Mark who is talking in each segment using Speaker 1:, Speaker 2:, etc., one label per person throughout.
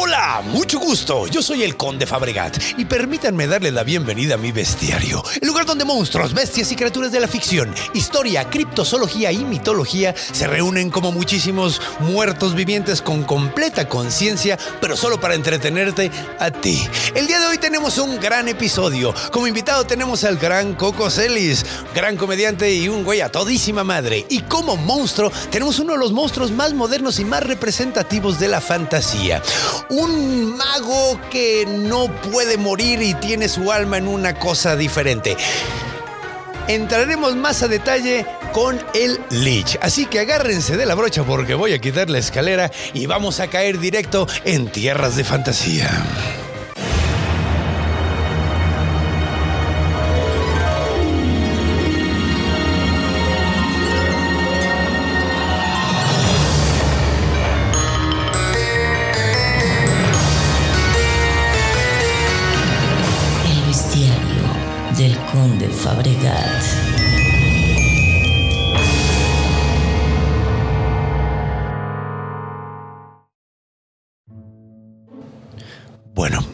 Speaker 1: Hola, mucho gusto. Yo soy el Conde Fabregat y permítanme darle la bienvenida a mi bestiario, el lugar donde monstruos, bestias y criaturas de la ficción, historia, criptozoología y mitología se reúnen como muchísimos muertos vivientes con completa conciencia, pero solo para entretenerte a ti. El día de hoy tenemos un gran episodio. Como invitado tenemos al gran Coco Celis, gran comediante y un güey a todísima madre. Y como monstruo tenemos uno de los monstruos más modernos y más representativos de la fantasía. Un mago que no puede morir y tiene su alma en una cosa diferente. Entraremos más a detalle con el Lich. Así que agárrense de la brocha porque voy a quitar la escalera y vamos a caer directo en tierras de fantasía.
Speaker 2: El bestiario del conde Fabregat.
Speaker 1: Bueno,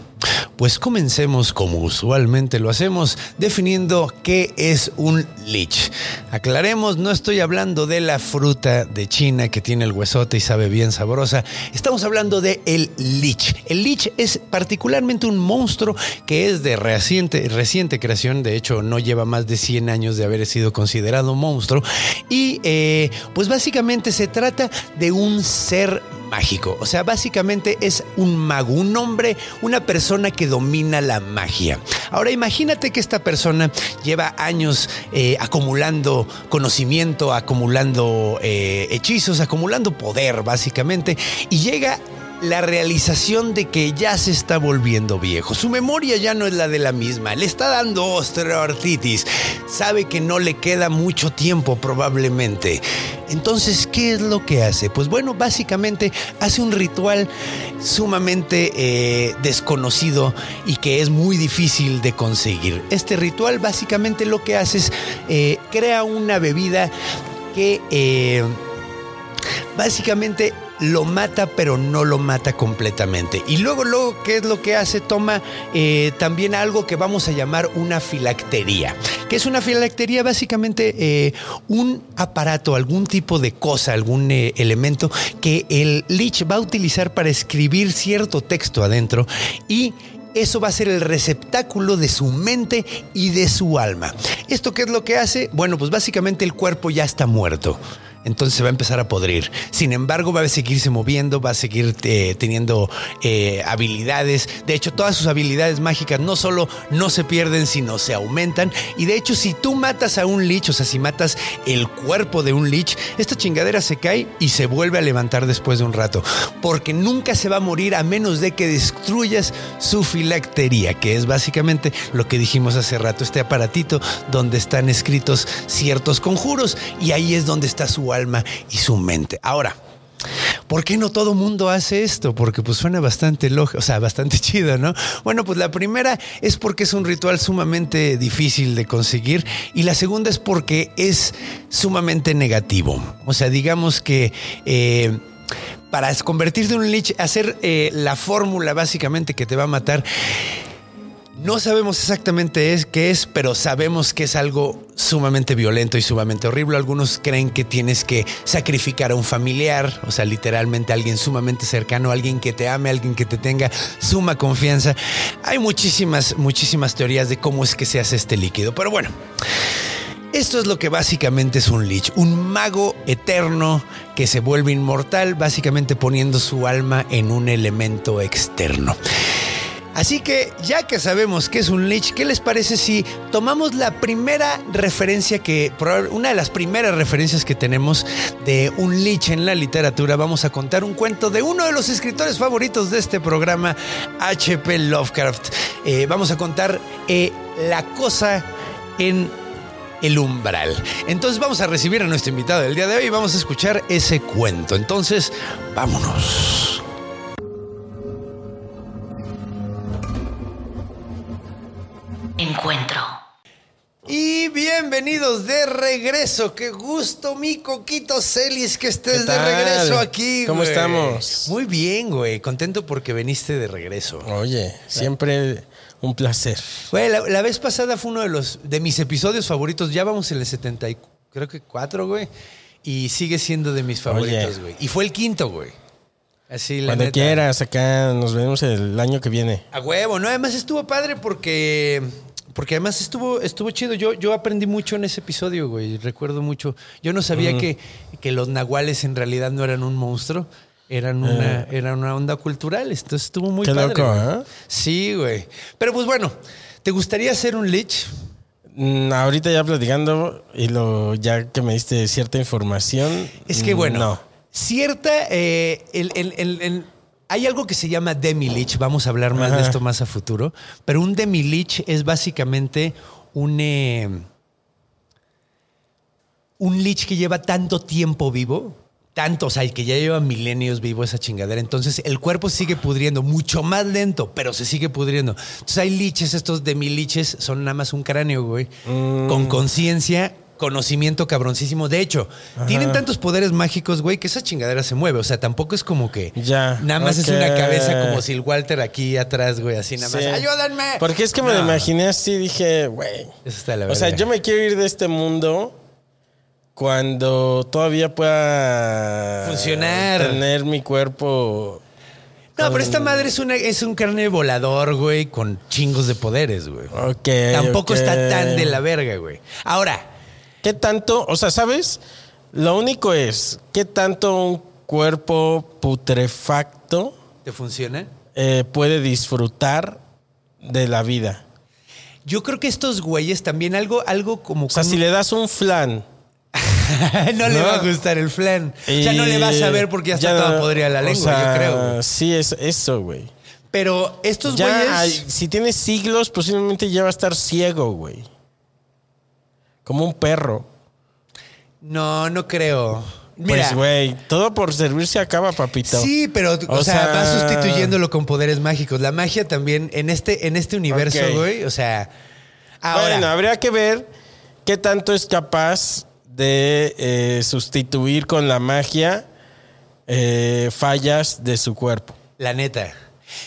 Speaker 1: pues comencemos como usualmente lo hacemos, definiendo qué es un lich. Aclaremos, no estoy hablando de la fruta de China que tiene el huesote y sabe bien sabrosa. Estamos hablando de el lich. El lich es particularmente un monstruo que es de reciente, reciente creación. De hecho, no lleva más de 100 años de haber sido considerado monstruo. Y eh, pues básicamente se trata de un ser mágico. O sea, básicamente es un mago, un hombre, una persona que domina la magia. Ahora imagínate que esta persona lleva años eh, acumulando conocimiento, acumulando eh, hechizos, acumulando poder, básicamente, y llega la realización de que ya se está volviendo viejo. Su memoria ya no es la de la misma. Le está dando osteoartritis. Sabe que no le queda mucho tiempo probablemente. Entonces, ¿qué es lo que hace? Pues bueno, básicamente hace un ritual sumamente eh, desconocido y que es muy difícil de conseguir. Este ritual básicamente lo que hace es eh, crea una bebida que... eh, básicamente lo mata pero no lo mata completamente y luego luego qué es lo que hace toma eh, también algo que vamos a llamar una filactería que es una filactería básicamente eh, un aparato algún tipo de cosa algún eh, elemento que el lich va a utilizar para escribir cierto texto adentro y eso va a ser el receptáculo de su mente y de su alma. ¿Esto qué es lo que hace? Bueno, pues básicamente el cuerpo ya está muerto. Entonces se va a empezar a podrir. Sin embargo, va a seguirse moviendo, va a seguir eh, teniendo eh, habilidades. De hecho, todas sus habilidades mágicas no solo no se pierden, sino se aumentan. Y de hecho, si tú matas a un lich, o sea, si matas el cuerpo de un lich, esta chingadera se cae y se vuelve a levantar después de un rato. Porque nunca se va a morir a menos de que destruyas su filactería, que es básicamente lo que dijimos hace rato, este aparatito donde están escritos ciertos conjuros y ahí es donde está su alma y su mente. Ahora, ¿Por qué no todo mundo hace esto? Porque pues suena bastante lógico, o sea, bastante chido, ¿no? Bueno, pues la primera es porque es un ritual sumamente difícil de conseguir y la segunda es porque es sumamente negativo. O sea, digamos que... eh, para convertirte en un lich, hacer eh, la fórmula básicamente que te va a matar, no sabemos exactamente es, qué es, pero sabemos que es algo sumamente violento y sumamente horrible. Algunos creen que tienes que sacrificar a un familiar, o sea, literalmente alguien sumamente cercano, alguien que te ame, alguien que te tenga suma confianza. Hay muchísimas, muchísimas teorías de cómo es que se hace este líquido, pero bueno. Esto es lo que básicamente es un Lich, un mago eterno que se vuelve inmortal, básicamente poniendo su alma en un elemento externo. Así que ya que sabemos que es un lich, ¿qué les parece si tomamos la primera referencia que, una de las primeras referencias que tenemos de un lich en la literatura? Vamos a contar un cuento de uno de los escritores favoritos de este programa, H.P. Lovecraft. Eh, vamos a contar eh, la cosa en el umbral. Entonces vamos a recibir a nuestro invitado del día de hoy y vamos a escuchar ese cuento. Entonces, vámonos.
Speaker 2: Encuentro.
Speaker 1: Y bienvenidos de regreso. Qué gusto, mi coquito Celis, que estés
Speaker 3: ¿Qué
Speaker 1: de
Speaker 3: tal?
Speaker 1: regreso aquí.
Speaker 3: ¿Cómo
Speaker 1: güey.
Speaker 3: estamos?
Speaker 1: Muy bien, güey. Contento porque viniste de regreso.
Speaker 3: Oye, siempre un placer.
Speaker 1: Güey, la, la vez pasada fue uno de los de mis episodios favoritos. Ya vamos en el 70 y creo que cuatro, güey. Y sigue siendo de mis favoritos,
Speaker 3: Oye.
Speaker 1: güey. Y fue el quinto, güey. Así la
Speaker 3: Cuando
Speaker 1: neta.
Speaker 3: quieras, acá nos vemos el año que viene.
Speaker 1: A huevo, no, además estuvo padre porque porque además estuvo estuvo chido. Yo yo aprendí mucho en ese episodio, güey. Recuerdo mucho. Yo no sabía que, que los nahuales en realidad no eran un monstruo, eran una era una onda cultural. Entonces estuvo muy
Speaker 3: Eh. Qué
Speaker 1: padre.
Speaker 3: loco,
Speaker 1: güey.
Speaker 3: ¿eh?
Speaker 1: Sí, güey. Pero pues bueno, ¿te gustaría ser un lich?
Speaker 3: Mm, ahorita ya platicando y lo ya que me diste cierta información.
Speaker 1: Es que
Speaker 3: mm,
Speaker 1: bueno,
Speaker 3: No.
Speaker 1: cierta. eh, el- el- el- el- hay algo que se llama demi-lich. Vamos a hablar más de
Speaker 3: Ajá.
Speaker 1: esto más a futuro. Pero un demi-lich es básicamente un. eh, un lich que lleva tanto tiempo vivo. Tanto, o sea, que ya lleva milenios vivo esa chingadera. Entonces, el cuerpo sigue pudriendo, mucho más lento, pero se sigue pudriendo. Entonces, hay liches, estos demi-liches son nada más un cráneo, güey.
Speaker 3: Mm.
Speaker 1: Con conciencia, conocimiento cabroncísimo. De hecho, tienen tantos poderes mágicos, güey, que esa chingadera se mueve. O sea, tampoco es como que.
Speaker 3: Ya,
Speaker 1: Nada más
Speaker 3: ok.
Speaker 1: es una cabeza como si el Walter aquí atrás, güey, así nada más.
Speaker 3: Sí.
Speaker 1: ¡Ayúdenme!
Speaker 3: Porque es que me lo
Speaker 1: No,
Speaker 3: imaginé así, dije, güey.
Speaker 1: Eso está la
Speaker 3: O sea,
Speaker 1: verga.
Speaker 3: yo me quiero ir de este mundo cuando todavía pueda
Speaker 1: Funcionar.
Speaker 3: Tener mi cuerpo.
Speaker 1: No, pero
Speaker 3: Ah.
Speaker 1: esta madre es, una, es un carne volador, güey, con chingos de poderes, güey.
Speaker 3: Ok.
Speaker 1: Tampoco
Speaker 3: ok.
Speaker 1: está tan de la verga, güey. Ahora,
Speaker 3: ¿Qué tanto? O sea, ¿sabes? Lo único es, ¿qué tanto un cuerpo putrefacto
Speaker 1: ¿te funciona?
Speaker 3: eh, puede disfrutar de la vida?
Speaker 1: Yo creo que estos güeyes también algo, algo como...
Speaker 3: O sea,
Speaker 1: con-
Speaker 3: si le das un flan.
Speaker 1: no le
Speaker 3: No.
Speaker 1: va a gustar el flan. ya no le vas a ver porque ya está
Speaker 3: todo
Speaker 1: toda podrida la lengua, yo creo. güey.
Speaker 3: Sí, es eso, güey.
Speaker 1: Pero estos
Speaker 3: Ya
Speaker 1: güeyes...
Speaker 3: hay- si tienes siglos, posiblemente ya va a estar ciego, güey. Como un perro.
Speaker 1: No, no creo. Mira,
Speaker 3: Pues, güey, todo por servirse acaba, papito.
Speaker 1: Sí, pero o,
Speaker 3: O
Speaker 1: sea,
Speaker 3: sea-
Speaker 1: vas sustituyéndolo con poderes mágicos. La magia también en este, en este universo,
Speaker 3: Ok.
Speaker 1: güey. O sea, ahora
Speaker 3: Bueno, habría que ver qué tanto es capaz de eh, sustituir con la magia eh, fallas de su cuerpo.
Speaker 1: La neta.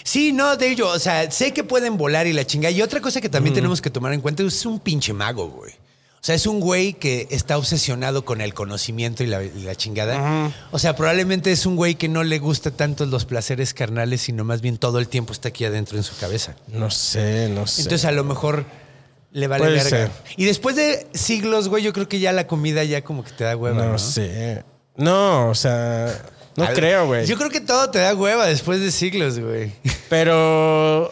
Speaker 1: Sí, no, de ello. O sea, sé que pueden volar y la chinga. Y otra cosa que también tenemos que tomar en cuenta es un pinche mago, güey. O sea, es un güey que está obsesionado con el conocimiento y la, y la chingada. O sea, probablemente es un güey que no le gusta tanto los placeres carnales, sino más bien todo el tiempo está aquí adentro en su cabeza.
Speaker 3: No sé, no sé.
Speaker 1: Entonces, a lo mejor le vale
Speaker 3: Puede
Speaker 1: verga.
Speaker 3: ser.
Speaker 1: Y después de siglos, güey, yo creo que ya la comida ya como que te da hueva.
Speaker 3: no,
Speaker 1: No,
Speaker 3: sé. No, o sea, no
Speaker 1: Al-
Speaker 3: creo, güey.
Speaker 1: Yo creo que todo te da hueva después de siglos, güey.
Speaker 3: Pero,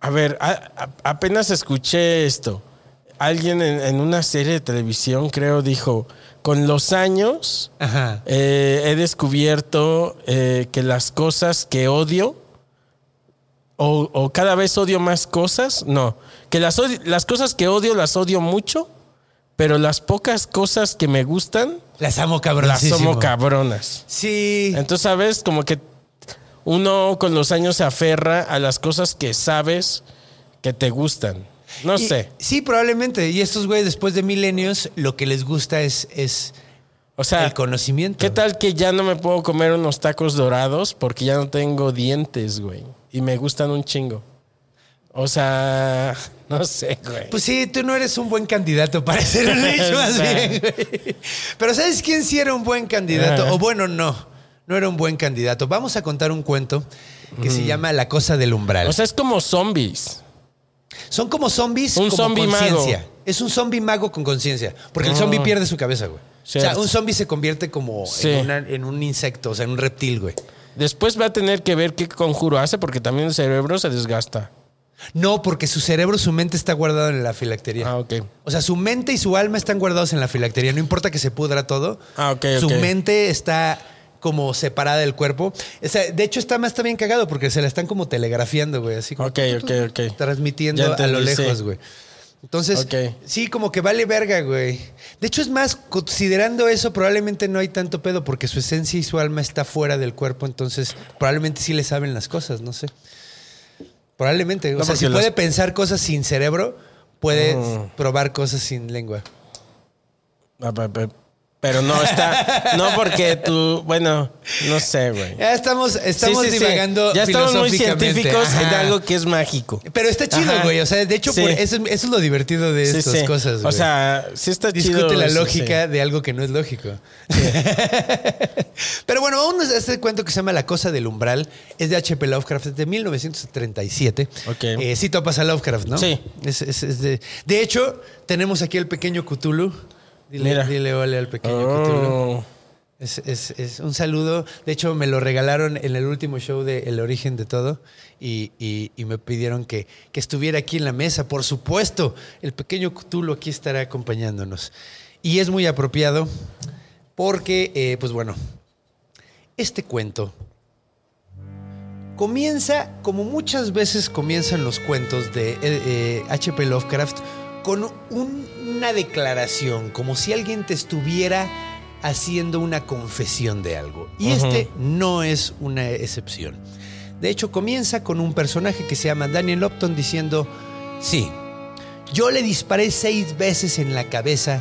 Speaker 3: a ver, a- a- apenas escuché esto. Alguien en, en una serie de televisión, creo, dijo, con los años
Speaker 1: Ajá.
Speaker 3: eh, he descubierto eh, que las cosas que odio, o, o cada vez odio más cosas, no, que las, odi- las cosas que odio las odio mucho, pero las pocas cosas que me gustan
Speaker 1: Las amo
Speaker 3: las
Speaker 1: cabroncísimo.
Speaker 3: somos cabronas.
Speaker 1: Sí.
Speaker 3: Entonces, ¿sabes? Como que uno con los años se aferra a las cosas que sabes que te gustan. No
Speaker 1: Y-
Speaker 3: sé.
Speaker 1: Sí, probablemente. Y estos güeyes después de milenios lo que les gusta es, es
Speaker 3: O sea,
Speaker 1: el conocimiento.
Speaker 3: ¿qué tal que ya no me puedo comer unos tacos dorados porque ya no tengo dientes, güey? Y me gustan un chingo. O sea, no sé, güey.
Speaker 1: Pues sí, tú no eres un buen candidato para ser un hecho más
Speaker 3: O sea.
Speaker 1: bien, güey. Pero ¿sabes quién sí era un buen candidato?
Speaker 3: Ajá.
Speaker 1: O bueno, no. No era un buen candidato. Vamos a contar un cuento que se llama La cosa del umbral.
Speaker 3: o sea, es como zombies.
Speaker 1: Son como zombies
Speaker 3: Un
Speaker 1: como
Speaker 3: zombie mago. Ah.
Speaker 1: conciencia. Es un zombie mago con conciencia. Porque el zombie pierde su cabeza, güey. O sea,
Speaker 3: Cierto.
Speaker 1: un zombie se convierte como
Speaker 3: Sí.
Speaker 1: en, una- en un insecto, o sea, en un reptil, güey.
Speaker 3: Después va a tener que ver qué conjuro hace porque también el cerebro se desgasta.
Speaker 1: No, porque su cerebro, su mente está guardado en la filactería.
Speaker 3: Ah, ok.
Speaker 1: O sea, su mente y su alma están guardados en la filactería. No importa que se pudra todo.
Speaker 3: Ah, ok,
Speaker 1: Su
Speaker 3: ok.
Speaker 1: mente está como separada del cuerpo. O sea, de hecho, está más está bien cagado porque se la están como telegrafiando, güey. Así como
Speaker 3: Ok, ok,
Speaker 1: pues,
Speaker 3: ok.
Speaker 1: transmitiendo
Speaker 3: Ya
Speaker 1: a lo
Speaker 3: entendí, sí.
Speaker 1: lejos, güey. Entonces,
Speaker 3: Ok.
Speaker 1: sí, como que vale verga, güey. De hecho, es más, considerando eso, probablemente no hay tanto pedo porque su esencia y su alma está fuera del cuerpo, entonces probablemente sí le saben las cosas, no sé. Probablemente.
Speaker 3: No,
Speaker 1: o sea, si
Speaker 3: porque
Speaker 1: puede
Speaker 3: las- Mm.
Speaker 1: pensar cosas sin cerebro, puede probar cosas sin lengua.
Speaker 3: Ah, pe- pe- Pero no está. No porque tú. Bueno, no sé, güey.
Speaker 1: Ya estamos, estamos
Speaker 3: Sí, sí, sí.
Speaker 1: divagando
Speaker 3: Ya estamos muy
Speaker 1: filosóficamente.
Speaker 3: científicos en
Speaker 1: Ajá.
Speaker 3: algo que es mágico.
Speaker 1: Pero está chido,
Speaker 3: Ajá.
Speaker 1: güey. O sea, de hecho,
Speaker 3: Sí.
Speaker 1: por- eso, eso es lo divertido de
Speaker 3: Sí,
Speaker 1: estas
Speaker 3: sí.
Speaker 1: cosas, güey.
Speaker 3: O sea, sí está
Speaker 1: Discute
Speaker 3: chido.
Speaker 1: la
Speaker 3: eso,
Speaker 1: lógica de algo que no es lógico. Pero bueno, vamos a este cuento que se llama La Cosa del Umbral. Es de H.P. Lovecraft, es de 1937.
Speaker 3: Ok.
Speaker 1: Eh, sí topas a Lovecraft, ¿no?
Speaker 3: Sí.
Speaker 1: Es- es- es de, de hecho, tenemos aquí al pequeño Cthulhu. Dile,
Speaker 3: Mira.
Speaker 1: dile ole al
Speaker 3: sí.
Speaker 1: pequeño Cthulhu.
Speaker 3: Oh.
Speaker 1: Es, es- es un saludo. De hecho, me lo regalaron en el último show de El Origen de Todo y, y- y me pidieron que, que estuviera aquí en la mesa. Por supuesto, el pequeño Cthulhu aquí estará acompañándonos. Y es muy apropiado porque, eh, pues bueno, este cuento comienza, como muchas veces comienzan los cuentos de eh, eh, H.P. Lovecraft, con un- una declaración, como si alguien te estuviera haciendo una confesión de algo. Y
Speaker 3: Ujú.
Speaker 1: este no es una excepción. De hecho, comienza con un personaje que se llama Daniel Upton diciendo, sí, yo le disparé seis veces en la cabeza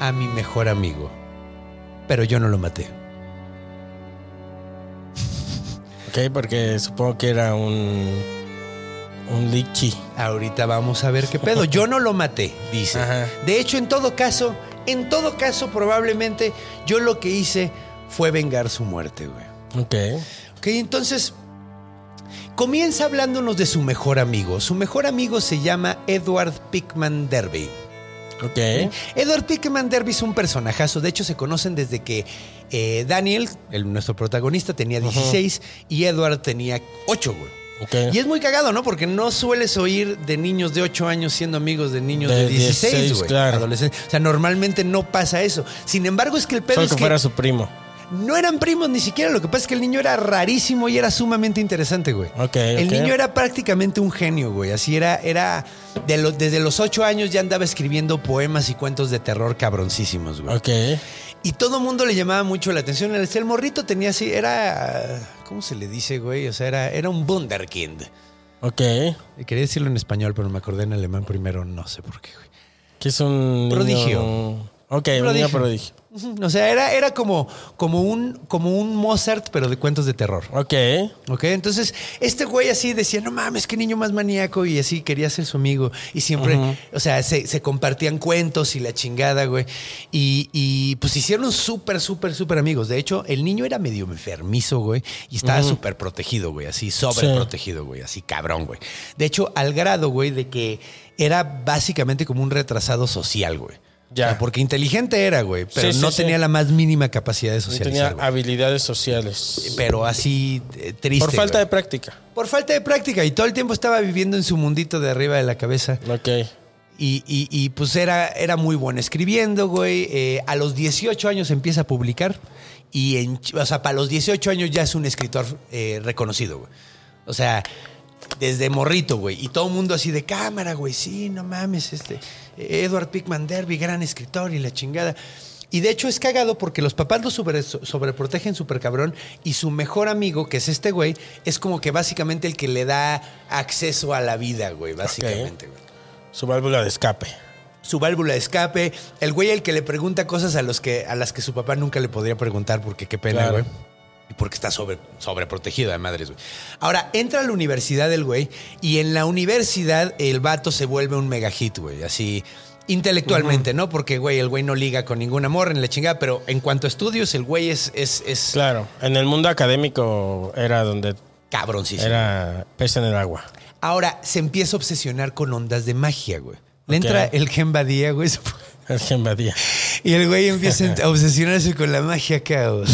Speaker 1: a mi mejor amigo, pero yo no lo maté.
Speaker 3: Ok, porque supongo que era un. Un lichi.
Speaker 1: Ahorita vamos a ver qué pedo. Yo no lo maté, dice.
Speaker 3: Ajá.
Speaker 1: De hecho, en todo caso, en todo caso, probablemente yo lo que hice fue vengar su muerte, güey.
Speaker 3: Ok.
Speaker 1: Ok, entonces comienza hablándonos de su mejor amigo. Su mejor amigo se llama Edward Pickman Derby.
Speaker 3: Ok.
Speaker 1: Edward Pickman Derby es un personajazo. De hecho, se conocen desde que eh, Daniel, el- nuestro protagonista, tenía 16 y Edward tenía 8, güey.
Speaker 3: Ok.
Speaker 1: Y es muy cagado, ¿no? Porque no sueles oír de niños de 8 años siendo amigos de niños de,
Speaker 3: De
Speaker 1: 16,
Speaker 3: 16,
Speaker 1: güey.
Speaker 3: claro.
Speaker 1: Adolescentes. O sea, normalmente no pasa eso. Sin embargo, es que el pedo
Speaker 3: Solo
Speaker 1: es
Speaker 3: que
Speaker 1: que
Speaker 3: fuera su primo.
Speaker 1: no eran primos ni siquiera. Lo que pasa es que el niño era rarísimo y era sumamente interesante, güey.
Speaker 3: Ok,
Speaker 1: El
Speaker 3: ok.
Speaker 1: niño era prácticamente un genio, güey. Así era, era... de lo- desde los 8 años ya andaba escribiendo poemas y cuentos de terror cabroncísimos, güey.
Speaker 3: Ok.
Speaker 1: Y todo mundo le llamaba mucho la atención. El, el morrito tenía así... Era... ¿Cómo se le dice, güey? O sea, era, era un wunderkind.
Speaker 3: Ok.
Speaker 1: Eh, Quería decirlo en español, pero me acordé en alemán primero, no sé por qué, güey.
Speaker 3: Que es un. niño-
Speaker 1: Prodigio.
Speaker 3: Ok, un
Speaker 1: Prodigio.
Speaker 3: niño prodigio.
Speaker 1: Ujú. O sea, era, era como, como, un, como un Mozart, pero de cuentos de terror.
Speaker 3: Ok.
Speaker 1: ¿Ok? Entonces, este güey así decía, no mames, qué niño más maníaco, y así quería ser su amigo. Y siempre, o sea, se, se compartían cuentos y la chingada, güey. Y, y, pues se hicieron súper, súper, súper amigos. De hecho, el niño era medio enfermizo, güey, y estaba súper protegido, güey, así sobreprotegido, güey, así cabrón, güey. De hecho, al grado, güey, de que era básicamente como un retrasado social, güey.
Speaker 3: Ya.
Speaker 1: O sea, porque inteligente era, güey, pero
Speaker 3: Sí, sí,
Speaker 1: no
Speaker 3: sí.
Speaker 1: tenía la más mínima capacidad de
Speaker 3: No
Speaker 1: socializar.
Speaker 3: tenía
Speaker 1: güey.
Speaker 3: habilidades sociales.
Speaker 1: Pero así eh, triste.
Speaker 3: Por falta
Speaker 1: güey.
Speaker 3: de práctica.
Speaker 1: Por falta de práctica y todo el tiempo estaba viviendo en su mundito de arriba de la cabeza.
Speaker 3: Ok.
Speaker 1: Y, y- y, pues era, era muy bueno escribiendo, güey. Eh, a los 18 años empieza a publicar y en, ch- o sea, para los 18 años ya es un escritor eh, reconocido, güey. O sea, desde morrito, güey. Y todo el mundo así de cámara, güey. Sí, no mames, este. eh, Edward Pickman Derby, gran escritor y la chingada. Y de hecho es cagado porque los papás lo sobre- so- sobreprotegen súper cabrón y su mejor amigo, que es este güey, es como que básicamente el que le da acceso a la vida, güey, básicamente, güey
Speaker 3: Su válvula de escape.
Speaker 1: su válvula de escape, el güey el que le pregunta cosas a los que a las que su papá nunca le podría preguntar porque qué pena,
Speaker 3: Claro.
Speaker 1: güey. Y porque está sobre sobreprotegido de madres, güey. Ahora entra a la universidad el güey y en la universidad el vato se vuelve un mega hit, güey, así intelectualmente, ¿no? Porque güey, el güey no liga con ningún amor en la chingada, pero en cuanto a estudios el güey es es es
Speaker 3: Claro. En el mundo académico era donde
Speaker 1: cabroncísimo.
Speaker 3: era pez en el agua.
Speaker 1: Ahora se empieza a obsesionar con ondas de magia, güey. Le
Speaker 3: Ok.
Speaker 1: entra el Gen Badía, güey.
Speaker 3: El Gen Badía.
Speaker 1: Y el güey empieza a obsesionarse con la magia caos.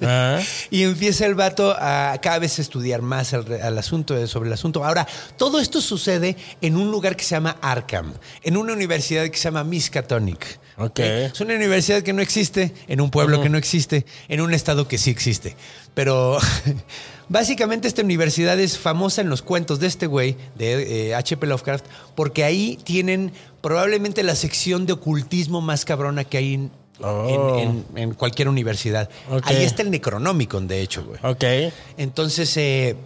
Speaker 3: Ah.
Speaker 1: Y empieza el vato a cada vez estudiar más al, re- al asunto, eh, sobre el asunto. Ahora, todo esto sucede en un lugar que se llama Arkham, en una universidad que se llama Miskatonic. Eh,
Speaker 3: Ok.
Speaker 1: Es una universidad que no existe, en un pueblo que no existe, en un estado que sí existe. Pero básicamente esta universidad es famosa en los cuentos de este güey, de eh, H.P. Lovecraft, porque ahí tienen probablemente la sección de ocultismo más cabrona que hay en,
Speaker 3: Oh.
Speaker 1: en- en- en cualquier universidad.
Speaker 3: Ok.
Speaker 1: Ahí está el Necronomicon, de hecho, güey.
Speaker 3: Ok.
Speaker 1: Entonces, eh,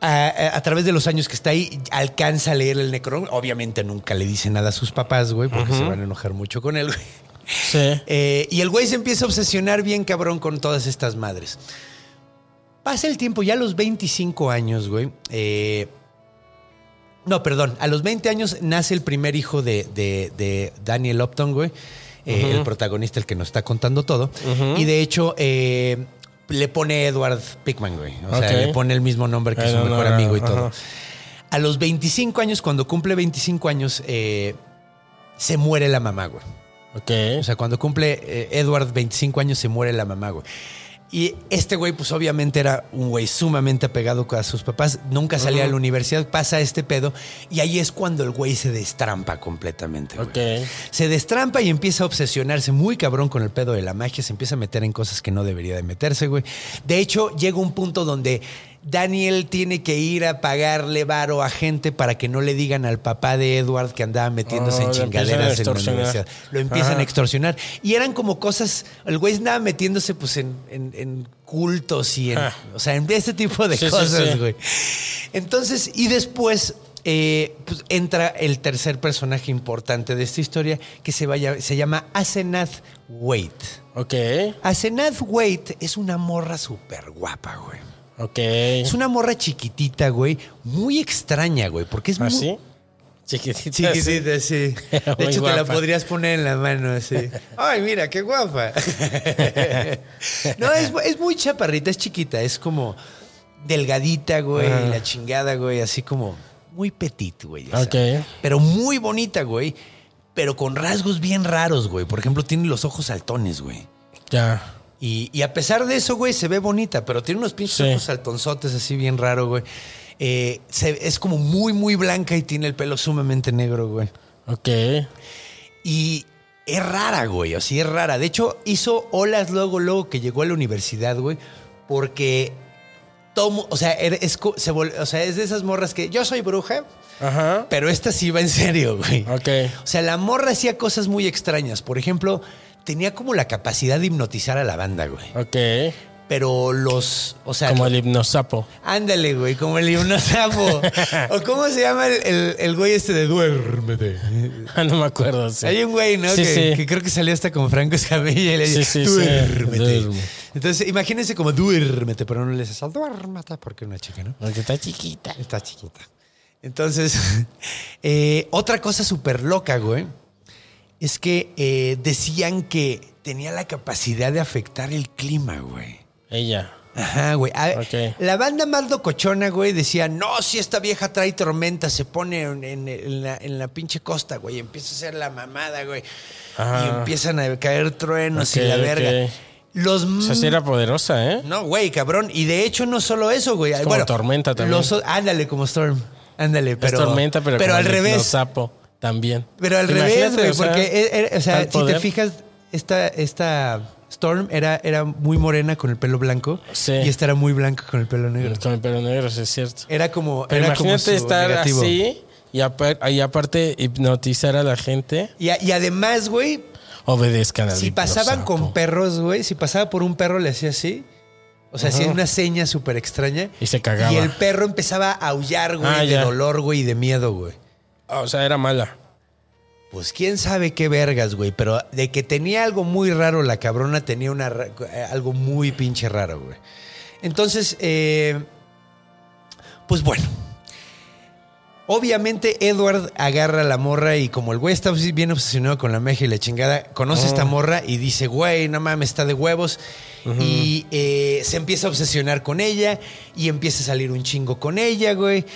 Speaker 1: a, a- a través de los años que está ahí, alcanza a leer el necrón. Obviamente nunca le dice nada a sus papás, güey, porque se van a enojar mucho con él, güey.
Speaker 3: Sí.
Speaker 1: Eh, y el güey se empieza a obsesionar bien cabrón con todas estas madres. Pasa el tiempo, ya a los 25 años, güey. eh, no, perdón, a los 20 años nace el primer hijo de, de- de Daniel Upton, güey. eh, El protagonista, el que nos está contando todo. Y de hecho, eh, le pone Edward Pickman, güey. O sea,
Speaker 3: Ok.
Speaker 1: le pone el mismo nombre que
Speaker 3: Eh,
Speaker 1: su
Speaker 3: no, no,
Speaker 1: mejor
Speaker 3: no,
Speaker 1: amigo y todo.
Speaker 3: ajá.
Speaker 1: A los 25 años, cuando cumple 25 años, eh, se muere la mamá, güey.
Speaker 3: Ok.
Speaker 1: O sea, cuando cumple eh, Edward 25 años se muere la mamá, güey. Y este güey, pues obviamente era un güey sumamente apegado a sus papás. Nunca salía de la universidad, pasa este pedo. Y ahí es cuando el güey se destrampa completamente, güey.
Speaker 3: Ok.
Speaker 1: Se destrampa y empieza a obsesionarse muy cabrón con el pedo de la magia. Se empieza a meter en cosas que no debería de meterse, güey. De hecho, llega un punto donde Daniel tiene que ir a pagarle varo a gente para que no le digan al papá de Edward que andaba metiéndose
Speaker 3: Oh,
Speaker 1: en
Speaker 3: lo empiezan a
Speaker 1: chingaderas en la
Speaker 3: extorsionar.
Speaker 1: universidad. Lo empiezan
Speaker 3: Ajá.
Speaker 1: a extorsionar. Y eran como cosas. El güey andaba metiéndose pues en, en- en cultos y en.
Speaker 3: Ah.
Speaker 1: O sea, en este tipo de
Speaker 3: Sí, sí,
Speaker 1: cosas,
Speaker 3: sí.
Speaker 1: güey. Entonces, y después eh, pues, entra el tercer personaje importante de esta historia que se, vaya, se llama Asenath Wait.
Speaker 3: Ok.
Speaker 1: Asenath Wait es una morra súper guapa, güey.
Speaker 3: Ok.
Speaker 1: Es una morra chiquitita, güey. Muy extraña, güey, porque es muy-
Speaker 3: ¿Así? Chiquitita.
Speaker 1: Chiquitita, sí. De
Speaker 3: Muy
Speaker 1: hecho, te la
Speaker 3: guapa.
Speaker 1: podrías poner en la mano así. Ay, mira, qué guapa. no, es, es muy chaparrita, es chiquita, es como delgadita, güey,
Speaker 3: Ah.
Speaker 1: y la chingada, güey, así como muy petit, güey. ya
Speaker 3: Ok.
Speaker 1: sabes. Pero muy bonita, güey, pero con rasgos bien raros, güey. Por ejemplo, tiene los ojos saltones, güey.
Speaker 3: Ya.
Speaker 1: Y, y a pesar de eso, güey, se ve bonita, pero tiene unos pinches
Speaker 3: Sí.
Speaker 1: ojos saltonzotes así bien raro, güey. Eh, se- es como muy, muy blanca y tiene el pelo sumamente negro, güey.
Speaker 3: Ok.
Speaker 1: Y es rara, güey, o sea, es rara. De hecho, hizo olas luego, luego que llegó a la universidad, güey, porque tomo, o sea, era- es, co- se vol- o sea, es de esas morras que yo soy bruja,
Speaker 3: Ajá.
Speaker 1: pero esta sí va en serio, güey.
Speaker 3: Ok.
Speaker 1: O sea, la morra hacía cosas muy extrañas. Por ejemplo, tenía como la capacidad de hipnotizar a la banda, güey.
Speaker 3: Ok.
Speaker 1: Pero los, o sea,
Speaker 3: Como el hipnosapo.
Speaker 1: Ándale, güey, como el hipnosapo. ¿O cómo se llama el, el- el güey este de duérmete?
Speaker 3: Ah, no me acuerdo. sí.
Speaker 1: Hay un güey, ¿no?
Speaker 3: Sí,
Speaker 1: que,
Speaker 3: sí.
Speaker 1: que creo que salió hasta con Franco Escamilla y le dice,
Speaker 3: Sí, sí, sí.
Speaker 1: duérmete.
Speaker 3: Duerme.
Speaker 1: Entonces, imagínense como duérmete, pero no le dices al duérmete porque una chica, ¿no?
Speaker 3: Porque está chiquita.
Speaker 1: Está chiquita. Entonces, eh, otra cosa súper loca, güey, es que eh, decían que tenía la capacidad de afectar el clima, güey.
Speaker 3: Ella.
Speaker 1: Ajá, güey. A-
Speaker 3: Ok.
Speaker 1: La banda más locochona, güey, decía, no, si esta vieja trae tormenta, se pone en, en- en la, en la pinche costa, güey, empieza a hacer la mamada, güey.
Speaker 3: Ah.
Speaker 1: Y empiezan a caer truenos
Speaker 3: Ok,
Speaker 1: y la
Speaker 3: ok.
Speaker 1: verga. Los...
Speaker 3: O sea, sí era poderosa, ¿eh?
Speaker 1: Mm. No, güey, cabrón. Y de hecho, no solo eso, güey.
Speaker 3: como tormenta también.
Speaker 1: los- ándale, como Storm. Ándale, pero...
Speaker 3: es tormenta, pero, como
Speaker 1: al
Speaker 3: el
Speaker 1: revés.
Speaker 3: hipnosapo también.
Speaker 1: Pero al
Speaker 3: Imagínate,
Speaker 1: revés, güey,
Speaker 3: o sea,
Speaker 1: porque eh, eh, o sea,
Speaker 3: tal
Speaker 1: si
Speaker 3: poder.
Speaker 1: te fijas, esta, esta Storm era, era muy morena con el pelo blanco
Speaker 3: Sí.
Speaker 1: y esta era muy blanca con el pelo negro.
Speaker 3: Con el pelo negro, sí es cierto.
Speaker 1: Era como.
Speaker 3: Pero
Speaker 1: era como
Speaker 3: imagínate
Speaker 1: su
Speaker 3: estar
Speaker 1: negativo.
Speaker 3: así y, apar- y aparte hipnotizar a la gente.
Speaker 1: Y, a- y además, güey,
Speaker 3: Obedezcan al
Speaker 1: si pasaban
Speaker 3: hipnosapo.
Speaker 1: con perros, güey, si pasaba por un perro le hacía así. O sea, hacía una seña súper extraña.
Speaker 3: Y se cagaba.
Speaker 1: Y el perro empezaba a aullar, güey,
Speaker 3: Ah,
Speaker 1: de
Speaker 3: ya.
Speaker 1: dolor, güey, y de miedo, güey.
Speaker 3: O sea, era mala.
Speaker 1: Pues quién sabe qué vergas, güey. Pero de que tenía algo muy raro, la cabrona tenía una, ra- eh, algo muy pinche raro, güey. Entonces, eh, pues bueno. Obviamente, Edward agarra a la morra y como el güey está bien obsesionado con la meja y la chingada, conoce
Speaker 3: Ah.
Speaker 1: esta morra y dice, güey, no mames, está de huevos. Y eh, se empieza a obsesionar con ella y empieza a salir un chingo con ella, güey.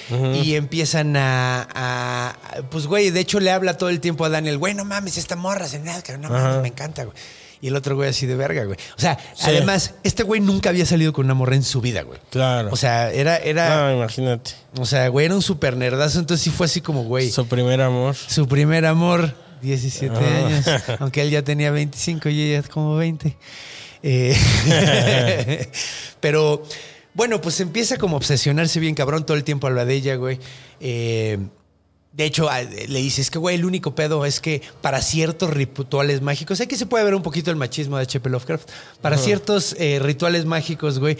Speaker 1: Y empiezan a, a- Pues, güey, de hecho le habla todo el tiempo a Daniel, güey, no mames, esta morra, se me- no mames, me encanta, güey. Y el otro güey así de verga, güey. O sea,
Speaker 3: Sí.
Speaker 1: además, este güey nunca había salido con una morra en su vida, güey.
Speaker 3: Claro.
Speaker 1: O sea, era, era,
Speaker 3: No, imagínate.
Speaker 1: o sea, güey, era un super nerdazo, entonces sí fue así como, güey,
Speaker 3: Su primer amor.
Speaker 1: su primer amor, 17
Speaker 3: Ah.
Speaker 1: años, aunque él ya tenía 25 y ella como 20. Eh, pero bueno, pues empieza como a obsesionarse bien cabrón, todo el tiempo habla de ella, güey. Eh, de hecho, a- le dices que, güey, el único pedo es que para ciertos rituales mágicos, aquí se puede ver un poquito el machismo de H.P. Lovecraft, para ciertos eh, rituales mágicos, güey,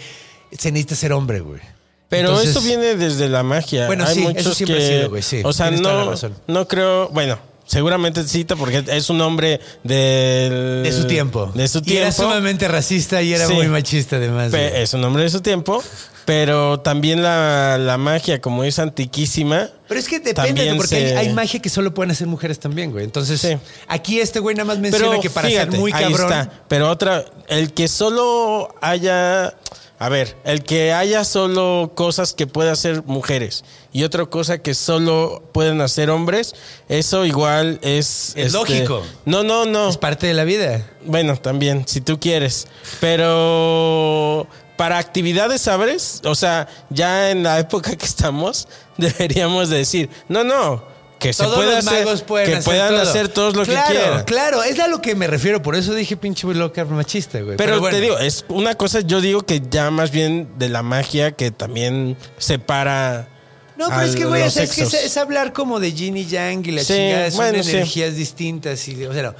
Speaker 1: se necesita ser hombre, güey.
Speaker 3: Pero
Speaker 1: Entonces-
Speaker 3: eso viene desde la magia.
Speaker 1: Bueno,
Speaker 3: Hay
Speaker 1: sí, eso
Speaker 3: muchos
Speaker 1: siempre
Speaker 3: que,
Speaker 1: ha sido, güey, sí,
Speaker 3: O sea,
Speaker 1: tienes toda la
Speaker 3: no,
Speaker 1: razón.
Speaker 3: no creo. Bueno, seguramente cita porque es un hombre del.
Speaker 1: De su tiempo.
Speaker 3: De su
Speaker 1: Y
Speaker 3: tiempo.
Speaker 1: era sumamente racista y era
Speaker 3: Sí.
Speaker 1: muy machista además.
Speaker 3: Pe-
Speaker 1: güey.
Speaker 3: es un hombre de su tiempo. Pero también la, la magia, como es antiquísima.
Speaker 1: Pero es que depende,
Speaker 3: también
Speaker 1: güey, porque hay-
Speaker 3: se-
Speaker 1: hay, magia que solo pueden hacer mujeres también, güey. Entonces,
Speaker 3: Sí.
Speaker 1: aquí este güey nada más menciona
Speaker 3: Pero
Speaker 1: que para
Speaker 3: fíjate,
Speaker 1: ser muy
Speaker 3: ahí
Speaker 1: cabrón.
Speaker 3: está. Pero otra, el que solo haya, a ver, el que haya solo cosas que pueda hacer mujeres y otra cosa que solo pueden hacer hombres, eso igual es este,
Speaker 1: Es lógico.
Speaker 3: No, no, no.
Speaker 1: Es parte de la vida.
Speaker 3: Bueno, también, si tú quieres. Pero para actividades, ¿sabes? O sea, ya en la época que estamos, deberíamos decir, no, no, que se
Speaker 1: Todos
Speaker 3: puede
Speaker 1: los
Speaker 3: hacer,
Speaker 1: magos pueden
Speaker 3: que
Speaker 1: hacer
Speaker 3: puedan
Speaker 1: todo.
Speaker 3: hacer todos lo
Speaker 1: claro,
Speaker 3: que quieran.
Speaker 1: Claro, es a lo que me refiero. Por eso dije pinche loca machista, güey.
Speaker 3: Pero,
Speaker 1: bueno.
Speaker 3: te digo, es una cosa, yo digo que ya más bien de la magia que también separa.
Speaker 1: No, pero
Speaker 3: a
Speaker 1: es que, güey, o
Speaker 3: los
Speaker 1: sea, es, que es,
Speaker 3: sexos.
Speaker 1: es hablar como de yin y yang y la
Speaker 3: Sí,
Speaker 1: chingada son
Speaker 3: bueno, sí.
Speaker 1: energías distintas. Y, o sea, no,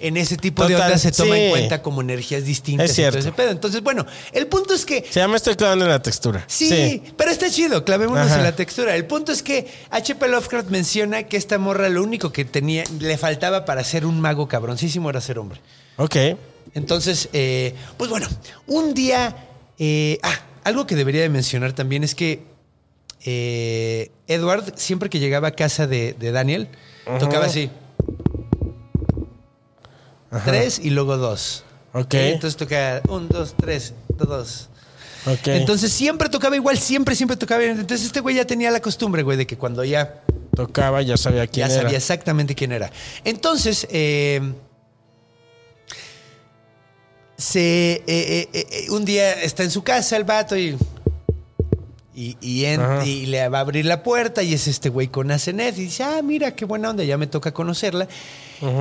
Speaker 1: en ese tipo de
Speaker 3: Total,
Speaker 1: ondas se toma en
Speaker 3: sí.
Speaker 1: cuenta como energías distintas.
Speaker 3: Es
Speaker 1: y todo
Speaker 3: cierto.
Speaker 1: ese pedo. Entonces, bueno, el punto es que
Speaker 3: Sí, ya me estoy clavando en la textura.
Speaker 1: Sí, pero está chido, clavémonos
Speaker 3: Ajá.
Speaker 1: en la textura. El punto es que H.P. Lovecraft menciona que esta morra lo único que tenía, le faltaba para ser un mago cabroncísimo era ser hombre.
Speaker 3: Ok.
Speaker 1: Entonces, eh, pues bueno, un día... eh, ah, algo que debería de mencionar también es que eh, Edward, siempre que llegaba a casa de, de Daniel, tocaba así. Tres y luego dos. Eh,
Speaker 3: Ok.
Speaker 1: Entonces tocaba un, dos, tres, dos.
Speaker 3: Ok.
Speaker 1: Entonces siempre tocaba igual, siempre, siempre tocaba bien. Entonces este güey ya tenía la costumbre, güey, de que cuando ya,
Speaker 3: Tocaba, ya sabía quién
Speaker 1: ya
Speaker 3: era.
Speaker 1: sabía exactamente quién era. Entonces, eh, se, eh, eh, eh, eh, un día está en su casa el vato y, y, y en-
Speaker 3: Ajá.
Speaker 1: y le va a abrir la puerta y es este güey con Asenet y dice, ah, mira, qué buena onda, ya me toca conocerla.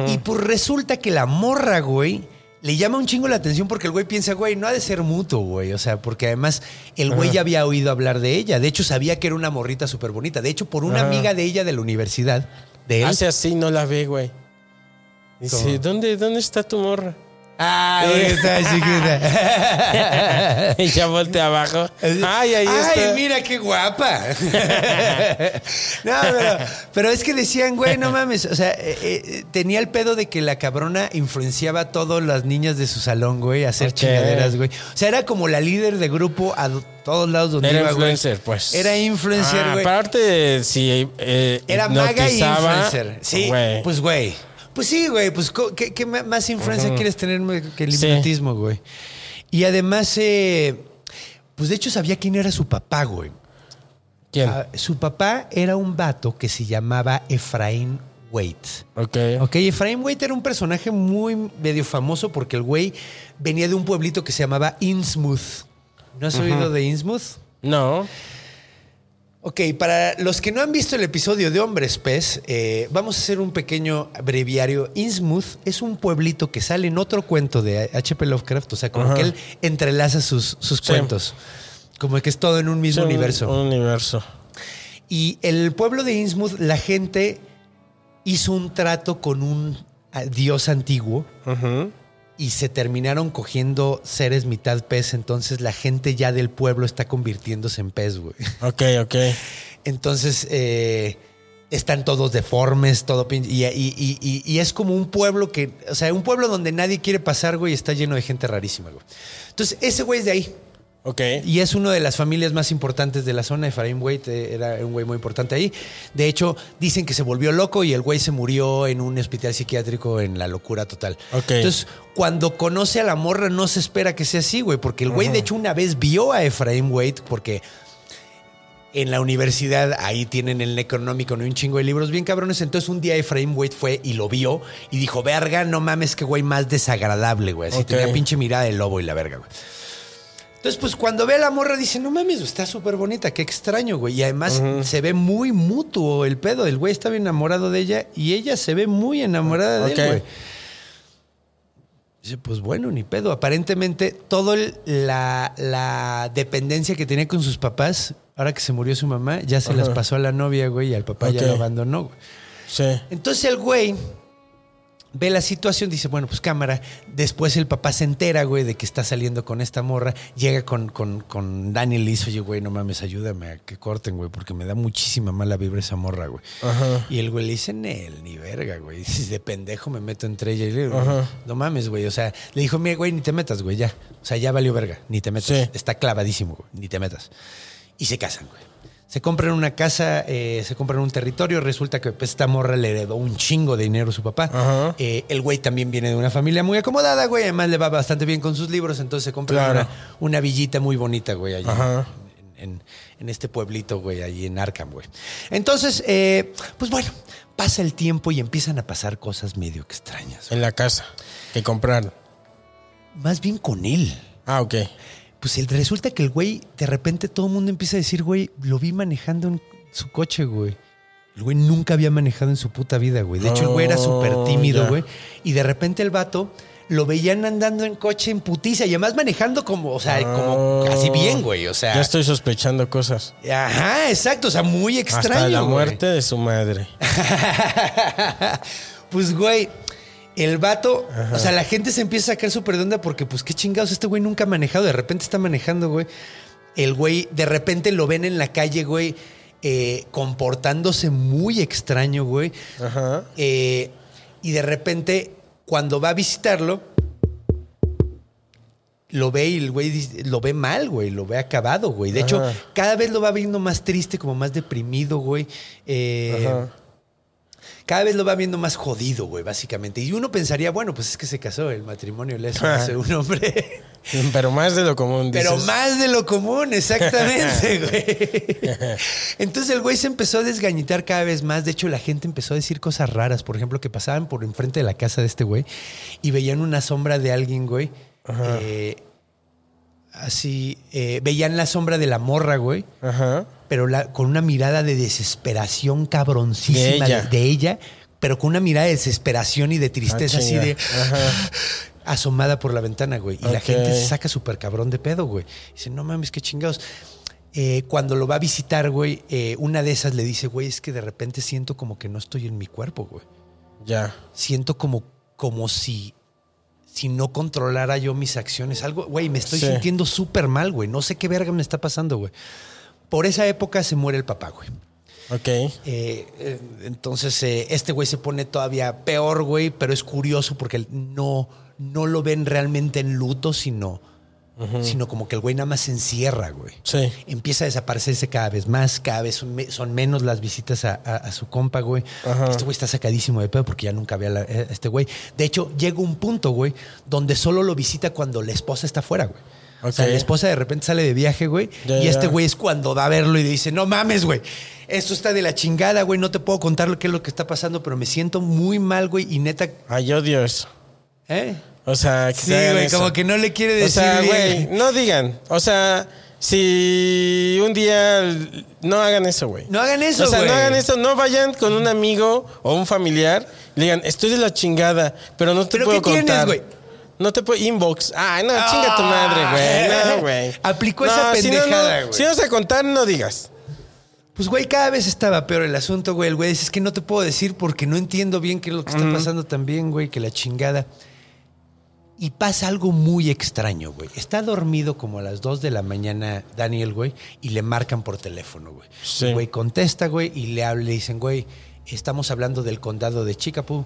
Speaker 1: Y pues resulta que la morra, güey, le llama un chingo la atención porque el güey piensa, güey, no ha de ser mutuo, güey. O sea, porque además el güey ya había oído hablar de ella. De hecho, sabía que era una morrita súper bonita. De hecho, por una
Speaker 3: Ajá.
Speaker 1: amiga de ella de la universidad, de él.
Speaker 3: Hace así, no la ve, güey. Dice, ¿dónde, ¿dónde está tu morra?
Speaker 1: Ah, güey, está chiquita.
Speaker 3: y ya voltea abajo. Ay, ahí está.
Speaker 1: mira qué guapa. no, pero, pero es que decían, güey, no mames. O sea, eh, eh, tenía el pedo de que la cabrona influenciaba a todas las niñas de su salón, güey, a hacer
Speaker 3: Ok.
Speaker 1: chingaderas, güey. O sea, era como la líder de grupo a do- todos lados donde
Speaker 3: Era
Speaker 1: iba, güey.
Speaker 3: influencer, pues.
Speaker 1: Era influencer,
Speaker 3: Ah,
Speaker 1: güey.
Speaker 3: Aparte, si eh,
Speaker 1: Era maga y
Speaker 3: hipnotizaba,
Speaker 1: influencer. Sí,
Speaker 3: güey.
Speaker 1: pues güey. Pues sí, güey. Pues co- ¿qué, qué ma- más influencia quieres tener güey, que el
Speaker 3: Sí.
Speaker 1: hipnotismo, güey? Y además, eh, pues de hecho sabía quién era su papá, güey.
Speaker 3: ¿Quién?
Speaker 1: Ah, su papá era un vato que se llamaba Efraín Waite.
Speaker 3: ok.
Speaker 1: Ok, Efraín Waite era un personaje muy medio famoso porque el güey venía de un pueblito que se llamaba Innsmouth. ¿No has oído de Innsmouth?
Speaker 3: No.
Speaker 1: Ok, para los que no han visto el episodio de Hombres Pez, eh, vamos a hacer un pequeño breviario. Innsmouth es un pueblito que sale en otro cuento de H.P. Lovecraft, o sea, como
Speaker 3: Ajá.
Speaker 1: que él entrelaza sus, sus
Speaker 3: Sí.
Speaker 1: cuentos, como que es todo en un mismo
Speaker 3: Sí, un-
Speaker 1: universo.
Speaker 3: Un universo.
Speaker 1: Y el pueblo de Innsmouth, la gente hizo un trato con un ah, dios antiguo
Speaker 3: Ujú.
Speaker 1: y se terminaron cogiendo seres mitad pez, entonces la gente ya del pueblo está convirtiéndose en pez, güey.
Speaker 3: Ok, ok.
Speaker 1: Entonces eh, están todos deformes, todo pin- y, y- y- y- y es como un pueblo que, o sea, un pueblo donde nadie quiere pasar, güey, y está lleno de gente rarísima, güey. Entonces, ese güey es de ahí.
Speaker 3: Ok.
Speaker 1: Y es una de las familias más importantes de la zona. Efraín Güey te- era un güey muy importante ahí. De hecho, dicen que se volvió loco y el güey se murió en un hospital psiquiátrico en la locura total.
Speaker 3: Ok.
Speaker 1: Entonces, cuando conoce a la morra, no se espera que sea así, güey. Porque el güey, de hecho, una vez vio a Efraín Güey porque en la universidad, ahí tienen el económico y un chingo de libros bien cabrones. Entonces un día Efraín Wade fue y lo vio y dijo, verga, no mames, qué güey más desagradable, güey. Así
Speaker 3: Ok.
Speaker 1: tenía pinche mirada de lobo y la verga, güey. Entonces, pues cuando ve a la morra dice, no mames, está súper bonita, qué extraño, güey. Y además se ve muy mutuo el pedo. El güey estaba enamorado de ella y ella se ve muy enamorada de
Speaker 3: Ok.
Speaker 1: él, güey. Dice, pues bueno, ni pedo. Aparentemente, toda la, la dependencia que tenía con sus papás, ahora que se murió su mamá, ya se las
Speaker 3: Ajá.
Speaker 1: pasó a la novia, güey, y al papá ya
Speaker 3: Ok.
Speaker 1: lo abandonó, güey.
Speaker 3: Sí.
Speaker 1: Entonces el güey ve la situación, dice, bueno, pues cámara. Después el papá se entera, güey, de que está saliendo con esta morra. Llega con, con, con Daniel y le dice, oye, güey, no mames, ayúdame a que corten, güey, porque me da muchísima mala vibra esa morra, güey. Y el güey le dice, Nel, ni verga, güey. Si de pendejo me meto entre ella. Y le digo,
Speaker 3: Ajá.
Speaker 1: no mames, güey. O sea, le dijo, mira, güey, ni te metas, güey, ya. O sea, ya valió verga, ni te metas.
Speaker 3: Sí.
Speaker 1: Está clavadísimo, güey, ni te metas. Y se casan, güey. Se compran una casa, eh, se compran un territorio. Resulta que pues, esta morra le heredó un chingo de dinero a su papá.
Speaker 3: Ajá.
Speaker 1: Eh, el güey también viene de una familia muy acomodada, güey. Además le va bastante bien con sus libros. Entonces se compra
Speaker 3: Claro.
Speaker 1: una, una villita muy bonita, güey, allí
Speaker 3: Ajá.
Speaker 1: en, en- en este pueblito, güey, allí en Arkham, güey. Entonces, eh, pues bueno, pasa el tiempo y empiezan a pasar cosas medio que extrañas.
Speaker 3: En la casa. Que compraron.
Speaker 1: Más bien con él.
Speaker 3: Ah, ok.
Speaker 1: Pues el- resulta que el güey, de repente todo el mundo empieza a decir, güey, lo vi manejando en su coche, güey. El güey nunca había manejado en su puta vida, güey. De hecho, el güey era
Speaker 3: Oh,
Speaker 1: súper tímido,
Speaker 3: ya.
Speaker 1: güey. Y de repente el vato lo veían andando en coche en putiza y además manejando como, o sea, como casi bien, güey. O sea,
Speaker 3: Ah. Ya estoy sospechando cosas.
Speaker 1: ajá, exacto. O sea, muy extraño.
Speaker 3: Hasta la
Speaker 1: güey.
Speaker 3: muerte de su madre.
Speaker 1: pues, güey, el vato, o sea, la gente se empieza a sacar súper de onda porque, pues, qué chingados, este güey nunca ha manejado, de repente está manejando, güey. El güey, de repente lo ven en la calle, güey, eh, comportándose muy extraño, güey.
Speaker 3: Ajá.
Speaker 1: Eh, y de repente, cuando va a visitarlo, lo ve y el güey dice- lo ve mal, güey, lo ve acabado, güey. De hecho,
Speaker 3: Ajá.
Speaker 1: cada vez lo va viendo más triste, como más deprimido, güey. Eh,
Speaker 3: Ajá.
Speaker 1: cada vez lo va viendo más jodido, güey, básicamente. Y uno pensaría, bueno, pues es que se casó, el matrimonio le hace un hombre.
Speaker 3: Pero más de lo común.
Speaker 1: Eh, Pero
Speaker 3: dices.
Speaker 1: más de lo común, exactamente, güey. Entonces el güey se empezó a desgañitar cada vez más. De hecho, la gente empezó a decir cosas raras. Por ejemplo, que pasaban por enfrente de la casa de este güey y veían una sombra de alguien, güey. Eh, así, eh, veían la sombra de la morra, güey
Speaker 3: Ajá. Ah,
Speaker 1: pero la- con una mirada de desesperación cabroncísima
Speaker 3: De ella.
Speaker 1: de, de ella, pero con una mirada de desesperación y de tristeza
Speaker 3: Ah,
Speaker 1: este así
Speaker 3: chinga.
Speaker 1: de
Speaker 3: Ajá.
Speaker 1: asomada por la ventana, güey. Y la
Speaker 3: Ok.
Speaker 1: gente se saca súper cabrón de pedo, güey. Dice, no mames, qué chingados. Eh, cuando lo va a visitar, güey, eh, una de esas le dice, güey, es que de repente siento como que no estoy en mi cuerpo, güey.
Speaker 3: Ya.
Speaker 1: Siento como, como si, si no controlara yo mis acciones. Algo, güey, me estoy
Speaker 3: Sí.
Speaker 1: sintiendo súper mal, güey. No sé qué verga me está pasando, güey. Por esa época se muere el papá, güey.
Speaker 3: Ok.
Speaker 1: Eh, eh, entonces, eh, este güey se pone todavía peor, güey, pero es curioso porque no, no lo ven realmente en luto, sino, sino como que el güey nada más se encierra, güey.
Speaker 3: Sí.
Speaker 1: Empieza a desaparecerse cada vez más, cada vez son, me- son menos las visitas a, a- a su compa, güey.
Speaker 3: Ajá.
Speaker 1: Este güey está sacadísimo de pedo porque ya nunca ve a, la- a este güey. De hecho, llega un punto, güey, donde solo lo visita cuando la esposa está fuera, güey. O sea,
Speaker 3: Ok.
Speaker 1: la esposa de repente sale de viaje, güey,
Speaker 3: Ya,
Speaker 1: y
Speaker 3: ya.
Speaker 1: este güey es cuando va a verlo y dice, no mames, güey, esto está de la chingada, güey, no te puedo contar lo que es lo que está pasando, pero me siento muy mal, güey, y neta,
Speaker 3: Ay, odio eso.
Speaker 1: ¿eh?
Speaker 3: O sea, que
Speaker 1: Sí,
Speaker 3: te hagan
Speaker 1: güey,
Speaker 3: eso.
Speaker 1: como que no le quiere
Speaker 3: O
Speaker 1: decir
Speaker 3: sea,
Speaker 1: Pues bien.
Speaker 3: güey, no digan. O sea, si un día l- no hagan eso, güey.
Speaker 1: No hagan eso,
Speaker 3: O sea,
Speaker 1: güey.
Speaker 3: no hagan eso, no vayan con un amigo o un familiar, le digan, "Estoy de la chingada, pero no te
Speaker 1: ¿Pero
Speaker 3: puedo
Speaker 1: qué tienes,
Speaker 3: contar."
Speaker 1: güey? Ah.
Speaker 3: No te puedo inbox. Ay, no, chinga tu madre, güey. No, güey.
Speaker 1: Aplicó
Speaker 3: No,
Speaker 1: esa
Speaker 3: si no, no-
Speaker 1: pendejada, güey.
Speaker 3: Si no vas a contar, no digas.
Speaker 1: Pues, güey, cada vez estaba peor el asunto, güey. El güey dice, es que no te puedo decir porque no entiendo bien qué es lo que está pasando también, güey, que la chingada. Y pasa algo muy extraño, güey. Está dormido como a las 2 de la mañana Daniel, güey, y le marcan por teléfono, güey.
Speaker 3: Sí.
Speaker 1: El Güey, contesta, güey, y le, habla, le dicen, güey, estamos hablando del condado de Chicapú.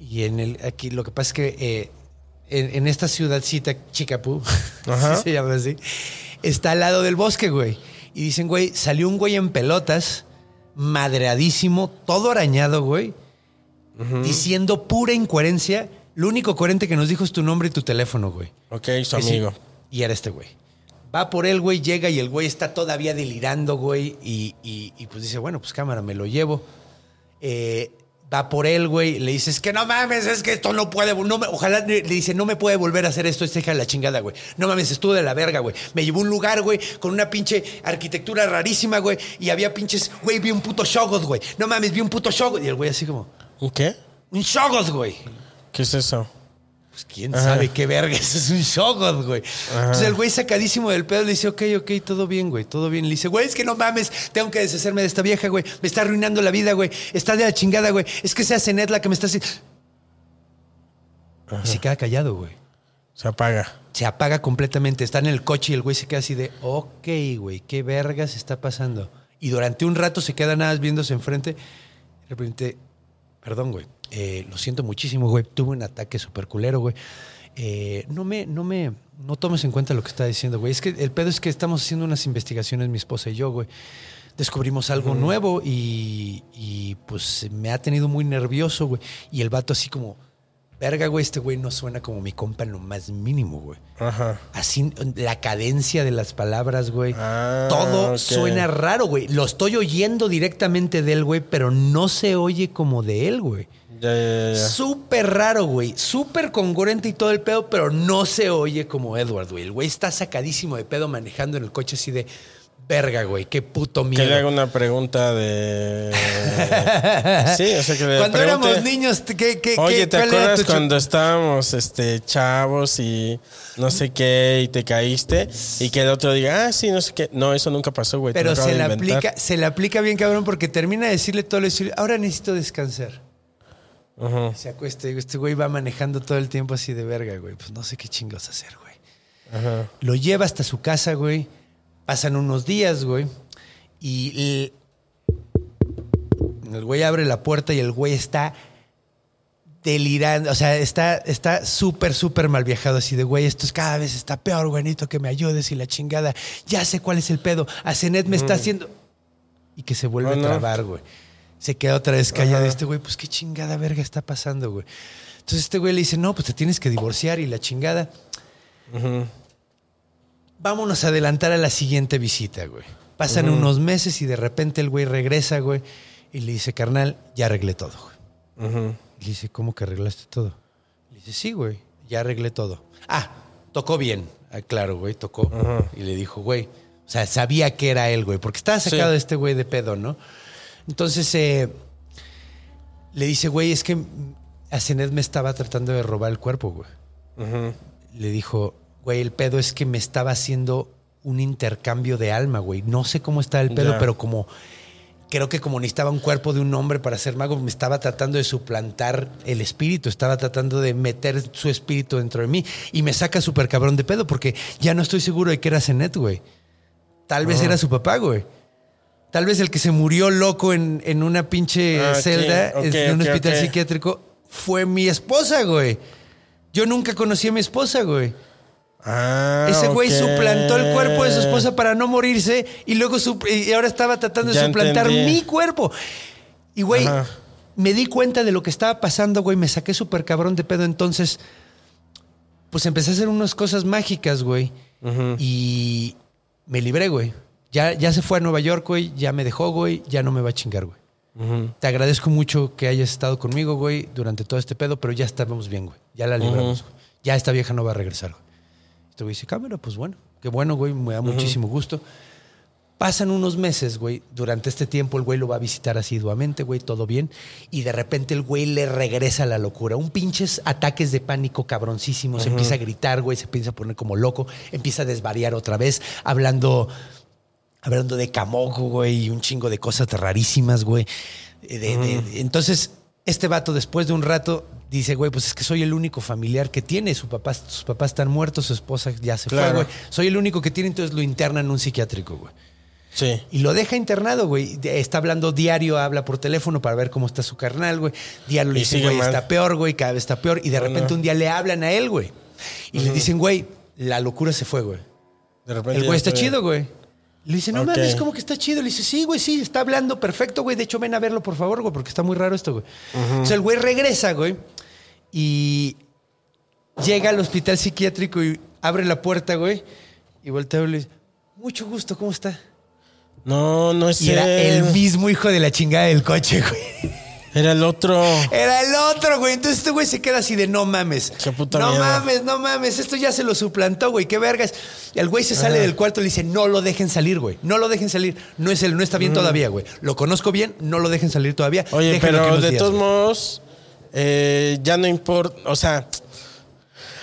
Speaker 1: Y en el, aquí lo que pasa es que eh, en, en esta ciudadcita, Chicapú,
Speaker 3: Ajá.
Speaker 1: sí se llama así, está al lado del bosque, güey. Y dicen, güey, salió un güey en pelotas, madreadísimo, todo arañado, güey, diciendo pura incoherencia. Lo único coherente que nos dijo es tu nombre y tu teléfono, güey.
Speaker 3: Ok, su
Speaker 1: Que sí.
Speaker 3: amigo.
Speaker 1: Y era este güey. Va por él, güey, llega y el güey está todavía delirando, güey. Y, y- y, pues dice, bueno, pues cámara, me lo llevo. Eh, va por él, güey. Le dice, es que no mames, es que esto no puede. No me- ojalá le le dice, no me puede volver a hacer esto, esta hija de la chingada, güey. No mames, estuvo de la verga, güey. Me llevó a un lugar, güey, con una pinche arquitectura rarísima, güey. Y había pinches, güey, vi un puto Shoggoth, güey. No mames, vi un puto Shoggoth. Y el güey así como,
Speaker 3: ¿Un qué?
Speaker 1: un Shoggoth, güey.
Speaker 3: ¿Qué es eso?
Speaker 1: Pues quién sabe qué vergas es un Shoggoth, güey. Entonces el güey sacadísimo del pedo le dice, ok, ok, todo bien, güey, todo bien. Le dice, güey, es que no mames, tengo que deshacerme de esta vieja, güey. Me está arruinando la vida, güey. Está de la chingada, güey. Es que esa Zenet la que me está haciendo. Y se queda callado, güey.
Speaker 3: Se apaga.
Speaker 1: Se apaga completamente. Está en el coche y el güey se queda así de, ok, güey, qué vergas está pasando. Y durante un rato se queda nada más viéndose enfrente. De repente, perdón, güey, eh, lo siento muchísimo, güey. Tuve un ataque súper culero, güey. Eh, no me, no me, no tomes en cuenta lo que está diciendo, güey. Es que el pedo es que estamos haciendo unas investigaciones, mi esposa y yo, güey. Descubrimos algo nuevo y, y, pues me ha tenido muy nervioso, güey. Y el vato así como, verga, güey, este güey no suena como mi compa en lo más mínimo, güey.
Speaker 3: Ajá.
Speaker 1: Así, la cadencia de las palabras, güey.
Speaker 3: Ah,
Speaker 1: Todo
Speaker 3: ok.
Speaker 1: suena raro, güey. Lo estoy oyendo directamente de él, güey, pero no se oye como de él, güey.
Speaker 3: Ya, ya, ya, ya.
Speaker 1: Súper raro, güey. Súper congruente y todo el pedo, pero no se oye como Edward, güey. El güey está sacadísimo de pedo manejando en el coche así de verga, güey. Qué puto
Speaker 3: Que le haga
Speaker 1: miedo.
Speaker 3: una pregunta de. Sí, o sea que le
Speaker 1: Cuando
Speaker 3: pregunte,
Speaker 1: éramos niños, ¿qué, qué, qué,
Speaker 3: Oye, ¿te
Speaker 1: cuál era
Speaker 3: acuerdas
Speaker 1: tu chu-
Speaker 3: cuando estábamos este, chavos y no sé qué y te caíste? Y que el otro diga, ah, sí, no sé qué. No, eso nunca pasó, güey. te lo
Speaker 1: Pero
Speaker 3: acabo
Speaker 1: se
Speaker 3: de
Speaker 1: le,
Speaker 3: inventar.
Speaker 1: aplica, se le aplica bien, cabrón, porque termina de decirle todo lo decirle, ahora necesito descansar. Se acuesta y digo, este güey va manejando todo el tiempo así de verga, güey. Pues no sé qué chingos hacer, güey. Lo lleva hasta su casa, güey. Pasan unos días, güey. Y el, el güey abre la puerta y el güey está delirando. O sea, está está súper, súper mal viajado. Así de, güey, esto es cada vez está peor, güey. Necesito que me ayudes y la chingada. Ya sé cuál es el pedo. A Zenet me está haciendo... Y que se vuelve
Speaker 3: Ah, no.
Speaker 1: a trabar, güey. Se queda otra vez callado. Este güey, pues qué chingada verga está pasando, güey. Entonces este güey le dice, no, pues te tienes que divorciar y la chingada. Vámonos a adelantar a la siguiente visita, güey. Pasan unos meses y de repente el güey regresa, güey, y le dice, carnal, ya arreglé todo, güey. Le dice, ¿cómo que arreglaste todo? Le dice, sí, güey, ya arreglé todo. Ah, tocó bien. Ah, claro, güey, tocó. Y le dijo, güey, o sea, sabía que era él, güey, porque estaba sacado
Speaker 3: Sí.
Speaker 1: de este güey de pedo, ¿no? Entonces, eh, le dice, güey, es que Asened me estaba tratando de robar el cuerpo, güey. Le dijo, güey, el pedo es que me estaba haciendo un intercambio de alma, güey. No sé cómo está el pedo,
Speaker 3: Ya.
Speaker 1: pero como creo que como necesitaba un cuerpo de un hombre para ser mago, me estaba tratando de suplantar el espíritu, estaba tratando de meter su espíritu dentro de mí. Y me saca súper cabrón de pedo porque ya no estoy seguro de que era Zenet, güey. Tal vez era su papá, güey. Tal vez el que se murió loco en, en una pinche
Speaker 3: Ah, ok,
Speaker 1: celda
Speaker 3: ok,
Speaker 1: en un
Speaker 3: ok,
Speaker 1: hospital
Speaker 3: ok.
Speaker 1: psiquiátrico fue mi esposa, güey. Yo nunca conocí a mi esposa, güey.
Speaker 3: Ah,
Speaker 1: Ese güey
Speaker 3: ok.
Speaker 1: suplantó el cuerpo de su esposa para no morirse y luego sup- y ahora estaba tratando de
Speaker 3: Ya
Speaker 1: suplantar
Speaker 3: entendí.
Speaker 1: mi cuerpo. Y güey,
Speaker 3: Ajá.
Speaker 1: me di cuenta de lo que estaba pasando, güey, me saqué súper cabrón de pedo, entonces pues empecé a hacer unas cosas mágicas, güey. Y me libré, güey. Ya, ya se fue a Nueva York, güey, ya me dejó, güey, ya no me va a chingar, güey. Te agradezco mucho que hayas estado conmigo, güey, durante todo este pedo, pero ya estamos bien, güey. Ya la libramos, güey. Ya esta vieja no va a regresar, güey. Este güey dice, cámara, pues bueno, qué bueno, güey, me da muchísimo gusto. Pasan unos meses, güey. Durante este tiempo el güey lo va a visitar asiduamente, güey, todo bien. Y de repente el güey le regresa la locura. Un pinches ataques de pánico cabroncísimos. Empieza a gritar, güey, se empieza a poner como loco. Empieza a desvariar otra vez, hablando, hablando de camoco, güey, y un chingo de cosas rarísimas, güey. Eh, de- de- de- entonces, este vato después de un rato dice, güey, pues es que soy el único familiar que tiene. Su papá, sus papás están muertos, su esposa ya se
Speaker 3: Claro.
Speaker 1: fue, güey. Soy el único que tiene, entonces lo interna en un psiquiátrico, güey.
Speaker 3: Sí.
Speaker 1: Y lo deja internado, güey. De- Está hablando diario, habla por teléfono para ver cómo está su carnal, güey. Diario le
Speaker 3: Y
Speaker 1: dice,
Speaker 3: sigue
Speaker 1: güey,
Speaker 3: mal.
Speaker 1: está peor, güey, cada vez está peor. Y de repente un día le hablan a él, güey. Y le dicen, güey, la locura se fue, güey.
Speaker 3: De
Speaker 1: El
Speaker 3: repente
Speaker 1: güey
Speaker 3: Pues
Speaker 1: está
Speaker 3: ya fue-
Speaker 1: chido, güey. Le dice, no
Speaker 3: Ok.
Speaker 1: mames, ¿cómo que está chido? Le dice, sí, güey, sí, está hablando perfecto, güey. De hecho, ven a verlo, por favor, güey, porque está muy raro esto, güey. O sea, el güey regresa, güey, y llega al hospital psiquiátrico y abre la puerta, güey, y voltea y le dice, mucho gusto, ¿cómo está?
Speaker 3: No, no es
Speaker 1: Y era
Speaker 3: él.
Speaker 1: el mismo hijo de la chingada del coche, güey.
Speaker 3: Era el otro.
Speaker 1: Era el otro, güey. Entonces este güey se queda así de no mames.
Speaker 3: Qué puta
Speaker 1: no
Speaker 3: mierda.
Speaker 1: mames, no mames. Esto ya se lo suplantó, güey. Qué vergas. Y el güey se sale del cuarto y le dice, no lo dejen salir, güey. No lo dejen salir. No es él, no está bien todavía, güey. Lo conozco bien, no lo dejen salir todavía.
Speaker 3: Mm. Oye,
Speaker 1: Déjenlo que
Speaker 3: pero
Speaker 1: unos
Speaker 3: de
Speaker 1: días,
Speaker 3: todos
Speaker 1: güey".
Speaker 3: modos, eh, ya no importa. O sea,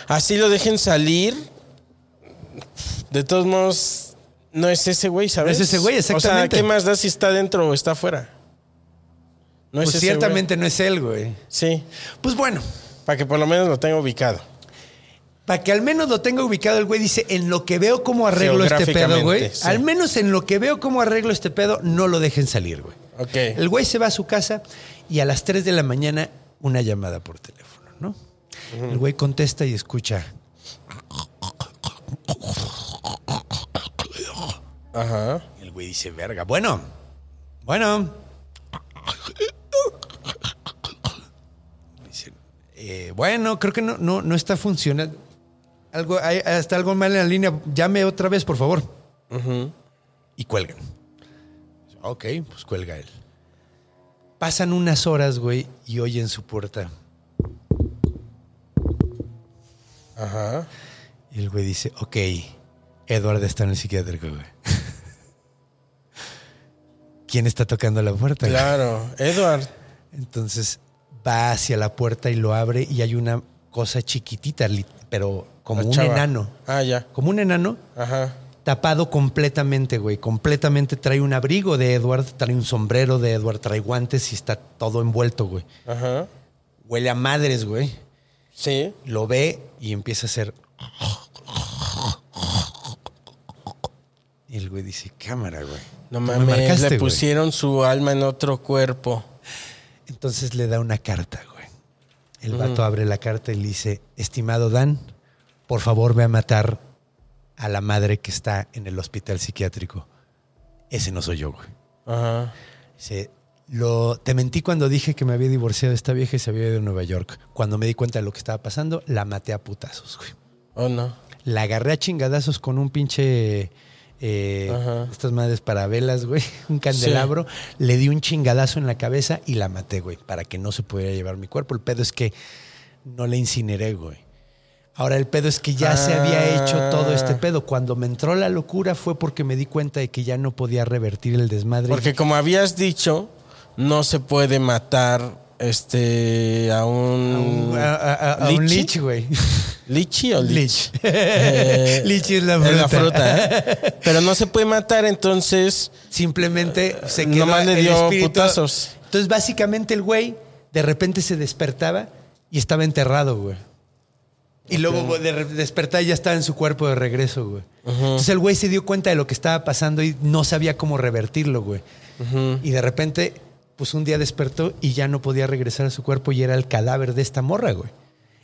Speaker 3: así lo dejen salir. De todos modos, no es ese güey, ¿sabes?
Speaker 1: No es ese güey,
Speaker 3: O sea,
Speaker 1: exactamente.
Speaker 3: ¿qué más da si está dentro o está afuera? No
Speaker 1: Pues
Speaker 3: ese güey.
Speaker 1: ciertamente no es él, güey.
Speaker 3: Sí,
Speaker 1: Pues bueno,
Speaker 3: para que por lo menos lo tenga ubicado.
Speaker 1: para que al menos lo tenga ubicado, el güey dice, en lo que veo cómo arreglo este pedo, güey.
Speaker 3: Geográficamente, sí.
Speaker 1: Al menos en lo que veo cómo arreglo este pedo, no lo dejen salir, güey.
Speaker 3: Ok.
Speaker 1: El güey se va a su casa y a las 3 de la mañana una llamada por teléfono, ¿no? El güey contesta y escucha.
Speaker 3: Ajá.
Speaker 1: El güey dice, verga, bueno, bueno. Dice, "Eh, bueno, creo que no, no, no está funcionando. Algo, hay, está algo mal en la línea. Llame otra vez, por favor. Y cuelgan. Ok, pues cuelga él. Pasan unas horas, güey, y oyen su puerta.
Speaker 3: Ajá.
Speaker 1: Y el güey dice, ok, Eduardo está en el psiquiátrico, güey. ¿Quién está tocando la puerta? güey?
Speaker 3: Claro. Edward.
Speaker 1: Entonces va hacia la puerta y lo abre y hay una cosa chiquitita, li- pero como
Speaker 3: la
Speaker 1: un
Speaker 3: chava.
Speaker 1: enano.
Speaker 3: Ah, ya.
Speaker 1: Como un enano
Speaker 3: Ajá.
Speaker 1: tapado completamente, güey. Completamente trae un abrigo de Edward, trae un sombrero de Edward, trae guantes y está todo envuelto, güey.
Speaker 3: Ajá.
Speaker 1: Huele a madres, güey.
Speaker 3: Sí.
Speaker 1: Lo ve y empieza a hacer. Y el güey dice, cámara, güey.
Speaker 3: No
Speaker 1: Tú me
Speaker 3: mames,
Speaker 1: marcaste,
Speaker 3: le
Speaker 1: güey".
Speaker 3: pusieron su alma en otro cuerpo.
Speaker 1: Entonces le da una carta, güey. El vato abre la carta y le dice, estimado Dan, por favor ve a matar a la madre que está en el hospital psiquiátrico. Ese no soy yo, güey.
Speaker 3: Ajá.
Speaker 1: Dice, lo, te mentí cuando dije que me había divorciado de esta vieja y se había ido a Nueva York. Cuando me di cuenta de lo que estaba pasando, la maté a putazos, güey.
Speaker 3: ¿O no?
Speaker 1: La agarré a chingadazos con un pinche. eh,
Speaker 3: Ajá.
Speaker 1: estas madres para velas, güey. Un candelabro. Le di un chingadazo en la cabeza y la maté, güey. Para que no se pudiera llevar mi cuerpo. El pedo es que no la incineré, güey. Ahora el pedo es que ya se había
Speaker 3: Ah.
Speaker 1: hecho todo este pedo. Cuando me entró la locura fue porque me di cuenta de que ya no podía revertir el desmadre.
Speaker 3: Porque como habías dicho, no se puede matar este a
Speaker 1: a un,
Speaker 3: un,
Speaker 1: a- a- a un
Speaker 3: ¿Lichi?
Speaker 1: lich, güey.
Speaker 3: lichi o lich.
Speaker 1: Lich. Lich es la fruta.
Speaker 3: ¿eh? Pero no se puede matar, entonces
Speaker 1: Simplemente se quedó
Speaker 3: nomás le
Speaker 1: el
Speaker 3: dio
Speaker 1: espíritu.
Speaker 3: putazos.
Speaker 1: Entonces, básicamente, el güey de repente se despertaba y estaba enterrado, güey. Y luego güey, de re- despertaba y ya estaba en su cuerpo de regreso, güey. Entonces el güey se dio cuenta de lo que estaba pasando y no sabía cómo revertirlo, güey. Y de repente, pues un día despertó y ya no podía regresar a su cuerpo y era el cadáver de esta morra, güey.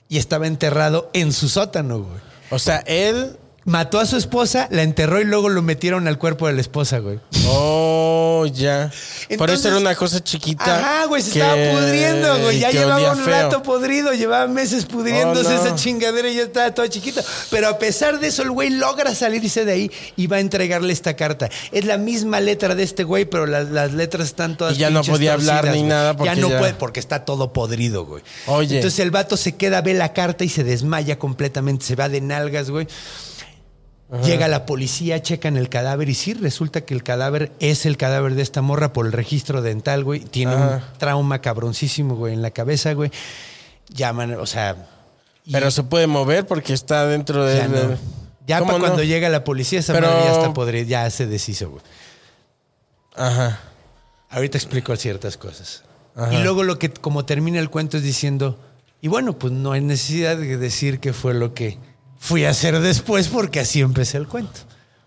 Speaker 1: Y estaba enterrado en su sótano, güey.
Speaker 3: o sea, él
Speaker 1: Mató a su esposa, la enterró y luego lo metieron al cuerpo de la esposa, güey.
Speaker 3: oh ya. Por
Speaker 1: Entonces-
Speaker 3: eso era una cosa chiquita.
Speaker 1: Ajá, güey, se
Speaker 3: que-
Speaker 1: estaba pudriendo, güey. Ya
Speaker 3: que
Speaker 1: llevaba
Speaker 3: olía
Speaker 1: un
Speaker 3: feo.
Speaker 1: rato pues. podrido, llevaba meses pudriéndose
Speaker 3: Oh, no.
Speaker 1: esa chingadera y ya estaba todo chiquito. Pero a pesar de eso, el güey logra salirse de ahí y va a entregarle esta carta. Es la misma letra de este güey, pero las, las letras están todas
Speaker 3: Y ya no
Speaker 1: pinches
Speaker 3: podía hablar
Speaker 1: torcidas,
Speaker 3: ni
Speaker 1: güey.
Speaker 3: nada porque
Speaker 1: ya no
Speaker 3: ya-
Speaker 1: puede porque está todo podrido, güey.
Speaker 3: Oye.
Speaker 1: Entonces el vato se queda, ve la carta y se desmaya completamente, se va de nalgas, güey. Llega la policía, checan el cadáver y sí, resulta que el cadáver es el cadáver de esta morra por el registro dental, güey. Tiene
Speaker 3: Ajá.
Speaker 1: un trauma cabroncísimo, güey, en la cabeza, güey. Llaman, o sea... y
Speaker 3: Pero se puede mover porque está dentro de
Speaker 1: ya no. Ya
Speaker 3: ¿Cómo
Speaker 1: para cuando
Speaker 3: no?
Speaker 1: llega la policía, esa
Speaker 3: Pero-
Speaker 1: madre ya está podrida, ya se deshizo, güey.
Speaker 3: Ajá.
Speaker 1: Ahorita explico ciertas cosas.
Speaker 3: Ajá.
Speaker 1: Y luego lo que, como termina el cuento, es diciendo, y bueno, pues no hay necesidad de decir qué fue lo que fui a hacer después, porque así empecé el cuento.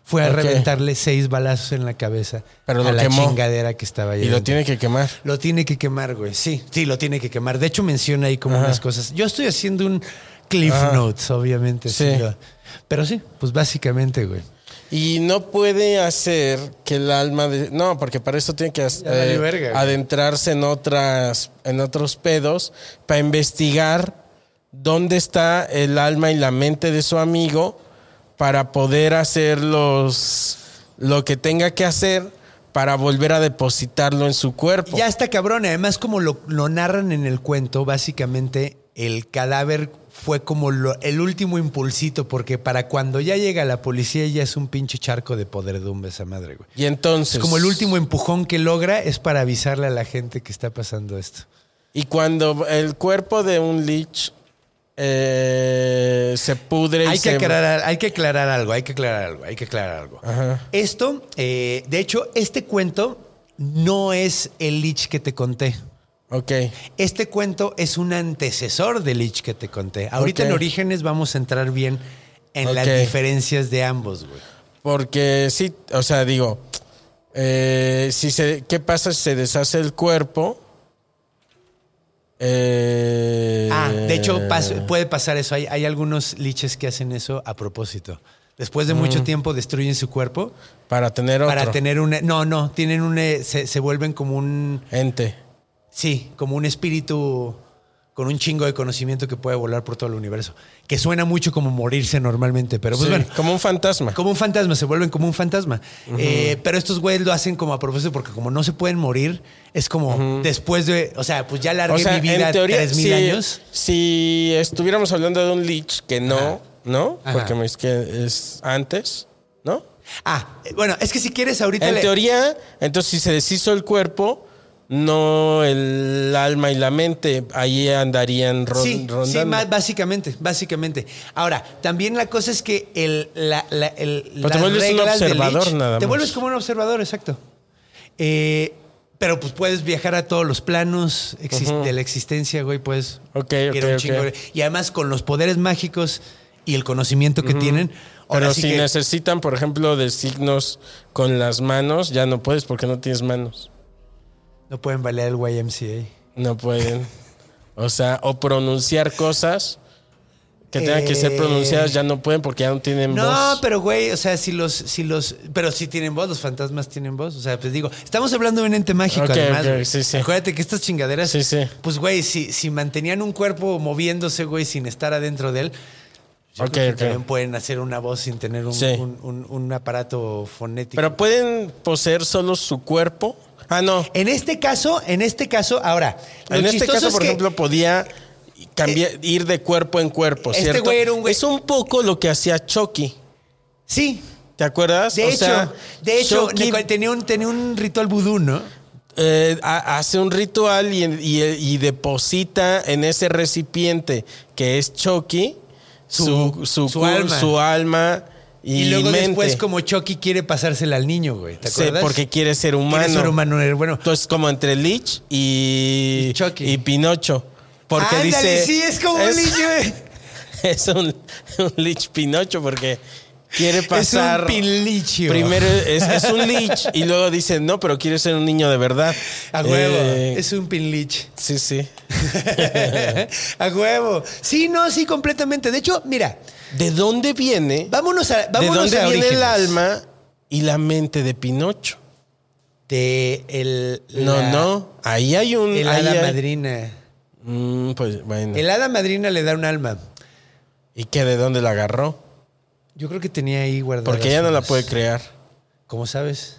Speaker 1: Fue a
Speaker 3: Ok.
Speaker 1: reventarle seis balazos en la cabeza
Speaker 3: Pero
Speaker 1: a
Speaker 3: lo
Speaker 1: la
Speaker 3: quemó.
Speaker 1: chingadera que estaba ahí.
Speaker 3: Y lo
Speaker 1: adentro.
Speaker 3: tiene que quemar.
Speaker 1: Lo tiene que quemar, güey. Sí, sí, lo tiene que quemar. De hecho, menciona ahí como
Speaker 3: Ajá.
Speaker 1: unas cosas. Yo estoy haciendo un cliff
Speaker 3: Ajá.
Speaker 1: notes, obviamente.
Speaker 3: Sí.
Speaker 1: sí, lo- Pero sí, pues básicamente, güey.
Speaker 3: Y no puede hacer que el alma de. No, porque para eso tiene que as-
Speaker 1: Ya valió
Speaker 3: eh,
Speaker 1: verga, güey.
Speaker 3: adentrarse en otras. en otros pedos para investigar dónde está el alma y la mente de su amigo para poder hacer los lo que tenga que hacer para volver a depositarlo en su cuerpo.
Speaker 1: Ya está cabrón. Además, como lo, lo narran en el cuento, básicamente el cadáver fue como lo- el último impulsito, porque para cuando ya llega la policía ya es un pinche charco de podredumbre esa madre, güey.
Speaker 3: Y entonces.
Speaker 1: Es como el último empujón que logra es para avisarle a la gente que está pasando esto.
Speaker 3: Y cuando el cuerpo de un lich eh, se pudre y
Speaker 1: Hay que,
Speaker 3: se-
Speaker 1: aclarar, hay que aclarar algo, hay que aclarar algo, hay que aclarar algo.
Speaker 3: Ajá.
Speaker 1: Esto, eh, de hecho, este cuento no es el Lich que te conté.
Speaker 3: Ok.
Speaker 1: Este cuento es un antecesor del Lich que te conté. Ahorita
Speaker 3: Ok.
Speaker 1: en Orígenes vamos a entrar bien en las
Speaker 3: Ok.
Speaker 1: diferencias de ambos, güey.
Speaker 3: Porque sí, o sea, digo, eh, si se, ¿qué pasa si se deshace el cuerpo? Eh,
Speaker 1: Ah, de hecho, pas- puede pasar eso. Hay, hay algunos liches que hacen eso a propósito. Después de mucho tiempo destruyen su cuerpo
Speaker 3: Para tener Mm. otro
Speaker 1: para tener un... No, no, tienen un... eh, Se, se vuelven como un...
Speaker 3: ente.
Speaker 1: Sí, como un espíritu con un chingo de conocimiento que puede volar por todo el universo. Que suena mucho como morirse normalmente, pero pues
Speaker 3: Sí,
Speaker 1: bueno.
Speaker 3: como un fantasma.
Speaker 1: Como un fantasma, se vuelven como un fantasma. Eh, pero estos güeyes lo hacen como a propósito porque como no se pueden morir, es como después de, o sea, pues ya largué
Speaker 3: O sea,
Speaker 1: mi vida
Speaker 3: en teoría,
Speaker 1: 3000
Speaker 3: si,
Speaker 1: años.
Speaker 3: si estuviéramos hablando de un lich que no, ¿no?
Speaker 1: Ajá.
Speaker 3: Porque me dice que es antes, ¿no?
Speaker 1: Ah, eh, bueno, es que si quieres ahorita
Speaker 3: En
Speaker 1: le-
Speaker 3: teoría, entonces si se deshizo el cuerpo, no el alma y la mente, ahí andarían ron-
Speaker 1: Sí, sí,
Speaker 3: rondando.
Speaker 1: más- básicamente, básicamente. Ahora, también la cosa es que el, la, la- el-
Speaker 3: te
Speaker 1: las
Speaker 3: vuelves un
Speaker 1: reglas del
Speaker 3: observador
Speaker 1: Lich-
Speaker 3: nada
Speaker 1: Te
Speaker 3: más.
Speaker 1: vuelves como un observador, exacto. Eh, pero pues puedes viajar a todos los planos exis- de la existencia, güey, pues.
Speaker 3: Ok, ok,
Speaker 1: ir a un
Speaker 3: ok.
Speaker 1: chingo de- Y además con los poderes mágicos y el conocimiento que tienen. Ahora
Speaker 3: Pero
Speaker 1: sí
Speaker 3: si
Speaker 1: que-
Speaker 3: necesitan, por ejemplo, de signos con las manos, ya no puedes porque no tienes manos.
Speaker 1: No pueden bailar el YMCA.
Speaker 3: No pueden. O sea, o pronunciar cosas que tengan que ser
Speaker 1: Eh.
Speaker 3: pronunciadas, ya no pueden porque ya no tienen
Speaker 1: No,
Speaker 3: voz.
Speaker 1: pero güey, o sea, si los, si los, pero si tienen voz, los fantasmas tienen voz. O sea, pues digo, estamos hablando de un ente mágico,
Speaker 3: Ok,
Speaker 1: además.
Speaker 3: ok,
Speaker 1: güey.
Speaker 3: sí, sí.
Speaker 1: Acuérdate que estas chingaderas,
Speaker 3: Sí, sí.
Speaker 1: pues güey, si, si mantenían un cuerpo moviéndose, güey, sin estar adentro de él, yo
Speaker 3: Ok,
Speaker 1: creo que
Speaker 3: ok.
Speaker 1: también pueden hacer una voz sin tener un,
Speaker 3: Sí.
Speaker 1: un- un- un aparato fonético.
Speaker 3: Pero pueden poseer solo su cuerpo. Ah, no.
Speaker 1: en este caso, en este caso, ahora, lo
Speaker 3: En este
Speaker 1: chistoso
Speaker 3: caso,
Speaker 1: es
Speaker 3: por
Speaker 1: que- Eh,
Speaker 3: ejemplo, podía cambiar, ir de cuerpo en cuerpo,
Speaker 1: Este
Speaker 3: ¿cierto?
Speaker 1: güey era un güey-
Speaker 3: Es un poco lo que hacía Chucky.
Speaker 1: sí.
Speaker 3: ¿Te acuerdas?
Speaker 1: De
Speaker 3: O
Speaker 1: hecho,
Speaker 3: sea,
Speaker 1: de hecho,
Speaker 3: Chucky,
Speaker 1: Nicole, tenía un, tenía un ritual vudú, ¿no?
Speaker 3: eh, ha- hace un ritual y, y- y deposita en ese recipiente que es Chucky su,
Speaker 1: Su-
Speaker 3: su,
Speaker 1: su
Speaker 3: cu-
Speaker 1: alma.
Speaker 3: su alma y,
Speaker 1: Y, luego
Speaker 3: mente.
Speaker 1: después, como Chucky quiere pasársela al niño, güey. ¿Te
Speaker 3: Sí,
Speaker 1: acuerdas?
Speaker 3: porque quiere ser humano.
Speaker 1: Quiere ser humano, eh, bueno.
Speaker 3: Entonces, como entre Lich y,
Speaker 1: Y Chucky.
Speaker 3: Pinocho. Porque
Speaker 1: Ándale,
Speaker 3: dice.
Speaker 1: sí, es como un lich, güey.
Speaker 3: Es un, un Lich Pinocho porque quiere pasar.
Speaker 1: Es un pilicho.
Speaker 3: Primero es, es un Lich y luego dice, no, pero quiere ser un niño de verdad.
Speaker 1: A huevo.
Speaker 3: Eh,
Speaker 1: es un pinlich.
Speaker 3: Sí, sí.
Speaker 1: a huevo. Sí, no, sí, completamente. De hecho, mira,
Speaker 3: ¿De dónde viene?
Speaker 1: vámonos a.
Speaker 3: ¿De
Speaker 1: Vámonos
Speaker 3: dónde
Speaker 1: a
Speaker 3: viene el
Speaker 1: orígenes.
Speaker 3: alma y la mente de Pinocho?
Speaker 1: De el.
Speaker 3: No,
Speaker 1: la-
Speaker 3: no. Ahí hay un.
Speaker 1: El
Speaker 3: ahí
Speaker 1: hada
Speaker 3: hay-
Speaker 1: madrina.
Speaker 3: Mm, pues bueno.
Speaker 1: El hada madrina le da un alma.
Speaker 3: ¿Y qué? ¿De dónde la agarró?
Speaker 1: Yo creo que tenía ahí guardada.
Speaker 3: Porque ella no la
Speaker 1: unas-
Speaker 3: puede crear.
Speaker 1: ¿Cómo sabes?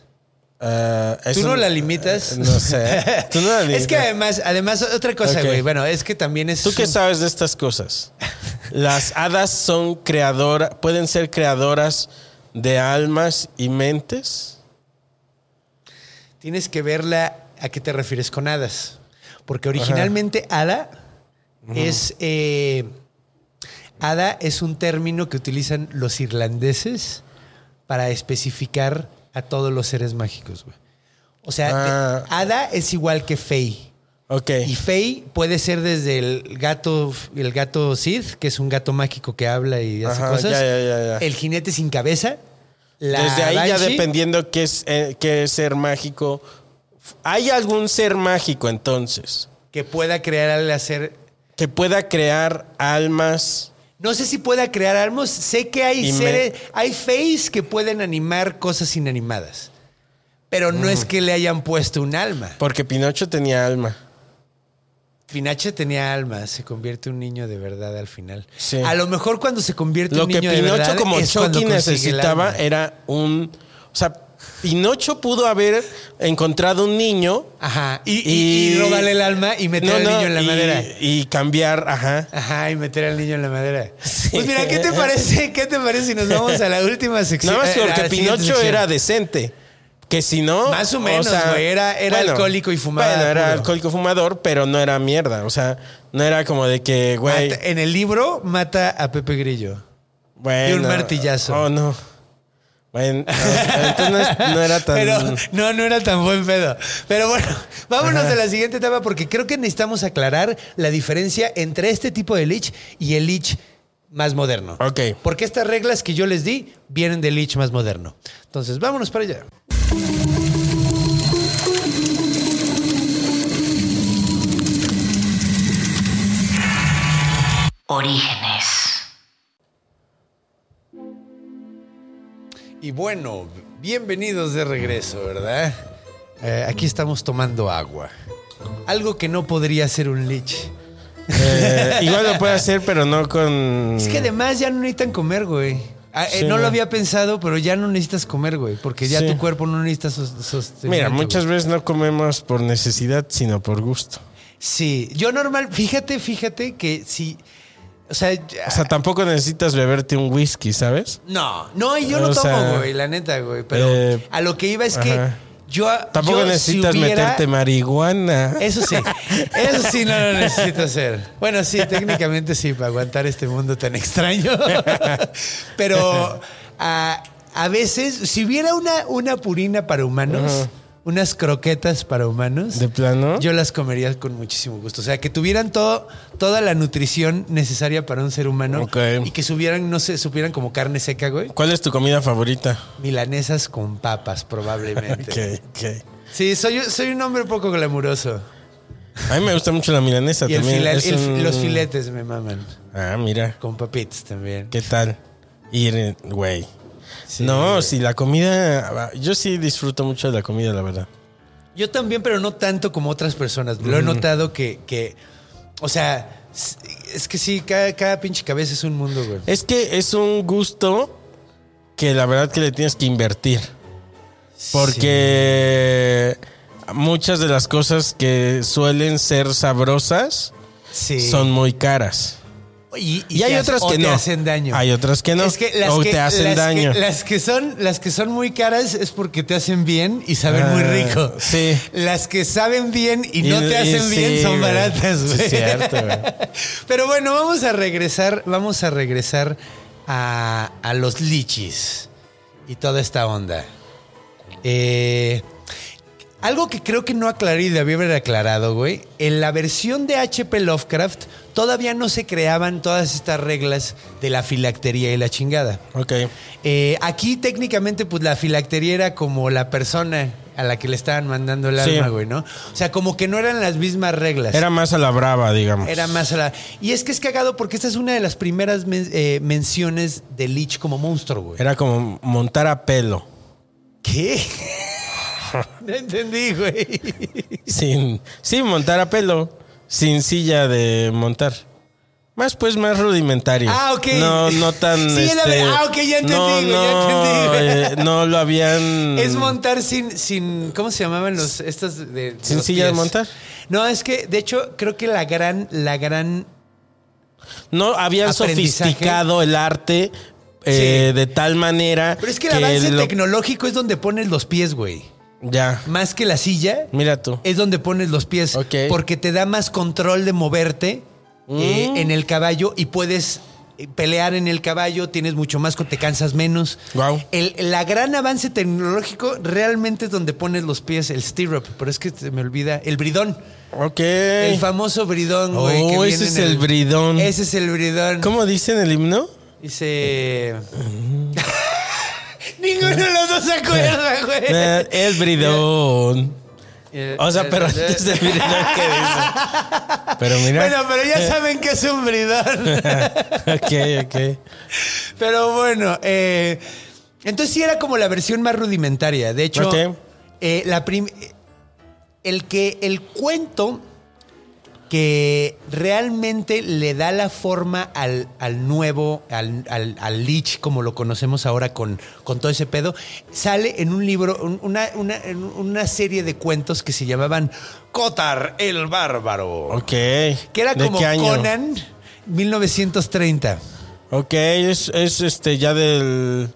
Speaker 3: Ah, es
Speaker 1: Tú no
Speaker 3: un-
Speaker 1: la limitas.
Speaker 3: eh, no sé. Tú no la limitas.
Speaker 1: Es que además, además, otra cosa,
Speaker 3: Ok.
Speaker 1: güey. Bueno, es que también es.
Speaker 3: ¿Tú qué
Speaker 1: un-
Speaker 3: sabes de estas cosas? Las hadas son creadoras, pueden ser creadoras de almas y mentes.
Speaker 1: Tienes que verla a qué te refieres con hadas. Porque originalmente hada es. eh, hada es un término que utilizan los irlandeses para especificar a todos los seres mágicos, güey. O sea,
Speaker 3: Ah.
Speaker 1: eh, hada es igual que fey.
Speaker 3: Ok.
Speaker 1: Y fey puede ser desde el gato, el gato Sith, que es un gato mágico que habla y hace
Speaker 3: Ajá,
Speaker 1: cosas.
Speaker 3: ya, ya, ya, ya.
Speaker 1: El jinete sin cabeza. la
Speaker 3: Desde ahí ya
Speaker 1: banshee.
Speaker 3: dependiendo qué es eh, qué ser mágico. ¿Hay algún ser mágico entonces
Speaker 1: que pueda crear al hacer.
Speaker 3: que pueda crear almas
Speaker 1: No sé si pueda crear armas. Sé que hay
Speaker 3: Y me-
Speaker 1: seres, hay feis que pueden animar cosas inanimadas. Pero no
Speaker 3: Mm.
Speaker 1: es que le hayan puesto un alma.
Speaker 3: Porque Pinocho tenía alma.
Speaker 1: Pinache tenía alma, se convierte un niño de verdad al final.
Speaker 3: Sí.
Speaker 1: A lo mejor cuando se convierte
Speaker 3: Lo
Speaker 1: un
Speaker 3: que
Speaker 1: niño de verdad
Speaker 3: Pinocho como
Speaker 1: es cuando
Speaker 3: Chucky
Speaker 1: consigue el
Speaker 3: necesitaba
Speaker 1: alma.
Speaker 3: era un... O sea, Pinocho pudo haber encontrado un niño...
Speaker 1: Ajá. Y, y- y robarle el alma y meter
Speaker 3: No,
Speaker 1: al
Speaker 3: no,
Speaker 1: niño en la
Speaker 3: y-
Speaker 1: madera.
Speaker 3: Y cambiar, ajá.
Speaker 1: Ajá, y meter al niño en la madera. Pues mira, ¿qué te parece? ¿Qué te parece si nos vamos a la última sección?
Speaker 3: Nada más
Speaker 1: Eh, a la
Speaker 3: porque
Speaker 1: siguiente
Speaker 3: Pinocho
Speaker 1: sección?
Speaker 3: era decente. Que si no.
Speaker 1: Más o menos, güey, era- era alcohólico y fumador.
Speaker 3: Bueno, era
Speaker 1: puro.
Speaker 3: alcohólico fumador, pero no era mierda. O sea, no era como de que, güey.
Speaker 1: Mata- en el libro mata a Pepe Grillo.
Speaker 3: Bueno,
Speaker 1: y un martillazo.
Speaker 3: Oh, no. Bueno, no, entonces no, es- no era tan.
Speaker 1: Pero no, no era tan buen pedo. Pero bueno, vámonos a la siguiente etapa porque creo que necesitamos aclarar la diferencia entre este tipo de leech y el leech más moderno.
Speaker 3: Ok.
Speaker 1: Porque estas reglas que yo les di vienen del leech más moderno. Entonces, vámonos para allá.
Speaker 2: Orígenes.
Speaker 1: Y bueno, bienvenidos de regreso, ¿verdad? Eh, aquí estamos tomando agua. Algo que no podría ser un leech.
Speaker 3: eh, igual lo puede hacer, pero no con.
Speaker 1: Es que además ya no necesitan comer, güey. Ah, eh,
Speaker 3: Sí,
Speaker 1: no lo
Speaker 3: güey.
Speaker 1: había pensado, pero ya no necesitas comer, güey, porque ya
Speaker 3: Sí.
Speaker 1: tu cuerpo no necesita sos- sostenimiento,
Speaker 3: Mira, muchas
Speaker 1: güey.
Speaker 3: veces no comemos por necesidad, sino por gusto.
Speaker 1: Sí, yo normal, fíjate, fíjate que si, o sea, ya-
Speaker 3: O sea, tampoco necesitas beberte un whisky, ¿sabes?
Speaker 1: no, no, y yo
Speaker 3: o
Speaker 1: no tomo,
Speaker 3: sea,
Speaker 1: güey, la neta, güey, pero
Speaker 3: eh,
Speaker 1: a lo que iba es que
Speaker 3: ajá.
Speaker 1: yo
Speaker 3: Tampoco
Speaker 1: yo si
Speaker 3: necesitas
Speaker 1: hubiera-
Speaker 3: meterte marihuana.
Speaker 1: Eso sí, eso sí no lo necesito hacer. Bueno, sí, técnicamente sí, para aguantar este mundo tan extraño. Pero a, a veces, si hubiera una, una purina para humanos, unas croquetas para humanos,
Speaker 3: ¿De plano?
Speaker 1: yo las comería con muchísimo gusto. O sea, que tuvieran todo, toda la nutrición necesaria para un ser humano
Speaker 3: Ok.
Speaker 1: y que subieran, no sé, supieran como carne seca, güey.
Speaker 3: ¿Cuál es tu comida favorita?
Speaker 1: Milanesas con papas, probablemente.
Speaker 3: Ok, ok.
Speaker 1: Sí, soy, soy un hombre poco glamuroso.
Speaker 3: A mí me gusta mucho la milanesa
Speaker 1: Y el
Speaker 3: también.
Speaker 1: fila-
Speaker 3: es
Speaker 1: el-
Speaker 3: un-
Speaker 1: los filetes me maman.
Speaker 3: Ah, mira.
Speaker 1: Con papitas también.
Speaker 3: ¿Qué tal? Ir, eh, güey.
Speaker 1: Sí,
Speaker 3: no,
Speaker 1: güey.
Speaker 3: si la comida. Yo sí disfruto mucho de la comida, la verdad.
Speaker 1: Yo también, pero no tanto como otras personas. Lo
Speaker 3: Mm.
Speaker 1: he notado que, que o sea, s- es que sí, cada, cada pinche cabeza es un mundo, güey.
Speaker 3: Es que es un gusto que la verdad que le tienes que invertir. Porque muchas de las cosas que suelen ser sabrosas
Speaker 1: Sí.
Speaker 3: son muy caras.
Speaker 1: y,
Speaker 3: Y, hay
Speaker 1: te
Speaker 3: otras
Speaker 1: hace- o
Speaker 3: que no.
Speaker 1: Te hacen daño.
Speaker 3: Hay otras que no.
Speaker 1: Es que las
Speaker 3: o
Speaker 1: que,
Speaker 3: te hacen
Speaker 1: las que-
Speaker 3: daño.
Speaker 1: las que son, las que son muy caras es porque te hacen bien y saben muy
Speaker 3: Ah,
Speaker 1: rico.
Speaker 3: sí.
Speaker 1: Las que saben bien y no
Speaker 3: Y-
Speaker 1: te
Speaker 3: y
Speaker 1: hacen
Speaker 3: sí,
Speaker 1: bien son
Speaker 3: güey.
Speaker 1: baratas,
Speaker 3: Sí,
Speaker 1: güey.
Speaker 3: es cierto, güey.
Speaker 1: Pero bueno, vamos a regresar, vamos a regresar a, a los lichis y toda esta onda. Eh, algo que creo que no aclaré y debí haber aclarado, güey. En la versión de HP Lovecraft todavía no se creaban todas estas reglas de la filactería y la chingada.
Speaker 3: Ok.
Speaker 1: Eh, aquí técnicamente, pues la filactería era como la persona a la que le estaban mandando el
Speaker 3: Sí.
Speaker 1: alma, güey, ¿no? O sea, como que no eran las mismas reglas.
Speaker 3: Era más a la brava, digamos.
Speaker 1: Era más a la- Y es que es cagado porque esta es una de las primeras men- eh, menciones de Lich como monstruo, güey.
Speaker 3: Era como montar a pelo.
Speaker 1: ¿Qué? no entendí, güey.
Speaker 3: Sin, sin montar a pelo. Sin silla de montar. Más pues más rudimentario.
Speaker 1: Ah, ok.
Speaker 3: No, no tan.
Speaker 1: Sí, era de-
Speaker 3: este,
Speaker 1: ah, ok, ya entendí, güey, ya
Speaker 3: no,
Speaker 1: entendí, güey.
Speaker 3: eh, no lo habían.
Speaker 1: Es montar sin, sin. ¿Cómo se llamaban los estas de. de
Speaker 3: ¿Sin
Speaker 1: los
Speaker 3: silla de
Speaker 1: pies?
Speaker 3: montar?
Speaker 1: No, es que, de hecho, creo que la gran, la gran.
Speaker 3: No habían
Speaker 1: Aprendizaje.
Speaker 3: sofisticado el arte eh,
Speaker 1: Sí.
Speaker 3: de tal manera.
Speaker 1: Pero es que el avance
Speaker 3: lo-
Speaker 1: tecnológico es donde pones los pies, güey.
Speaker 3: Ya.
Speaker 1: Más que la silla.
Speaker 3: Mira tú.
Speaker 1: es donde pones los pies.
Speaker 3: Ok. Mm.
Speaker 1: Porque te da más control de moverte eh, en el caballo y puedes eh, pelear en el caballo, tienes mucho más, con- te cansas menos.
Speaker 3: Guau.
Speaker 1: El la gran avance tecnológico realmente es donde pones los pies, el stirrup, pero es que se me olvida, el bridón.
Speaker 3: Ok.
Speaker 1: El famoso bridón, güey. que
Speaker 3: Oh,
Speaker 1: viene
Speaker 3: ese es
Speaker 1: en
Speaker 3: el bridón.
Speaker 1: Ese es el bridón.
Speaker 3: ¿Cómo dicen el himno?
Speaker 1: Dice... Ninguno de los dos se acuerda, güey.
Speaker 3: Eh, el bridón.
Speaker 4: Eh,
Speaker 3: Eh, O sea, pero
Speaker 4: eh,
Speaker 3: antes de
Speaker 4: eh,
Speaker 3: mirar qué dice. Pero mira.
Speaker 1: Bueno, pero
Speaker 3: eh,
Speaker 1: ya saben que es un bridón.
Speaker 3: ok, ok.
Speaker 1: Pero bueno, eh, entonces sí era como la versión más rudimentaria. De hecho,
Speaker 3: Ok.
Speaker 1: eh, la prim- el que el cuento que realmente le da la forma al, al nuevo, al, al, al Lich, como lo conocemos ahora con, con todo ese pedo, sale en un libro, un- una, una- en una serie de cuentos que se llamaban Cotar el Bárbaro.
Speaker 3: Ok. ¿Qué
Speaker 1: Que era como Conan 1930.
Speaker 3: Ok, es, es este ya del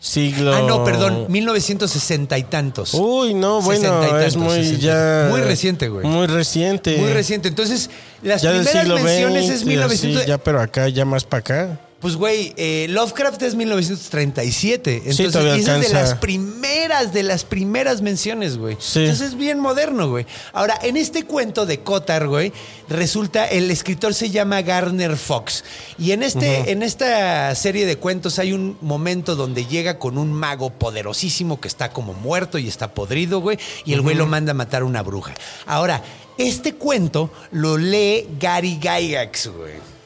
Speaker 3: siglo.
Speaker 1: Ah, no, perdón, 1960 y tantos.
Speaker 3: Uy, no, bueno,
Speaker 1: Sesenta y
Speaker 3: es
Speaker 1: tantos,
Speaker 3: muy
Speaker 1: sesenta.
Speaker 3: ya.
Speaker 1: Muy reciente, güey.
Speaker 3: Muy reciente.
Speaker 1: Muy reciente. Entonces, las
Speaker 3: Ya del
Speaker 1: primeras
Speaker 3: siglo
Speaker 1: menciones
Speaker 3: XX.
Speaker 1: es
Speaker 3: y así,
Speaker 1: 1900.
Speaker 3: ya, pero acá, ya más para acá.
Speaker 1: Pues, güey, eh, Lovecraft es 1937. Entonces,
Speaker 3: todavía
Speaker 1: y esa es de
Speaker 3: alcanza.
Speaker 1: las primeras, de las primeras menciones, güey.
Speaker 3: Sí.
Speaker 1: Entonces, es bien moderno, güey. Ahora, en este cuento de Cotar, güey, resulta, el escritor se llama Garner Fox. Y en, este, en esta serie de cuentos hay un momento donde llega con un mago poderosísimo que está como muerto y está podrido, güey. Y el güey lo manda a matar a una bruja. Ahora, este cuento lo lee Gary Gygax, güey.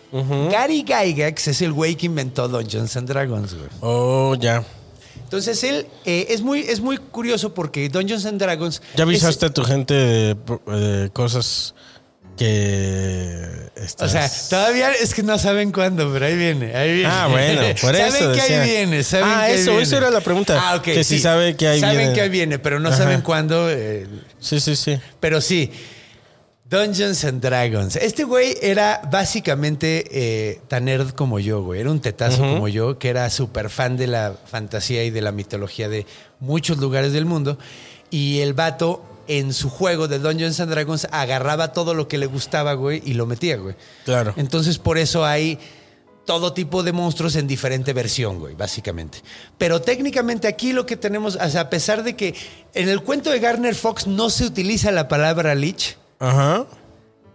Speaker 1: Gary Gygax es el güey que inventó Dungeons and Dragons, güey.
Speaker 3: Oh, ya.
Speaker 1: Entonces él eh, es, muy, es muy curioso porque Dungeons and Dragons.
Speaker 3: ¿Ya
Speaker 1: visaste
Speaker 3: avisaste a tu gente de, de cosas que. este,
Speaker 1: O sea,
Speaker 3: estás-
Speaker 1: todavía es que no saben cuándo, pero ahí viene, ahí viene.
Speaker 3: Ah, bueno, por eso.
Speaker 1: Saben que
Speaker 3: decía.
Speaker 1: ahí viene, saben
Speaker 3: Ah,
Speaker 1: que ahí
Speaker 3: eso,
Speaker 1: viene.
Speaker 3: eso era la pregunta.
Speaker 1: Ah, ok.
Speaker 3: Que si sabe que ahí
Speaker 1: saben
Speaker 3: viene.
Speaker 1: que ahí viene, pero no saben
Speaker 3: Ajá.
Speaker 1: cuándo. eh,
Speaker 3: Sí, sí, sí.
Speaker 1: pero sí, Dungeons and Dragons. Este güey era básicamente eh, tan nerd como yo, güey. Era un tetazo como yo, que era súper fan de la fantasía y de la mitología de muchos lugares del mundo. Y el vato en su juego de Dungeons and Dragons agarraba todo lo que le gustaba, güey, y lo metía, güey.
Speaker 3: Claro.
Speaker 1: Entonces, por eso hay todo tipo de monstruos en diferente versión, güey, básicamente. Pero técnicamente aquí lo que tenemos, o sea, a pesar de que en el cuento de Garner Fox no se utiliza la palabra Lich,
Speaker 3: Ajá.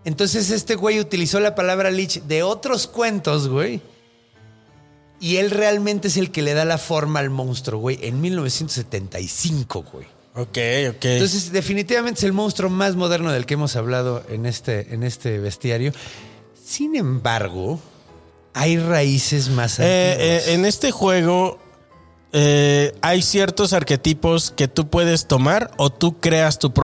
Speaker 1: entonces este güey utilizó la palabra Lich de otros cuentos, güey. Y él realmente es el que le da la forma al monstruo, güey, en 1975, güey.
Speaker 3: Ok, ok.
Speaker 1: Entonces, definitivamente es el monstruo más moderno del que hemos hablado en este, en este bestiario. Sin embargo, hay raíces más
Speaker 3: Eh,
Speaker 1: antiguas.
Speaker 3: eh, en este juego eh, hay ciertos arquetipos que tú puedes tomar o tú creas tu propio.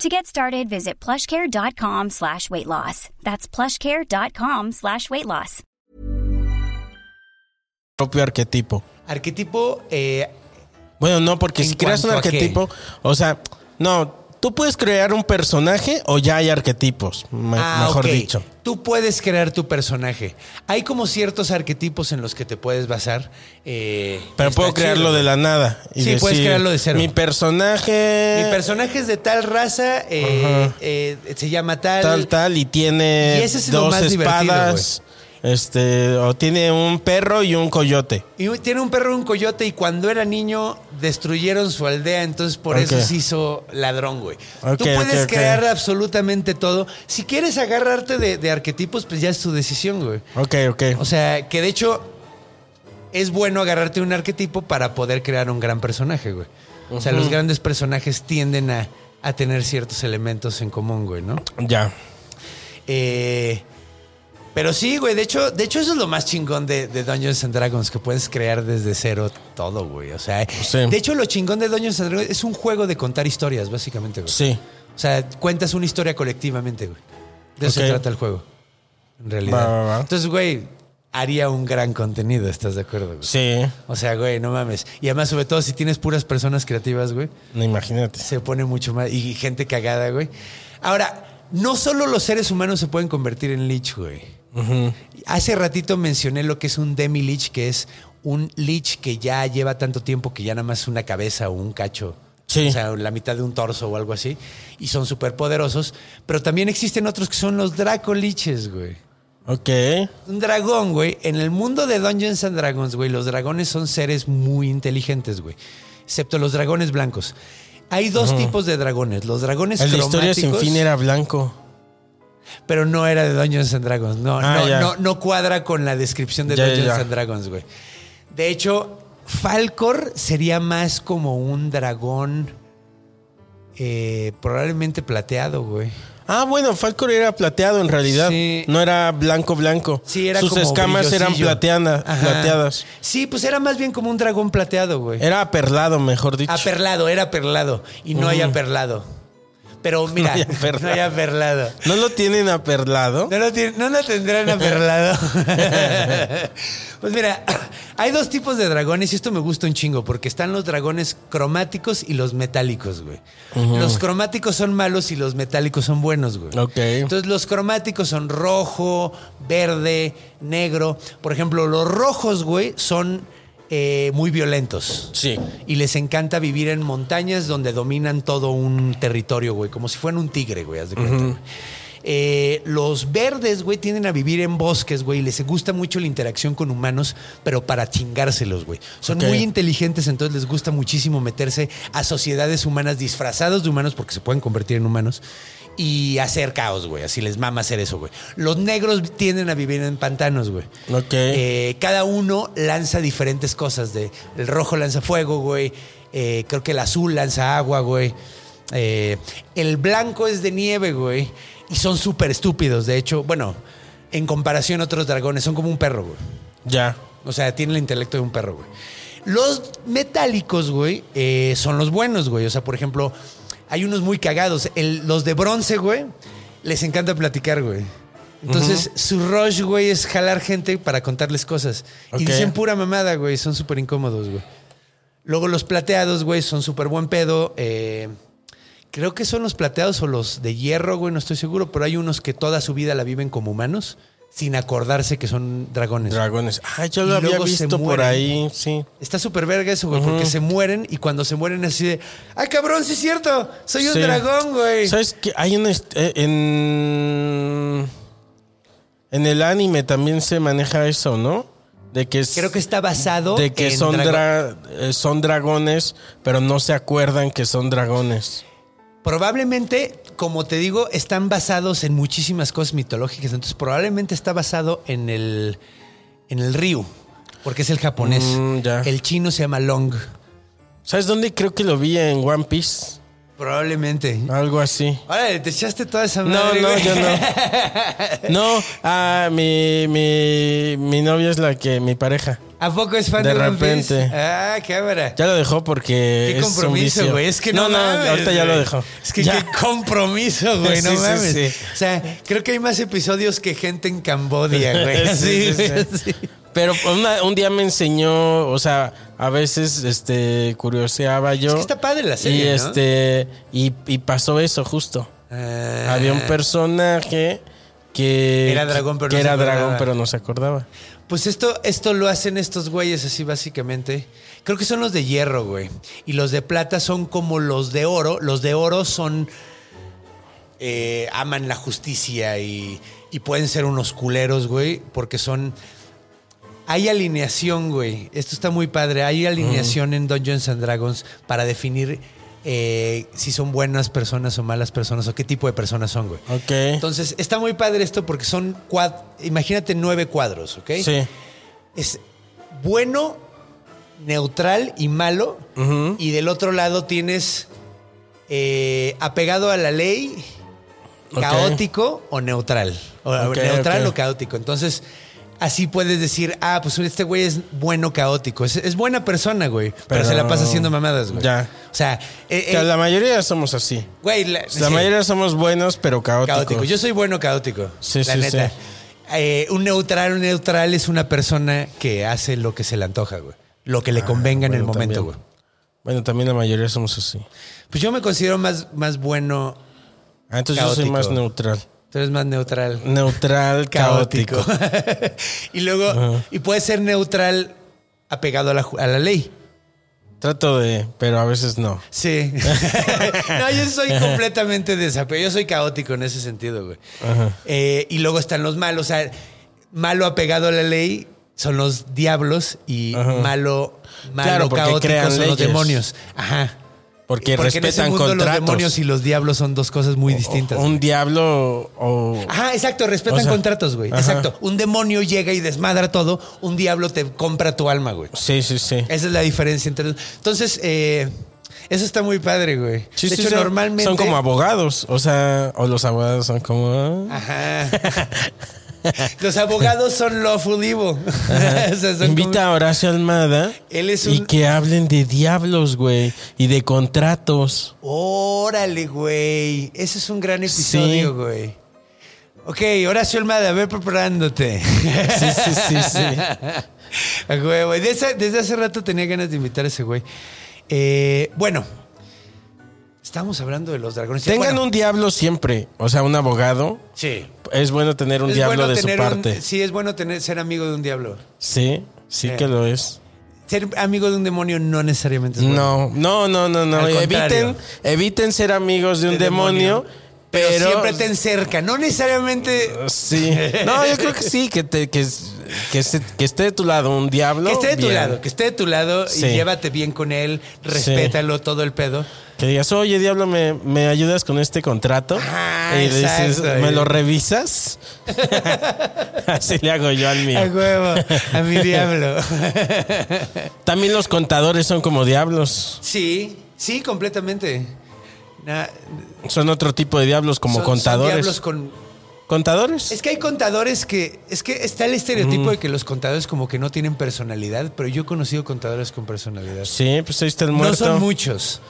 Speaker 5: To get started, visit plushcare.com slash weight loss. That's plushcare.com slash weight loss.
Speaker 3: propio arquetipo.
Speaker 1: Arquetipo, eh,
Speaker 3: Bueno, no, porque
Speaker 1: ¿En
Speaker 3: si creas un
Speaker 1: cuanto a qué?
Speaker 3: arquetipo, o sea, no, tú puedes crear un personaje o ya hay arquetipos, me-
Speaker 1: ah,
Speaker 3: mejor
Speaker 1: ok.
Speaker 3: dicho.
Speaker 1: Tú puedes crear tu personaje. Hay como ciertos arquetipos en los que te puedes basar. eh,
Speaker 3: Pero
Speaker 1: está
Speaker 3: puedo
Speaker 1: chido,
Speaker 3: crearlo
Speaker 1: güey.
Speaker 3: de la nada. y
Speaker 1: Sí, puedes
Speaker 3: decir,
Speaker 1: crearlo de cero.
Speaker 3: Mi personaje.
Speaker 1: Mi personaje es de tal raza, eh, eh, se llama tal.
Speaker 3: Tal, tal, y tiene
Speaker 1: Y ese es lo
Speaker 3: dos
Speaker 1: más divertido,
Speaker 3: espadas. Este, o tiene un perro y un coyote.
Speaker 1: Y tiene un perro y un coyote y cuando era niño destruyeron su aldea, entonces por
Speaker 3: Ok.
Speaker 1: eso se hizo ladrón, güey.
Speaker 3: Ok,
Speaker 1: Tú
Speaker 3: ok,
Speaker 1: puedes
Speaker 3: ok.
Speaker 1: crear absolutamente todo. Si quieres agarrarte de, de arquetipos, pues ya es tu decisión, güey.
Speaker 3: Ok, ok.
Speaker 1: O sea, que de hecho es bueno agarrarte un arquetipo para poder crear un gran personaje, güey. O sea, los grandes personajes tienden a, a tener ciertos elementos en común, güey, ¿no?
Speaker 3: ya.
Speaker 1: Eh, pero sí, güey. De hecho, de hecho, eso es lo más chingón de, de Dungeons and Dragons, que puedes crear desde cero todo, güey. O sea,
Speaker 3: Sí.
Speaker 1: de hecho, lo chingón de Dungeons and Dragons es un juego de contar historias, básicamente, güey.
Speaker 3: Sí.
Speaker 1: O sea, cuentas una historia colectivamente, güey. De eso
Speaker 3: Ok.
Speaker 1: se trata el juego. En realidad.
Speaker 3: Va, va, va.
Speaker 1: Entonces, güey, haría un gran contenido, ¿estás de acuerdo, güey?
Speaker 3: Sí.
Speaker 1: O sea, güey, no mames. Y además, sobre todo, si tienes puras personas creativas, güey
Speaker 3: No, imagínate.
Speaker 1: se pone mucho más. Y gente cagada, güey. Ahora, no solo los seres humanos se pueden convertir en lich, güey. Hace ratito mencioné lo que es un demi-lich, que es un lich que ya lleva tanto tiempo que ya nada más es una cabeza o un cacho
Speaker 3: Sí.
Speaker 1: O sea, la mitad de un torso o algo así. Y son súper poderosos. Pero también existen otros que son los dracoliches, güey.
Speaker 3: Ok.
Speaker 1: Un dragón, güey. En el mundo de Dungeons and Dragons, güey, los dragones son seres muy inteligentes, güey. Excepto los dragones blancos. Hay dos tipos de dragones. Los dragones
Speaker 3: El de
Speaker 1: cromáticos.
Speaker 3: historia sin fin era blanco.
Speaker 1: Pero no era de Dungeons and Dragons. No,
Speaker 3: Ah,
Speaker 1: no,
Speaker 3: ya.
Speaker 1: no, no cuadra con la descripción de
Speaker 3: Ya, ya,
Speaker 1: Dungeons
Speaker 3: ya.
Speaker 1: and Dragons, güey. De hecho, Falcor sería más como un dragón eh, probablemente plateado, güey.
Speaker 3: Ah, bueno, Falcor era plateado en realidad.
Speaker 1: Sí.
Speaker 3: No era blanco, blanco.
Speaker 1: Sí, era
Speaker 3: Sus
Speaker 1: como
Speaker 3: escamas eran
Speaker 1: brillosillo.
Speaker 3: plateada-
Speaker 1: Ajá.
Speaker 3: plateadas.
Speaker 1: Sí, pues era más bien como un dragón plateado, güey.
Speaker 3: Era aperlado, mejor dicho.
Speaker 1: Aperlado, era aperlado. Y no hay aperlado. Pero mira,
Speaker 3: Mm. hay
Speaker 1: no
Speaker 3: aperlado.
Speaker 1: hay aperlado.
Speaker 3: ¿No lo tienen aperlado?
Speaker 1: No lo, tiene- no lo tendrán aperlado. pues mira, hay dos tipos de dragones y esto me gusta un chingo porque están los dragones cromáticos y los metálicos, güey. Los cromáticos son malos y los metálicos son buenos, güey.
Speaker 3: Ok.
Speaker 1: Entonces los cromáticos son rojo, verde, negro. Por ejemplo, los rojos, güey, son eh, muy violentos.
Speaker 3: Sí.
Speaker 1: Y les encanta vivir en montañas donde dominan todo un territorio, güey. Como si fueran un tigre, güey. haz de cuenta, güey. Eh, los verdes, güey, tienden a vivir en bosques, güey. y Les gusta mucho la interacción con humanos, pero para chingárselos, güey. Son
Speaker 3: Ok.
Speaker 1: muy inteligentes, entonces les gusta muchísimo meterse a sociedades humanas disfrazados de humanos porque se pueden convertir en humanos. Y hacer caos, güey. Así les mama hacer eso, güey. Los negros tienden a vivir en pantanos, güey.
Speaker 3: Ok.
Speaker 1: Eh, cada uno lanza diferentes cosas. De, el rojo lanza fuego, güey. Eh, creo que el azul lanza agua, güey. Eh, el blanco es de nieve, güey. Y son súper estúpidos, de hecho. Bueno, en comparación a otros dragones, son como un perro, güey.
Speaker 3: Ya.
Speaker 1: O sea, tienen el intelecto de un perro, güey. Los metálicos, güey, eh, son los buenos, güey. O sea, por ejemplo, hay unos muy cagados. El- los de bronce, güey, les encanta platicar, güey. Entonces, su rush, güey, es jalar gente para contarles cosas. Y
Speaker 3: Ok.
Speaker 1: dicen pura mamada, güey. Son súper incómodos, güey. Luego los plateados, güey, son súper buen pedo. Eh, creo que son los plateados o los de hierro, güey, no estoy seguro. Pero hay unos que toda su vida la viven como humanos sin acordarse que son dragones.
Speaker 3: Dragones. Ah, yo lo
Speaker 1: Y
Speaker 3: había
Speaker 1: luego se
Speaker 3: visto por
Speaker 1: mueren.
Speaker 3: ahí, sí.
Speaker 1: Está súper verga eso, güey, porque se mueren y cuando se mueren es así de, ¡ah, cabrón, sí es cierto! ¡Soy un
Speaker 3: Sí.
Speaker 1: dragón, güey!
Speaker 3: ¿Sabes qué? Hay un... est- eh, En... En el anime también se maneja eso, ¿no? De que es-
Speaker 1: Creo que está basado
Speaker 3: de que
Speaker 1: en
Speaker 3: son,
Speaker 1: drago-
Speaker 3: dra- eh, son dragones, pero no se acuerdan que son dragones.
Speaker 1: Probablemente, como te digo, están basados en muchísimas cosas mitológicas, entonces probablemente está basado en el, en el Ryu, porque es el japonés.
Speaker 3: Mm, ya.
Speaker 1: El chino se llama Long,
Speaker 3: ¿Sabes dónde creo que lo vi en One Piece?
Speaker 1: probablemente.
Speaker 3: Algo así.
Speaker 1: Órale, te echaste toda esa
Speaker 3: Ah. No,
Speaker 1: madre,
Speaker 3: no,
Speaker 1: güey.
Speaker 3: yo no. No, ah, mi, mi, mi novia es la que, mi pareja.
Speaker 1: ¿A poco es fan de,
Speaker 3: De
Speaker 1: One Piece?
Speaker 3: repente.
Speaker 1: Ah, cámara.
Speaker 3: Ya lo dejó porque.
Speaker 1: Qué
Speaker 3: es un
Speaker 1: compromiso,
Speaker 3: vicio.
Speaker 1: güey. Es que no,
Speaker 3: No,
Speaker 1: mames,
Speaker 3: ahorita ya
Speaker 1: güey.
Speaker 3: lo dejó.
Speaker 1: Es que
Speaker 3: Ya.
Speaker 1: qué compromiso, güey. No
Speaker 3: Sí, sí,
Speaker 1: mames.
Speaker 3: sí.
Speaker 1: O sea, creo que hay más episodios que gente en Cambodia, güey.
Speaker 3: Sí,
Speaker 1: Así,
Speaker 3: sí,
Speaker 1: güey,
Speaker 3: sí.
Speaker 1: así.
Speaker 3: Pero una- un día me enseñó, o sea, a veces este curioseaba yo.
Speaker 1: Es que está padre la serie,
Speaker 3: Y
Speaker 1: ¿no?
Speaker 3: este y, y pasó eso justo.
Speaker 1: Ah,
Speaker 3: Había un personaje que
Speaker 1: Era dragón, pero
Speaker 3: que
Speaker 1: no se
Speaker 3: era
Speaker 1: acordaba.
Speaker 3: dragón, pero no se acordaba.
Speaker 1: Pues esto, esto lo hacen estos güeyes así básicamente. Creo que son los de hierro, güey. Y los de plata son como los de oro. Los de oro son... eh, aman la justicia y, y pueden ser unos culeros, güey, porque son... Hay alineación, güey. Esto está muy padre. Hay alineación en Dungeons and Dragons para definir eh, si son buenas personas o malas personas o qué tipo de personas son, güey.
Speaker 3: Ok.
Speaker 1: Entonces, está muy padre esto porque son cuad- imagínate nueve cuadros, ¿ok? Eh.
Speaker 3: Sí.
Speaker 1: es bueno, neutral y malo. Y del otro lado tienes eh, apegado a la ley,
Speaker 3: Ok.
Speaker 1: caótico o neutral. O
Speaker 3: Ok,
Speaker 1: neutral
Speaker 3: ok.
Speaker 1: o caótico. Entonces, así puedes decir, ah, pues este güey es bueno caótico. Es, es buena persona, güey. Pero,
Speaker 3: Pero-
Speaker 1: se la pasa haciendo mamadas, güey.
Speaker 3: Ya.
Speaker 1: O sea, eh,
Speaker 3: Que
Speaker 1: eh,
Speaker 3: la mayoría somos así.
Speaker 1: güey, la,
Speaker 3: La
Speaker 1: sí.
Speaker 3: mayoría somos buenos, pero caóticos.
Speaker 1: Caótico. Yo soy bueno caótico.
Speaker 3: Sí,
Speaker 1: la
Speaker 3: sí,
Speaker 1: neta.
Speaker 3: sí.
Speaker 1: Eh, un neutral, un neutral es una persona que hace lo que se le antoja, güey. Lo que le convenga en el
Speaker 3: Ah, bueno,
Speaker 1: momento,
Speaker 3: también.
Speaker 1: güey.
Speaker 3: Bueno, también la mayoría somos así.
Speaker 1: Pues yo me considero más, más bueno.
Speaker 3: Ah, entonces yo soy
Speaker 1: Caótico.
Speaker 3: más neutral.
Speaker 1: Tú eres más neutral.
Speaker 3: Neutral, caótico.
Speaker 1: y luego, y puede ser neutral apegado a la, ju- a la ley.
Speaker 3: Trato de, pero a veces no.
Speaker 1: Sí. no, yo soy completamente desapegado. Yo soy caótico en ese sentido, güey. Eh, y luego están los malos. O sea, malo apegado a la ley son los diablos y malo, malo
Speaker 3: Claro, porque
Speaker 1: caótico
Speaker 3: crean
Speaker 1: son los
Speaker 3: leyes.
Speaker 1: demonios. Ajá.
Speaker 3: Porque,
Speaker 1: en ese
Speaker 3: respetan
Speaker 1: mundo los
Speaker 3: contratos.
Speaker 1: demonios y los diablos son dos cosas muy distintas.
Speaker 3: Un diablo o.
Speaker 1: Ajá, exacto, respetan
Speaker 3: O sea,
Speaker 1: contratos, güey.
Speaker 3: ajá.
Speaker 1: Exacto. Un demonio llega y desmadra todo, un diablo te compra tu alma, güey.
Speaker 3: Sí, sí, sí.
Speaker 1: Esa es la diferencia entre. Entonces, eh, eso está muy padre, güey.
Speaker 3: Sí,
Speaker 1: de
Speaker 3: sí,
Speaker 1: hecho,
Speaker 3: sí.
Speaker 1: normalmente.
Speaker 3: Son como abogados. O sea, o los abogados son como. ah,
Speaker 1: Ajá. Los abogados son lawful evil. O sea, son
Speaker 3: Invita a Horacio Almada
Speaker 1: Él es
Speaker 3: y
Speaker 1: un-
Speaker 3: que hablen de diablos, güey, y de contratos.
Speaker 1: como- Órale, güey. Ese es un gran episodio,
Speaker 3: Sí.
Speaker 1: güey. Ok, Horacio Almada, ve preparándote.
Speaker 3: Sí, sí, sí, sí.
Speaker 1: A huevo. Y de esa- Desde hace rato tenía ganas de invitar a ese güey. Eh, bueno, estamos hablando de los dragones.
Speaker 3: Tengan
Speaker 1: Bueno,
Speaker 3: un diablo siempre, o sea, un abogado.
Speaker 1: Sí.
Speaker 3: Es bueno tener un
Speaker 1: Es
Speaker 3: diablo
Speaker 1: bueno
Speaker 3: de su
Speaker 1: tener un-
Speaker 3: parte.
Speaker 1: sí, Eh, es bueno tener, ser amigo de un diablo.
Speaker 3: Sí, sí
Speaker 1: Sí.
Speaker 3: que lo es.
Speaker 1: Ser amigo de un demonio no necesariamente es bueno.
Speaker 3: No, no, no, no, no.
Speaker 1: Al
Speaker 3: Eviten,
Speaker 1: contrario.
Speaker 3: eviten ser amigos de un
Speaker 1: de
Speaker 3: demonio, pero,
Speaker 1: pero siempre ten cerca. No necesariamente
Speaker 3: Sí. No, yo creo que sí, que te, que, que se- que esté de tu lado un diablo.
Speaker 1: que esté de tu
Speaker 3: bien.
Speaker 1: lado, que esté de tu lado
Speaker 3: Sí.
Speaker 1: y llévate bien con él, respétalo todo el pedo.
Speaker 3: Que digas, oye, diablo, ¿me, me ayudas con este contrato?
Speaker 1: Ah,
Speaker 3: y le dices,
Speaker 1: exacto.
Speaker 3: ¿me lo revisas? Así le hago yo al
Speaker 1: A
Speaker 3: mío.
Speaker 1: huevo, a mi diablo.
Speaker 3: También los contadores son como diablos.
Speaker 1: Sí, sí, completamente. Na-
Speaker 3: Son otro tipo de diablos como
Speaker 1: son- son
Speaker 3: contadores.
Speaker 1: diablos con-
Speaker 3: ¿Contadores?
Speaker 1: Es que hay contadores que. Es que está el estereotipo de que los contadores como que no tienen personalidad, pero yo he conocido contadores con personalidad.
Speaker 3: Sí, pues ahí está el
Speaker 1: No
Speaker 3: muerto.
Speaker 1: son muchos.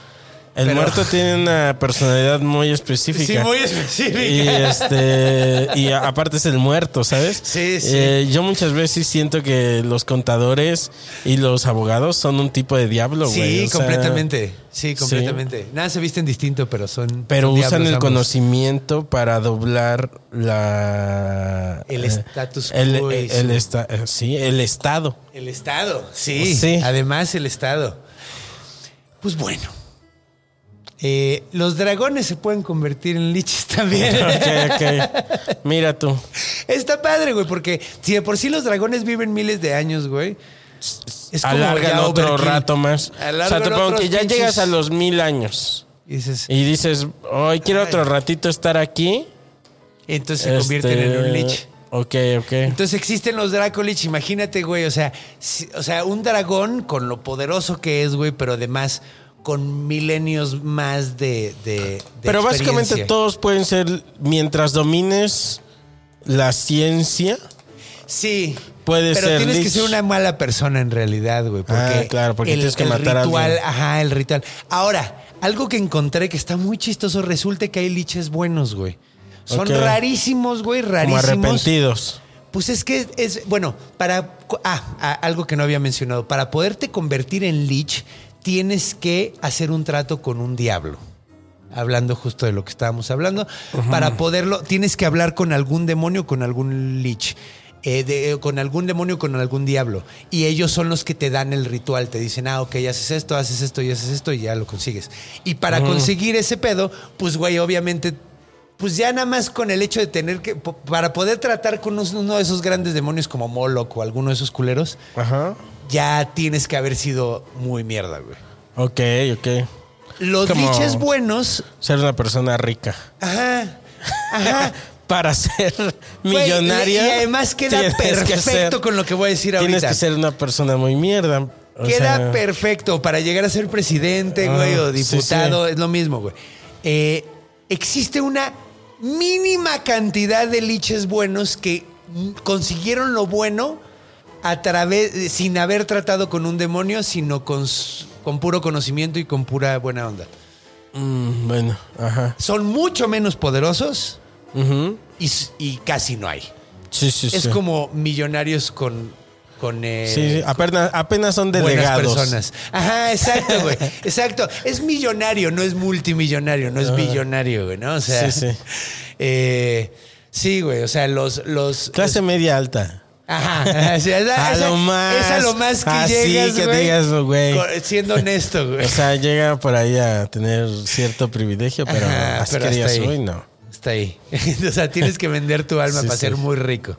Speaker 3: el
Speaker 1: pero-
Speaker 3: muerto tiene una personalidad muy específica.
Speaker 1: Sí, muy específica.
Speaker 3: Y este y a- aparte es el muerto, ¿sabes?
Speaker 1: Sí, sí.
Speaker 3: Eh, yo muchas veces siento que los contadores y los abogados son un tipo de diablo,
Speaker 1: sí,
Speaker 3: güey. o sea,
Speaker 1: completamente. Sí, completamente. Nada se visten distinto, pero son.
Speaker 3: Pero
Speaker 1: son
Speaker 3: usan
Speaker 1: diablos
Speaker 3: el
Speaker 1: ambos.
Speaker 3: conocimiento para doblar la
Speaker 1: El
Speaker 3: eh,
Speaker 1: status
Speaker 3: el,
Speaker 1: quo y
Speaker 3: el-
Speaker 1: su-
Speaker 3: el esta- eh, sí, el estado.
Speaker 1: El Estado, sí.
Speaker 3: Pues Sí.
Speaker 1: Además, el Estado. Pues bueno. Eh, los dragones se pueden convertir en liches también.
Speaker 3: Ok, ok. Mira tú.
Speaker 1: Está padre, güey, porque si de por sí los dragones viven miles de años, güey. Es como
Speaker 3: Alargan
Speaker 1: ya
Speaker 3: otro
Speaker 1: overkill.
Speaker 3: rato más.
Speaker 1: Alargan
Speaker 3: o sea, te pongo
Speaker 1: otros
Speaker 3: que ya
Speaker 1: pinches-
Speaker 3: llegas a los mil años
Speaker 1: Y dices,
Speaker 3: y dices, hoy quiero otro ratito estar aquí.
Speaker 1: entonces se convierten
Speaker 3: Este,
Speaker 1: en un lich.
Speaker 3: Ok, ok.
Speaker 1: Entonces existen los Dracolich, imagínate, güey. O sea, si- o sea, un dragón con lo poderoso que es, güey, pero además con milenios más de. de- de
Speaker 3: Pero básicamente
Speaker 1: experiencia.
Speaker 3: todos pueden ser, mientras domines la ciencia,
Speaker 1: Sí.
Speaker 3: Puede
Speaker 1: pero
Speaker 3: ser
Speaker 1: tienes que
Speaker 3: Lich.
Speaker 1: ser una mala persona en realidad, güey. Porque
Speaker 3: Ah, claro, porque tienes que matar a
Speaker 1: ritual,
Speaker 3: alguien.
Speaker 1: Ajá, el ritual. Ahora, algo que encontré que está muy chistoso, resulta que hay liches buenos, güey. Son
Speaker 3: Ok.
Speaker 1: rarísimos, güey,
Speaker 3: como
Speaker 1: rarísimos.
Speaker 3: arrepentidos.
Speaker 1: Pues es que es, bueno, para... Ah, ah, algo que no había mencionado. Para poderte convertir en lich, tienes que hacer un trato con un diablo. Hablando justo de lo que estábamos hablando. Para poderlo, tienes que hablar con algún demonio, con algún lich. eh, de- con algún demonio, con algún diablo. Y ellos son los que te dan el ritual. Te dicen, ah, ok, haces esto, haces esto y haces esto y ya lo consigues. Y para conseguir ese pedo, pues, güey, obviamente pues ya nada más con el hecho de tener que, po- para poder tratar con unos- uno de esos grandes demonios como Moloch o alguno de esos culeros,
Speaker 3: Ajá.
Speaker 1: ya tienes que haber sido muy mierda, güey.
Speaker 3: Ok, ok.
Speaker 1: Los
Speaker 3: Como-
Speaker 1: liches buenos,
Speaker 3: Ser una persona rica.
Speaker 1: ajá, ajá.
Speaker 3: Para ser
Speaker 1: Güey,
Speaker 3: millonaria.
Speaker 1: Y además queda
Speaker 3: tienes que
Speaker 1: perfecto
Speaker 3: ser-
Speaker 1: con lo que voy a decir
Speaker 3: Tienes
Speaker 1: ahorita.
Speaker 3: que ser una persona muy mierda. o
Speaker 1: Queda
Speaker 3: sea,
Speaker 1: perfecto para llegar a ser presidente,
Speaker 3: Ah,
Speaker 1: güey, o
Speaker 3: sí,
Speaker 1: diputado, es lo mismo, güey. Eh, existe una mínima cantidad de liches buenos que mm, consiguieron lo bueno a través sin haber tratado con un demonio, sino con, s- con puro conocimiento y con pura buena onda.
Speaker 3: mm, bueno, ajá.
Speaker 1: Son mucho menos poderosos y, s- y casi no hay.
Speaker 3: Sí, Pues sí,
Speaker 1: Es
Speaker 3: sí.
Speaker 1: como millonarios con con eh,
Speaker 3: Sí, sí, apenas, apenas son
Speaker 1: buenas
Speaker 3: delegados.
Speaker 1: personas. Ajá, exacto, güey. Exacto. Es millonario, no es multimillonario, no es billonario, güey, ¿no? O sea.
Speaker 3: Sí, sí.
Speaker 1: eh, sí, güey. O sea, los. los
Speaker 3: Clase media alta.
Speaker 1: los- Ajá. O sea, esa,
Speaker 3: A
Speaker 1: esa-
Speaker 3: lo más.
Speaker 1: esa es lo más que
Speaker 3: Así
Speaker 1: llegas,
Speaker 3: que
Speaker 1: güey.
Speaker 3: digas, güey.
Speaker 1: co- Siendo honesto, güey.
Speaker 3: O sea, llega por ahí a tener cierto privilegio, pero
Speaker 1: Ajá,
Speaker 3: así
Speaker 1: pero
Speaker 3: que
Speaker 1: hasta
Speaker 3: digas,
Speaker 1: ahí.
Speaker 3: uy, no.
Speaker 1: Está ahí. o sea, tienes que vender tu alma
Speaker 3: Sí,
Speaker 1: para
Speaker 3: sí.
Speaker 1: ser muy rico.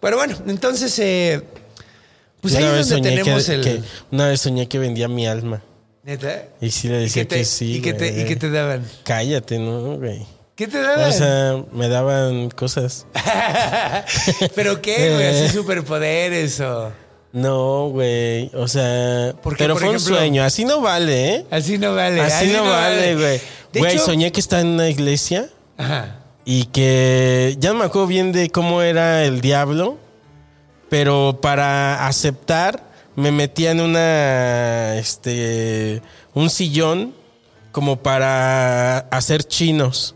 Speaker 1: Pero bueno, entonces, eh, pues
Speaker 3: Yo
Speaker 1: ahí
Speaker 3: una
Speaker 1: es
Speaker 3: vez
Speaker 1: donde
Speaker 3: soñé que-
Speaker 1: tenemos el.
Speaker 3: que- una vez soñé que vendía mi alma.
Speaker 1: ¿Neta?
Speaker 3: Y sí le
Speaker 1: ¿Y
Speaker 3: decía
Speaker 1: qué te,
Speaker 3: que sí.
Speaker 1: y qué te-
Speaker 3: güey.
Speaker 1: y qué te daban?
Speaker 3: Cállate, ¿no, güey?
Speaker 1: ¿Qué te daban?
Speaker 3: O sea, me daban cosas.
Speaker 1: ¿Pero qué, güey?
Speaker 3: Eh.
Speaker 1: Así superpoderes o.
Speaker 3: No, güey. O sea,
Speaker 1: Porque,
Speaker 3: pero
Speaker 1: por
Speaker 3: fue
Speaker 1: ejemplo-
Speaker 3: un sueño. Así no vale, ¿eh?
Speaker 1: Así no vale.
Speaker 3: Así no vale, güey.
Speaker 1: De
Speaker 3: Güey,
Speaker 1: hecho-
Speaker 3: soñé que estaba en una iglesia
Speaker 1: Ajá.
Speaker 3: y que ya no me acuerdo bien de cómo era el diablo, pero para aceptar me metía en una, este, un sillón como para hacer chinos.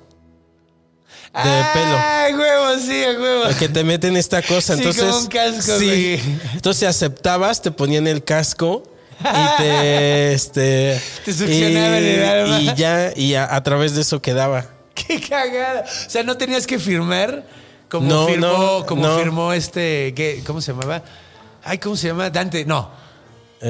Speaker 3: De pelo.
Speaker 1: Ay, huevo, sí, a huevo.
Speaker 3: Para que te meten esta cosa.
Speaker 1: Sí,
Speaker 3: Entonces,
Speaker 1: como un casco, güey.
Speaker 3: Entonces aceptabas, te ponían el casco y te, este,
Speaker 1: Te succionaban el alma.
Speaker 3: y ya y a, a través de eso quedaba.
Speaker 1: Qué cagada. O sea, no tenías que firmar como
Speaker 3: No,
Speaker 1: firmó,
Speaker 3: no,
Speaker 1: como
Speaker 3: no.
Speaker 1: firmó este, ¿qué? ¿cómo se llamaba? Ay, ¿cómo se llama? Dante, no.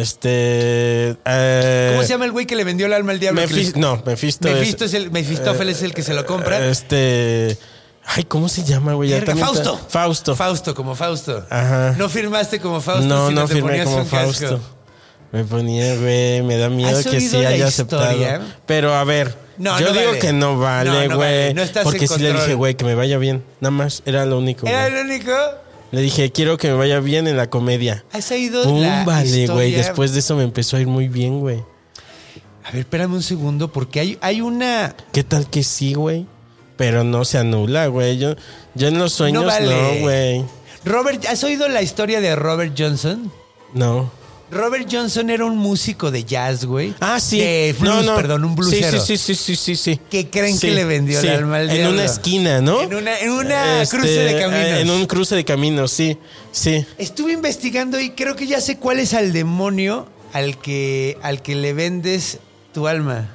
Speaker 3: Este, eh,
Speaker 1: ¿Cómo se llama el güey que le vendió el alma al diablo?
Speaker 3: Mefis- no, Mefisto. es- eh,
Speaker 1: Mefisto es el- Mefistófeles es el que se lo compra.
Speaker 3: Este, ay, ¿cómo se llama, güey? Ya
Speaker 1: Verga,
Speaker 3: también está-
Speaker 1: Fausto.
Speaker 3: Fausto.
Speaker 1: Fausto, como Fausto.
Speaker 3: Ajá.
Speaker 1: No firmaste como Fausto.
Speaker 3: no,
Speaker 1: sino
Speaker 3: no
Speaker 1: te
Speaker 3: firmé
Speaker 1: ponías
Speaker 3: como
Speaker 1: un casco.
Speaker 3: Fausto. Me ponía, güey, me da miedo
Speaker 1: ¿Has
Speaker 3: que
Speaker 1: oído
Speaker 3: sí
Speaker 1: la
Speaker 3: haya
Speaker 1: historia?
Speaker 3: aceptado. Pero a ver,
Speaker 1: No,
Speaker 3: yo
Speaker 1: no
Speaker 3: digo
Speaker 1: vale.
Speaker 3: que no
Speaker 1: No,
Speaker 3: vale,
Speaker 1: no
Speaker 3: güey.
Speaker 1: vale, no estás
Speaker 3: porque
Speaker 1: en
Speaker 3: sí le dije,
Speaker 1: control.
Speaker 3: güey, que me vaya bien. Nada más, era lo único.
Speaker 1: ¿Era
Speaker 3: güey.
Speaker 1: el único?
Speaker 3: Le dije, quiero que me vaya bien en la comedia.
Speaker 1: ¿Has oído
Speaker 3: Pum,
Speaker 1: la
Speaker 3: vale, güey.
Speaker 1: historia?
Speaker 3: Después de eso me empezó a ir muy bien, güey.
Speaker 1: A ver, espérame un segundo, porque hay, hay una...
Speaker 3: ¿Qué tal que sí, güey? Pero no se anula, güey. Yo, yo en los sueños,
Speaker 1: vale.
Speaker 3: no, güey.
Speaker 1: Robert, ¿has oído la historia de Robert Johnson?
Speaker 3: No.
Speaker 1: Robert Johnson era un músico de jazz, güey.
Speaker 3: Ah, sí.
Speaker 1: De blues,
Speaker 3: no, no.
Speaker 1: perdón, un bluesero.
Speaker 3: Sí, sí, sí, sí, sí, sí, sí.
Speaker 1: ¿Qué creen que le vendió el alma al
Speaker 3: En
Speaker 1: diablo?
Speaker 3: una esquina, ¿no?
Speaker 1: En una- en una cruce de caminos.
Speaker 3: eh, En un cruce de caminos, sí. Sí.
Speaker 1: Estuve investigando y creo que ya sé cuál es al demonio al que, al que le vendes tu alma.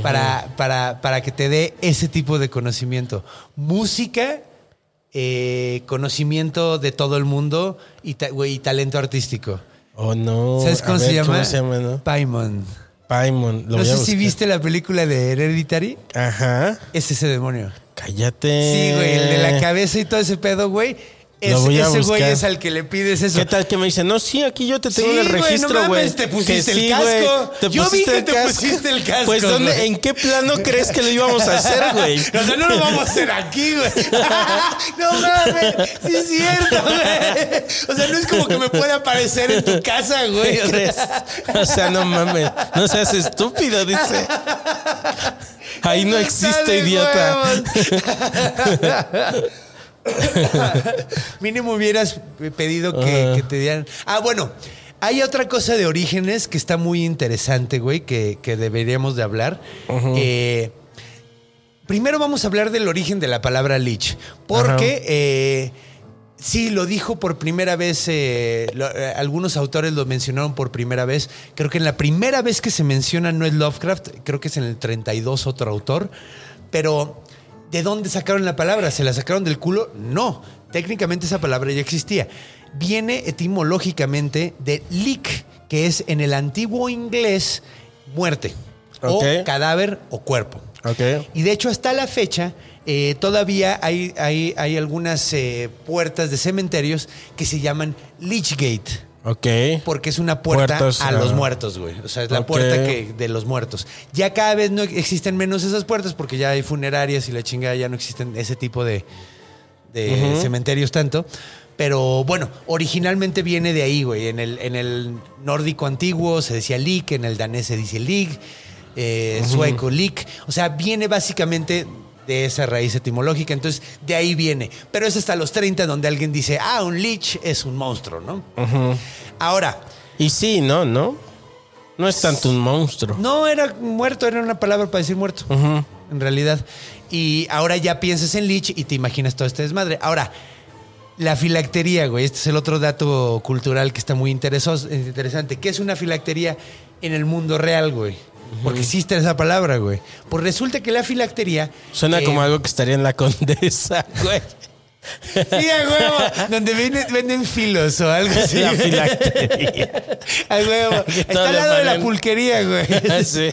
Speaker 1: para, para, para que te dé ese tipo de conocimiento. Música, eh, conocimiento de todo el mundo y, ta- güey, y talento artístico.
Speaker 3: Oh, no.
Speaker 1: ¿Sabes
Speaker 3: A
Speaker 1: cómo
Speaker 3: ver,
Speaker 1: se llama?
Speaker 3: ¿Cómo se llama, no?
Speaker 1: Paimon.
Speaker 3: Paimon. Lo
Speaker 1: No
Speaker 3: voy a
Speaker 1: sé si
Speaker 3: buscar.
Speaker 1: viste la película de Hereditary.
Speaker 3: Ajá.
Speaker 1: Es ese demonio.
Speaker 3: Cállate.
Speaker 1: Sí, güey, el de la cabeza y todo ese pedo, güey. Es-
Speaker 3: Eh. Lo voy a
Speaker 1: ese güey
Speaker 3: buscar.
Speaker 1: es al que le pides eso.
Speaker 3: ¿Qué tal que me dicen? No, sí, aquí yo te tengo
Speaker 1: Sí,
Speaker 3: en el
Speaker 1: güey, no
Speaker 3: registro,
Speaker 1: mames,
Speaker 3: güey.
Speaker 1: te pusiste
Speaker 3: Que
Speaker 1: el
Speaker 3: sí,
Speaker 1: casco.
Speaker 3: güey,
Speaker 1: Yo vi que
Speaker 3: el
Speaker 1: te pusiste el casco,
Speaker 3: Pues, ¿dónde,
Speaker 1: güey.
Speaker 3: ¿en qué plano crees que lo íbamos a hacer, güey?
Speaker 1: O sea, no lo vamos a hacer aquí, güey. no mames, sí es cierto, güey. O sea, no es como que me pueda aparecer en tu casa, güey.
Speaker 3: ¿Qué crees? O sea, no mames. No seas estúpido, dice. Ahí no
Speaker 1: Está
Speaker 3: existe,
Speaker 1: de
Speaker 3: idiota.
Speaker 1: huevos. Mínimo hubieras pedido que,
Speaker 3: Ajá.
Speaker 1: que te dieran. Ah, bueno. Hay otra cosa de orígenes que está muy interesante, güey, que, que deberíamos de hablar. Eh, primero vamos a hablar del origen de la palabra lich. Porque eh, sí, lo dijo por primera vez, eh, lo- eh, algunos autores lo mencionaron por primera vez. Creo que en la primera vez que se menciona no es Lovecraft, creo que es en el 32 otro autor. Pero, ¿de dónde sacaron la palabra? ¿Se la sacaron del culo? No, técnicamente esa palabra ya existía. Viene etimológicamente de lick, que es en el antiguo inglés muerte, o
Speaker 3: Ok.
Speaker 1: cadáver o cuerpo.
Speaker 3: Ok.
Speaker 1: Y de hecho, hasta la fecha, eh, todavía hay, hay, hay algunas eh, puertas de cementerios que se llaman Lichgate.
Speaker 3: Ok.
Speaker 1: Porque es una puerta
Speaker 3: Puertas,
Speaker 1: a los
Speaker 3: ah.
Speaker 1: muertos, güey. O sea, es la
Speaker 3: Ok.
Speaker 1: puerta que, de los muertos. Ya cada vez no existen menos esas puertas porque ya hay funerarias y la chingada, ya no existen ese tipo de, de cementerios tanto. Pero bueno, originalmente viene de ahí, güey. En el, en el nórdico antiguo se decía Lik, en el danés se dice Lig, eh, sueco Lik. O sea, viene básicamente de esa raíz etimológica. Entonces, de ahí viene. Pero es hasta los 30 donde alguien dice, ah, un Lich es un monstruo, ¿no? Ahora,
Speaker 3: Y sí, no, no. No es tanto un monstruo.
Speaker 1: no era muerto, era una palabra para decir muerto. En realidad. Y ahora ya piensas en Lich y te imaginas todo este desmadre. Ahora, la filactería, güey. Este es el otro dato cultural que está muy interesos- interesante. ¿Qué es una filactería en el mundo real, güey? Porque existe esa palabra, güey. Pues resulta que la filactería.
Speaker 3: Suena
Speaker 1: eh,
Speaker 3: como algo que estaría en la condesa, güey.
Speaker 1: Sí, a huevo. Donde venden, venden filos o algo así.
Speaker 3: La filactería.
Speaker 1: A huevo.
Speaker 3: Que
Speaker 1: Está
Speaker 3: todo
Speaker 1: al
Speaker 3: le
Speaker 1: lado de la
Speaker 3: ponen-
Speaker 1: pulquería, güey.
Speaker 3: sí.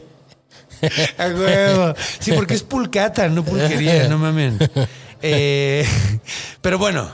Speaker 1: A huevo. Sí, porque es pulcata, no pulquería, no mamen. Eh, pero bueno,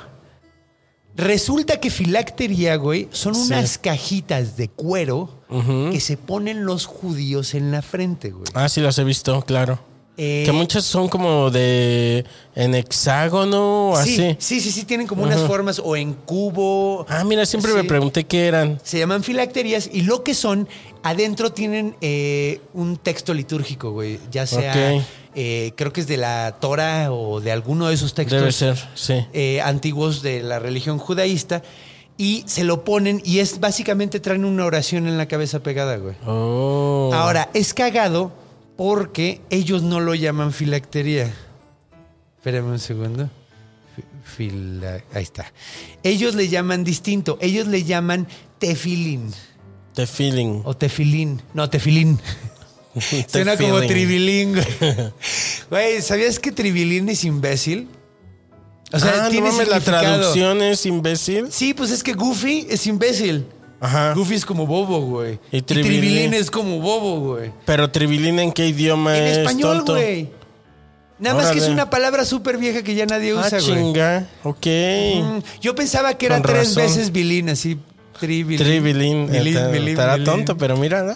Speaker 1: resulta que filactería, güey, son unas cajitas de cuero que se ponen los judíos en la frente, güey.
Speaker 3: Ah, sí, las he visto, claro.
Speaker 1: Eh,
Speaker 3: que muchas son como de. en hexágono o
Speaker 1: sí,
Speaker 3: así.
Speaker 1: sí, sí, sí, tienen como unas formas o en cubo.
Speaker 3: Ah, mira, siempre me
Speaker 1: Sí.
Speaker 3: pregunté qué eran.
Speaker 1: Se llaman filacterias y lo que son, adentro tienen eh, un texto litúrgico, güey. Ya sea,
Speaker 3: Ok.
Speaker 1: eh, creo que es de la Torah o de alguno de esos textos.
Speaker 3: Debe ser, sí.
Speaker 1: eh, antiguos de la religión judaísta. Y se lo ponen y es básicamente traen una oración en la cabeza pegada, güey.
Speaker 3: Oh.
Speaker 1: Ahora, es cagado porque ellos no lo llaman filactería. Espérame un segundo. Fi- fila- ahí está. Ellos le llaman distinto. Ellos le llaman tefilín
Speaker 3: The feeling.
Speaker 1: o tefilín. No, tefilín.
Speaker 3: The
Speaker 1: Suena como
Speaker 3: feeling.
Speaker 1: tribilín, güey. Güey, ¿sabías que tribilín es imbécil? O
Speaker 3: ah, no mames, la
Speaker 1: significado.
Speaker 3: traducción es imbécil.
Speaker 1: Sí, pues es que Goofy es imbécil.
Speaker 3: Ajá.
Speaker 1: Goofy es como bobo, güey.
Speaker 3: Ah. Y
Speaker 1: Y
Speaker 3: Tribilín.
Speaker 1: Tribilín, es como bobo, güey.
Speaker 3: Pero tribilín en qué idioma
Speaker 1: En
Speaker 3: es.
Speaker 1: español,
Speaker 3: tonto?
Speaker 1: güey. Nada más que es
Speaker 3: Órale.
Speaker 1: una palabra súper vieja que ya nadie
Speaker 3: Ah,
Speaker 1: usa, güey.
Speaker 3: chinga. Ok.
Speaker 1: Mm, Yo pensaba que era
Speaker 3: Con
Speaker 1: tres
Speaker 3: razón.
Speaker 1: veces bilín, así. Tribilín.
Speaker 3: Tribilín. eh,
Speaker 1: Bilín,
Speaker 3: Está-
Speaker 1: bilín,
Speaker 3: Estará
Speaker 1: bilín.
Speaker 3: tonto, pero mira, ¿no?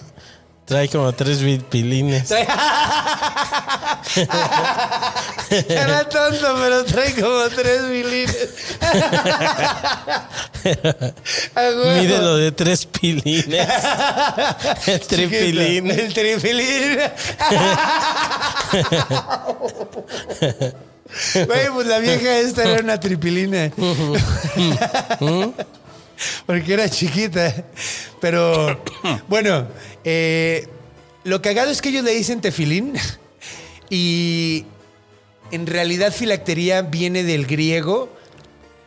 Speaker 3: Trae como tres bilines.
Speaker 1: Era tonto, pero trae como tres bilines. Ah, güey.
Speaker 3: Mide lo de tres pilines. El tripilín.
Speaker 1: El tripilín. Güey, pues la vieja esta era una tripilina. Porque era chiquita. Pero bueno, eh, lo cagado es que ellos le dicen tefilín y en realidad filactería viene del griego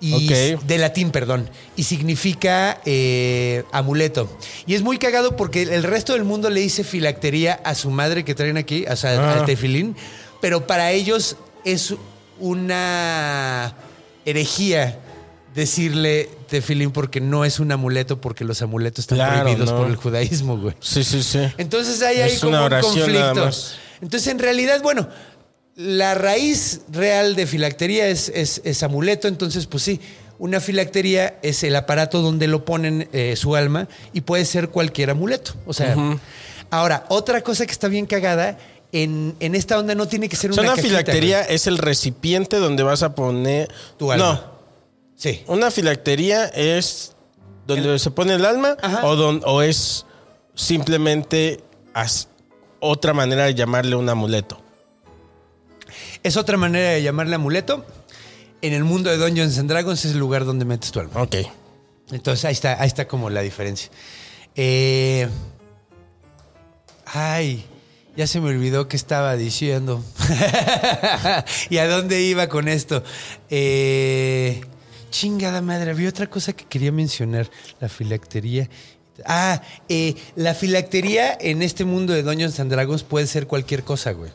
Speaker 1: y
Speaker 3: Ok.
Speaker 1: de latín, perdón, y significa eh, amuleto. Y es muy cagado porque el resto del mundo le dice filactería a su madre que traen aquí, o sea,
Speaker 3: Ah.
Speaker 1: al tefilín, pero para ellos es una herejía decirle tefilín porque no es un amuleto, porque los amuletos están
Speaker 3: Claro,
Speaker 1: prohibidos
Speaker 3: no.
Speaker 1: por el judaísmo, güey.
Speaker 3: Sí, sí, sí.
Speaker 1: Entonces hay ahí
Speaker 3: Es una
Speaker 1: como un
Speaker 3: oración nada
Speaker 1: conflicto.
Speaker 3: más.
Speaker 1: Entonces, en realidad, bueno, la raíz real de filactería es, es- es amuleto. Entonces, pues sí, una filactería es el aparato donde lo ponen eh, su alma y puede ser cualquier amuleto. O sea, ahora, otra cosa que está bien cagada, en, en esta onda no tiene que ser
Speaker 3: O
Speaker 1: una.
Speaker 3: sea, una
Speaker 1: cajita,
Speaker 3: filactería
Speaker 1: güey.
Speaker 3: es el recipiente donde vas a poner
Speaker 1: Tu alma.
Speaker 3: No,
Speaker 1: Sí.
Speaker 3: una filactería es donde se pone el alma
Speaker 1: Ajá.
Speaker 3: o, don- o es simplemente as- otra manera de llamarle un amuleto.
Speaker 1: Es otra manera de llamarle amuleto. En el mundo de Dungeons and Dragons es el lugar donde metes tu alma.
Speaker 3: Ok.
Speaker 1: Entonces ahí está, ahí está como la diferencia. Eh, ay, ya se me olvidó qué estaba diciendo. ¿Y a dónde iba con esto? Eh, chingada madre, había otra cosa que quería mencionar, la filactería. Ah, eh, la filactería en este mundo de Doños and Dragons puede ser cualquier cosa, güey.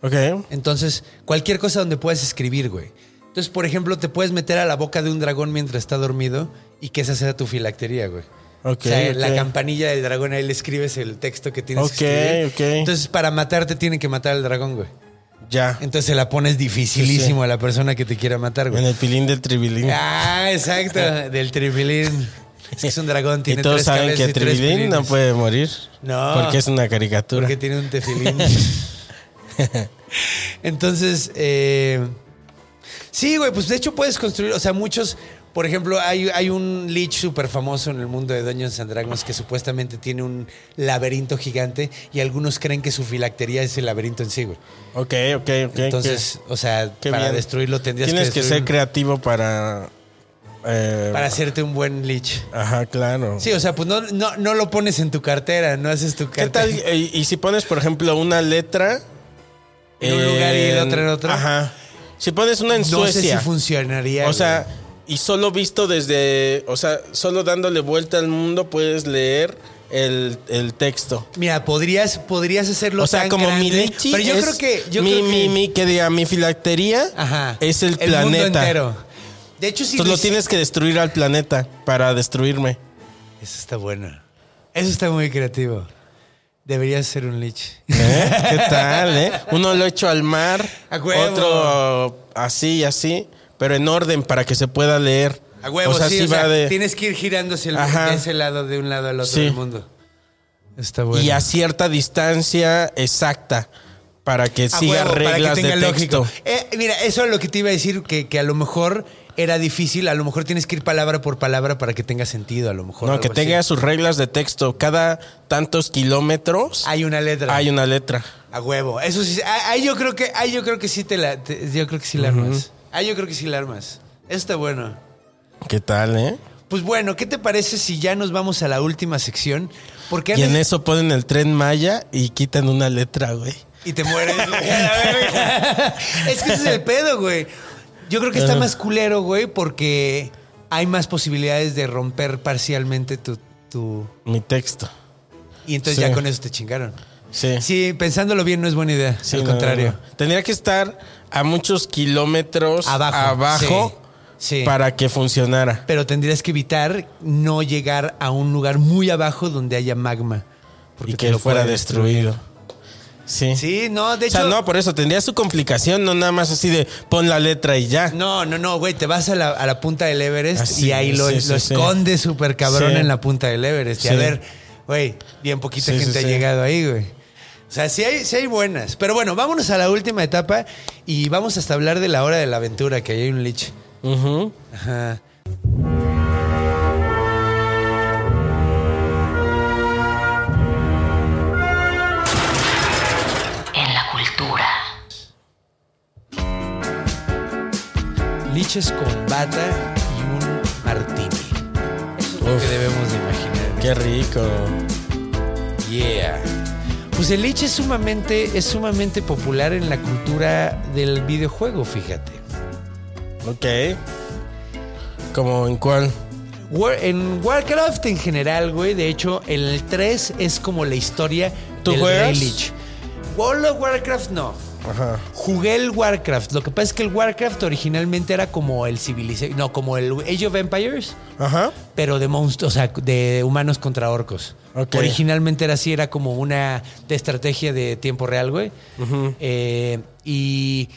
Speaker 3: Ok.
Speaker 1: Entonces, cualquier cosa donde puedas escribir, güey. Entonces, por ejemplo, te puedes meter a la boca de un dragón mientras está dormido y que esa sea tu filactería, güey.
Speaker 3: Ok,
Speaker 1: o sea, la
Speaker 3: ok.
Speaker 1: campanilla del dragón, ahí le escribes el texto que tienes
Speaker 3: Ok,
Speaker 1: que escribir.
Speaker 3: ok.
Speaker 1: Entonces, para matarte tienen que matar al dragón, güey.
Speaker 3: Ya.
Speaker 1: Entonces se la pones dificilísimo
Speaker 3: Sí, sí.
Speaker 1: a la persona que te quiera matar,
Speaker 3: En
Speaker 1: güey.
Speaker 3: el pilín del tribilín.
Speaker 1: Ah, exacto, del tribilín. Es que es un dragón,
Speaker 3: y
Speaker 1: tiene
Speaker 3: todos
Speaker 1: tres
Speaker 3: saben
Speaker 1: cabezas
Speaker 3: que
Speaker 1: y tres
Speaker 3: tribilín no
Speaker 1: pilines.
Speaker 3: puede morir.
Speaker 1: No.
Speaker 3: Porque es una caricatura.
Speaker 1: Porque tiene un tefilín. Entonces, eh, sí, güey, pues de hecho puedes construir, o sea, muchos, por ejemplo, hay, hay un lich súper famoso en el mundo de Dungeons and Dragons que supuestamente tiene un laberinto gigante y algunos creen que su filactería es el laberinto en sí, güey.
Speaker 3: Ok, ok, ok.
Speaker 1: Entonces, o sea,
Speaker 3: Qué
Speaker 1: para
Speaker 3: bien.
Speaker 1: destruirlo tendrías
Speaker 3: Tienes que, ser
Speaker 1: destruirlo.
Speaker 3: creativo para. eh,
Speaker 1: para hacerte un buen lich.
Speaker 3: Ajá, claro.
Speaker 1: Sí, o sea, pues no, no, no lo pones en tu cartera, no haces tu
Speaker 3: ¿Qué
Speaker 1: cartera.
Speaker 3: tal? eh, Y, si pones, por ejemplo, una letra.
Speaker 1: En un lugar y la otra en otro?
Speaker 3: Ajá. Si pones una en
Speaker 1: No sé si
Speaker 3: Suecia.
Speaker 1: funcionaría.
Speaker 3: o sea,
Speaker 1: güey.
Speaker 3: y solo visto desde. O sea, solo dándole vuelta al mundo puedes leer el, el texto.
Speaker 1: Mira, podrías, podrías hacerlo
Speaker 3: O sea,
Speaker 1: tan
Speaker 3: como
Speaker 1: grande,
Speaker 3: mi lechi
Speaker 1: Pero yo
Speaker 3: es
Speaker 1: creo que. Yo
Speaker 3: mi,
Speaker 1: creo que
Speaker 3: mi, mi, que diga, mi filactería
Speaker 1: Ajá.
Speaker 3: es el,
Speaker 1: El mundo
Speaker 3: planeta.
Speaker 1: entero. De hecho, si
Speaker 3: Entonces lo
Speaker 1: hici-
Speaker 3: tienes que destruir al planeta para destruirme.
Speaker 1: Eso está bueno. Eso está muy creativo. Deberías ser un lich.
Speaker 3: ¿Eh? ¿Qué tal, eh? Uno lo echo al mar,
Speaker 1: A huevo.
Speaker 3: otro así y así, pero en orden para que se pueda leer.
Speaker 1: A huevo,
Speaker 3: o sea,
Speaker 1: sí,
Speaker 3: sí
Speaker 1: o
Speaker 3: va
Speaker 1: sea,
Speaker 3: de-
Speaker 1: tienes que ir girando hacia el-
Speaker 3: Ajá.
Speaker 1: de ese lado, de un lado al otro
Speaker 3: Sí.
Speaker 1: del mundo. Está bueno.
Speaker 3: y a cierta distancia exacta para que
Speaker 1: A
Speaker 3: siga
Speaker 1: huevo, para que
Speaker 3: reglas
Speaker 1: tenga
Speaker 3: de texto.
Speaker 1: lógico. Eh, mira, eso es lo que te iba a decir, que, que a lo mejor era difícil, a lo mejor tienes que ir palabra por palabra para que tenga sentido, a lo mejor.
Speaker 3: No,
Speaker 1: algo
Speaker 3: que
Speaker 1: así.
Speaker 3: tenga sus reglas de texto. Cada tantos kilómetros
Speaker 1: Hay una letra.
Speaker 3: hay una letra.
Speaker 1: A huevo. Eso sí. ah, Ahí yo creo que, ahí yo creo que sí te la. te- yo creo que sí la armas. Ahí yo creo que sí la armas. Eso está bueno.
Speaker 3: ¿Qué tal, eh?
Speaker 1: Pues bueno, ¿qué te parece si ya nos vamos a la última sección? Porque
Speaker 3: Y en
Speaker 1: antes-
Speaker 3: eso ponen el tren Maya y quitan una letra, güey.
Speaker 1: y te mueres. güey, a la verga. es que ese es el pedo, güey. Yo creo que está más culero, güey, porque hay más posibilidades de romper parcialmente tu. tu-
Speaker 3: Mi texto.
Speaker 1: y entonces
Speaker 3: Sí.
Speaker 1: ya con eso te chingaron.
Speaker 3: Sí.
Speaker 1: Sí, pensándolo bien no es buena idea.
Speaker 3: Sí,
Speaker 1: al
Speaker 3: no,
Speaker 1: contrario.
Speaker 3: no, no. Tendría que estar a muchos kilómetros
Speaker 1: Abajo.
Speaker 3: abajo,
Speaker 1: Sí. Sí.
Speaker 3: para que funcionara.
Speaker 1: Pero tendrías que evitar no llegar a un lugar muy abajo donde haya magma.
Speaker 3: y
Speaker 1: te
Speaker 3: que
Speaker 1: lo
Speaker 3: fuera
Speaker 1: puede
Speaker 3: destruido. Sí.
Speaker 1: Sí, no, de
Speaker 3: O sea,
Speaker 1: hecho.
Speaker 3: no, por eso tendría su complicación, no nada más así de pon la letra y ya.
Speaker 1: No, no, no, güey, te vas a la, a la punta del Everest
Speaker 3: Así,
Speaker 1: y ahí lo,
Speaker 3: sí, sí,
Speaker 1: lo
Speaker 3: sí.
Speaker 1: escondes súper cabrón
Speaker 3: Sí.
Speaker 1: en la punta del Everest. Y a
Speaker 3: Sí.
Speaker 1: ver, güey, bien poquita
Speaker 3: Sí, sí,
Speaker 1: gente ha
Speaker 3: sí.
Speaker 1: llegado ahí, güey. O sea, sí hay, sí hay buenas. Pero bueno, vámonos a la última etapa y vamos hasta hablar de la hora de la aventura, que ahí hay un lich.
Speaker 3: Ujú.
Speaker 1: Ajá.
Speaker 2: en la cultura,
Speaker 1: Liches con bata y un martini. Eso es lo
Speaker 3: Uf.
Speaker 1: que debemos de imaginar.
Speaker 3: Qué rico.
Speaker 1: Yeah. Pues el liche es sumamente, es sumamente popular en la cultura del videojuego, fíjate.
Speaker 3: Ok. ¿Como en cuál?
Speaker 1: War- en Warcraft en general, güey, de hecho, en el 3 es como la historia
Speaker 3: ¿Tú
Speaker 1: del
Speaker 3: juegas?
Speaker 1: Rey Lich. World of Warcraft no.
Speaker 3: Ajá.
Speaker 1: Jugué el Warcraft. Lo que pasa es que el Warcraft originalmente era como el Civilization. No, como el Age of Empires.
Speaker 3: Ajá.
Speaker 1: pero de monstruos, o sea, de humanos contra orcos.
Speaker 3: Ok.
Speaker 1: Originalmente era así, era como una de estrategia de tiempo real, güey. Eh, y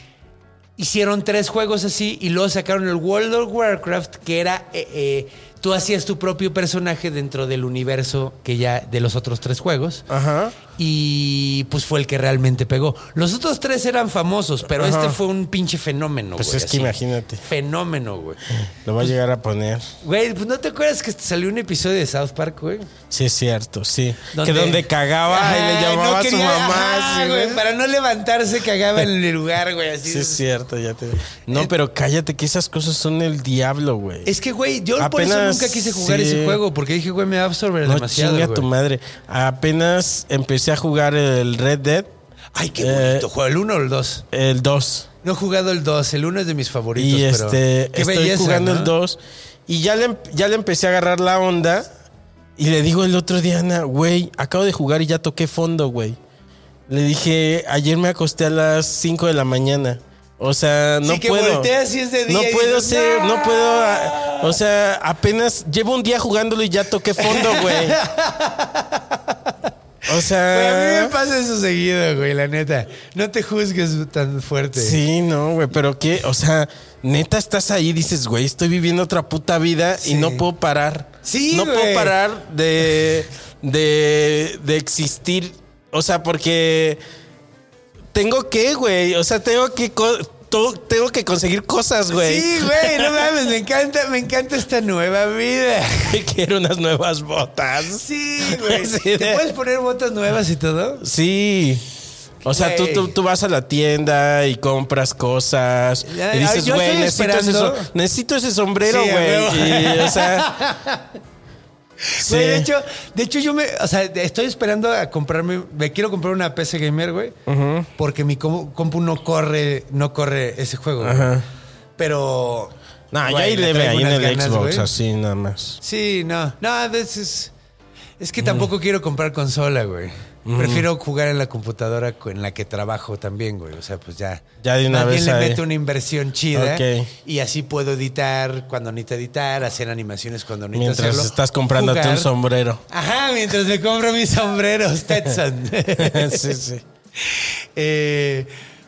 Speaker 1: hicieron tres juegos así y luego sacaron el World of Warcraft, que era, eh, eh, tú hacías tu propio personaje dentro del universo que ya de los otros tres juegos.
Speaker 3: Ajá.
Speaker 1: Y pues fue el que realmente pegó. Los otros tres eran famosos, pero
Speaker 3: Ajá.
Speaker 1: este fue un pinche fenómeno,
Speaker 3: Pues
Speaker 1: güey,
Speaker 3: es que
Speaker 1: así.
Speaker 3: imagínate.
Speaker 1: Fenómeno, güey.
Speaker 3: Lo va a llegar a poner.
Speaker 1: Güey, pues no te acuerdas que salió un episodio de South Park, güey.
Speaker 3: Sí, es cierto, sí.
Speaker 1: Donde-
Speaker 3: Que donde cagaba y le
Speaker 1: Ay,
Speaker 3: llamaba
Speaker 1: no
Speaker 3: a su
Speaker 1: quería-
Speaker 3: mamá.
Speaker 1: ajá,
Speaker 3: sí,
Speaker 1: güey.
Speaker 3: ¿no?
Speaker 1: Para no levantarse, cagaba en el lugar, güey. Así
Speaker 3: Sí, es cierto, ya te No, pero cállate que esas cosas son el diablo, güey.
Speaker 1: Eh, Es que, güey, yo por eso
Speaker 3: Apenas-
Speaker 1: nunca quise jugar
Speaker 3: sí.
Speaker 1: ese juego, porque dije, güey, me va a absorber
Speaker 3: No
Speaker 1: demasiado.
Speaker 3: chinga
Speaker 1: güey.
Speaker 3: tu madre. Apenas empecé a jugar el Red Dead,
Speaker 1: Ay, qué bonito.
Speaker 3: Eh,
Speaker 1: juego, ¿El 1 o el 2?
Speaker 3: el 2.
Speaker 1: No he jugado el 2, el 1 es de mis favoritos.
Speaker 3: Y
Speaker 1: pero-
Speaker 3: este,
Speaker 1: Qué
Speaker 3: estoy
Speaker 1: belleza,
Speaker 3: jugando
Speaker 1: ¿no?
Speaker 3: el 2. Y ya le, em- ya le empecé a agarrar la onda. Y le digo el otro día, Ana, güey, acabo de jugar y ya toqué fondo, güey. Le dije, ayer me acosté a las 5 de la mañana. O sea, no
Speaker 1: Sí, que
Speaker 3: puedo.
Speaker 1: volteas y es de día
Speaker 3: no
Speaker 1: y
Speaker 3: puedo
Speaker 1: dices,
Speaker 3: ser, no,
Speaker 1: "No".
Speaker 3: puedo. ah, O sea, apenas llevo un día jugándolo y ya toqué fondo, güey. O
Speaker 1: Güey, a mí
Speaker 3: sea.
Speaker 1: me pasa eso seguido, güey, la neta. No te juzgues tan fuerte.
Speaker 3: Sí, no, güey, pero qué, o sea, neta estás ahí, dices, güey, estoy viviendo otra puta vida
Speaker 1: Sí.
Speaker 3: y no puedo parar.
Speaker 1: Sí,
Speaker 3: No
Speaker 1: güey.
Speaker 3: puedo parar de, de, de existir. O sea, porque tengo que, güey, o sea, tengo que, co- to- tengo que conseguir cosas, güey.
Speaker 1: Sí, güey, no mames, me encanta, me encanta esta nueva vida.
Speaker 3: Quiero unas nuevas botas.
Speaker 1: Sí, güey.
Speaker 3: Sí,
Speaker 1: ¿Te
Speaker 3: de-
Speaker 1: puedes poner botas nuevas y todo?
Speaker 3: Sí. O sea, tú,
Speaker 1: Güey.
Speaker 3: tú, tú vas a la tienda y compras cosas.
Speaker 1: Ya,
Speaker 3: y dices,
Speaker 1: yo
Speaker 3: güey,
Speaker 1: estoy
Speaker 3: necesito, ese
Speaker 1: esperando".
Speaker 3: so- necesito ese sombrero,
Speaker 1: Sí, a
Speaker 3: güey.
Speaker 1: huevo.
Speaker 3: Y, o sea. sí.
Speaker 1: Güey, de hecho, de hecho yo me, o sea, estoy esperando a comprarme, me quiero comprar una PC gamer, güey, porque mi com- compu no corre, no corre ese juego. güey.
Speaker 3: Ajá.
Speaker 1: Pero
Speaker 3: No, yo
Speaker 1: güey,
Speaker 3: ahí
Speaker 1: le
Speaker 3: leve,
Speaker 1: traigo
Speaker 3: ahí en
Speaker 1: unas
Speaker 3: el
Speaker 1: ganas,
Speaker 3: Xbox,
Speaker 1: güey.
Speaker 3: así nada más. Mm.
Speaker 1: Sí, no. No, a veces es que tampoco quiero comprar consola, güey. Prefiero jugar en la computadora co- en la que trabajo también, güey. O sea, pues ya.
Speaker 3: Ya de una
Speaker 1: Más bien
Speaker 3: vez
Speaker 1: le
Speaker 3: ahí.
Speaker 1: meto una inversión chida.
Speaker 3: Ok.
Speaker 1: Y así puedo editar cuando necesito editar, hacer animaciones cuando necesito
Speaker 3: Mientras
Speaker 1: hacerlo,
Speaker 3: estás comprándote
Speaker 1: jugar.
Speaker 3: un sombrero.
Speaker 1: Ajá, mientras me compro mis sombreros, Tetson.
Speaker 3: sí, sí.
Speaker 1: Eh,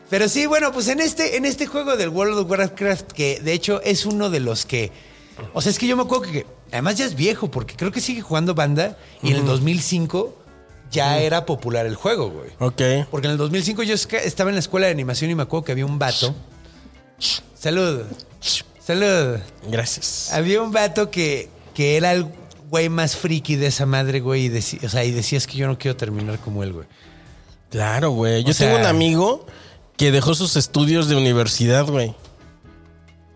Speaker 1: pero sí, bueno, pues en este, en este juego del World of Warcraft, que de hecho es uno de los que. O sea, es que yo me acuerdo que. Además ya es viejo, porque creo que sigue jugando banda. Y en el 2005 ya era popular el juego, güey.
Speaker 3: Ok.
Speaker 1: Porque en el 2005 yo esca- estaba en la escuela de animación y me acuerdo que había un vato. Salud. Salud.
Speaker 3: Gracias.
Speaker 1: Había un vato que, que era el güey más friki de esa madre, güey. Y decía, o sea, y decías que yo no quiero terminar como él, güey.
Speaker 3: Claro, güey. Yo
Speaker 1: O sea-
Speaker 3: tengo un amigo que dejó sus estudios de universidad, güey.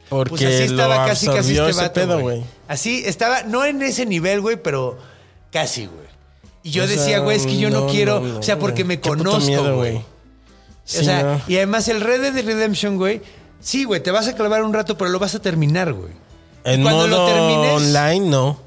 Speaker 3: Porque
Speaker 1: Pues así estaba
Speaker 3: lo
Speaker 1: casi,
Speaker 3: absorbió
Speaker 1: casi este
Speaker 3: ese
Speaker 1: vato,
Speaker 3: pedo,
Speaker 1: güey.
Speaker 3: güey.
Speaker 1: Así estaba, no en ese nivel, güey, pero casi, güey. Y yo
Speaker 3: O sea,
Speaker 1: decía, güey, es que yo no,
Speaker 3: no,
Speaker 1: quiero,
Speaker 3: no, no,
Speaker 1: o sea, porque me
Speaker 3: qué puto
Speaker 1: conozco,
Speaker 3: miedo,
Speaker 1: güey.
Speaker 3: güey. Sí,
Speaker 1: o sea,
Speaker 3: no.
Speaker 1: y además el Red Dead Redemption, güey, sí, güey, te vas a clavar un rato, pero lo vas a terminar, güey. Y
Speaker 3: En
Speaker 1: cuando lo
Speaker 3: modo
Speaker 1: termines-
Speaker 3: online, no.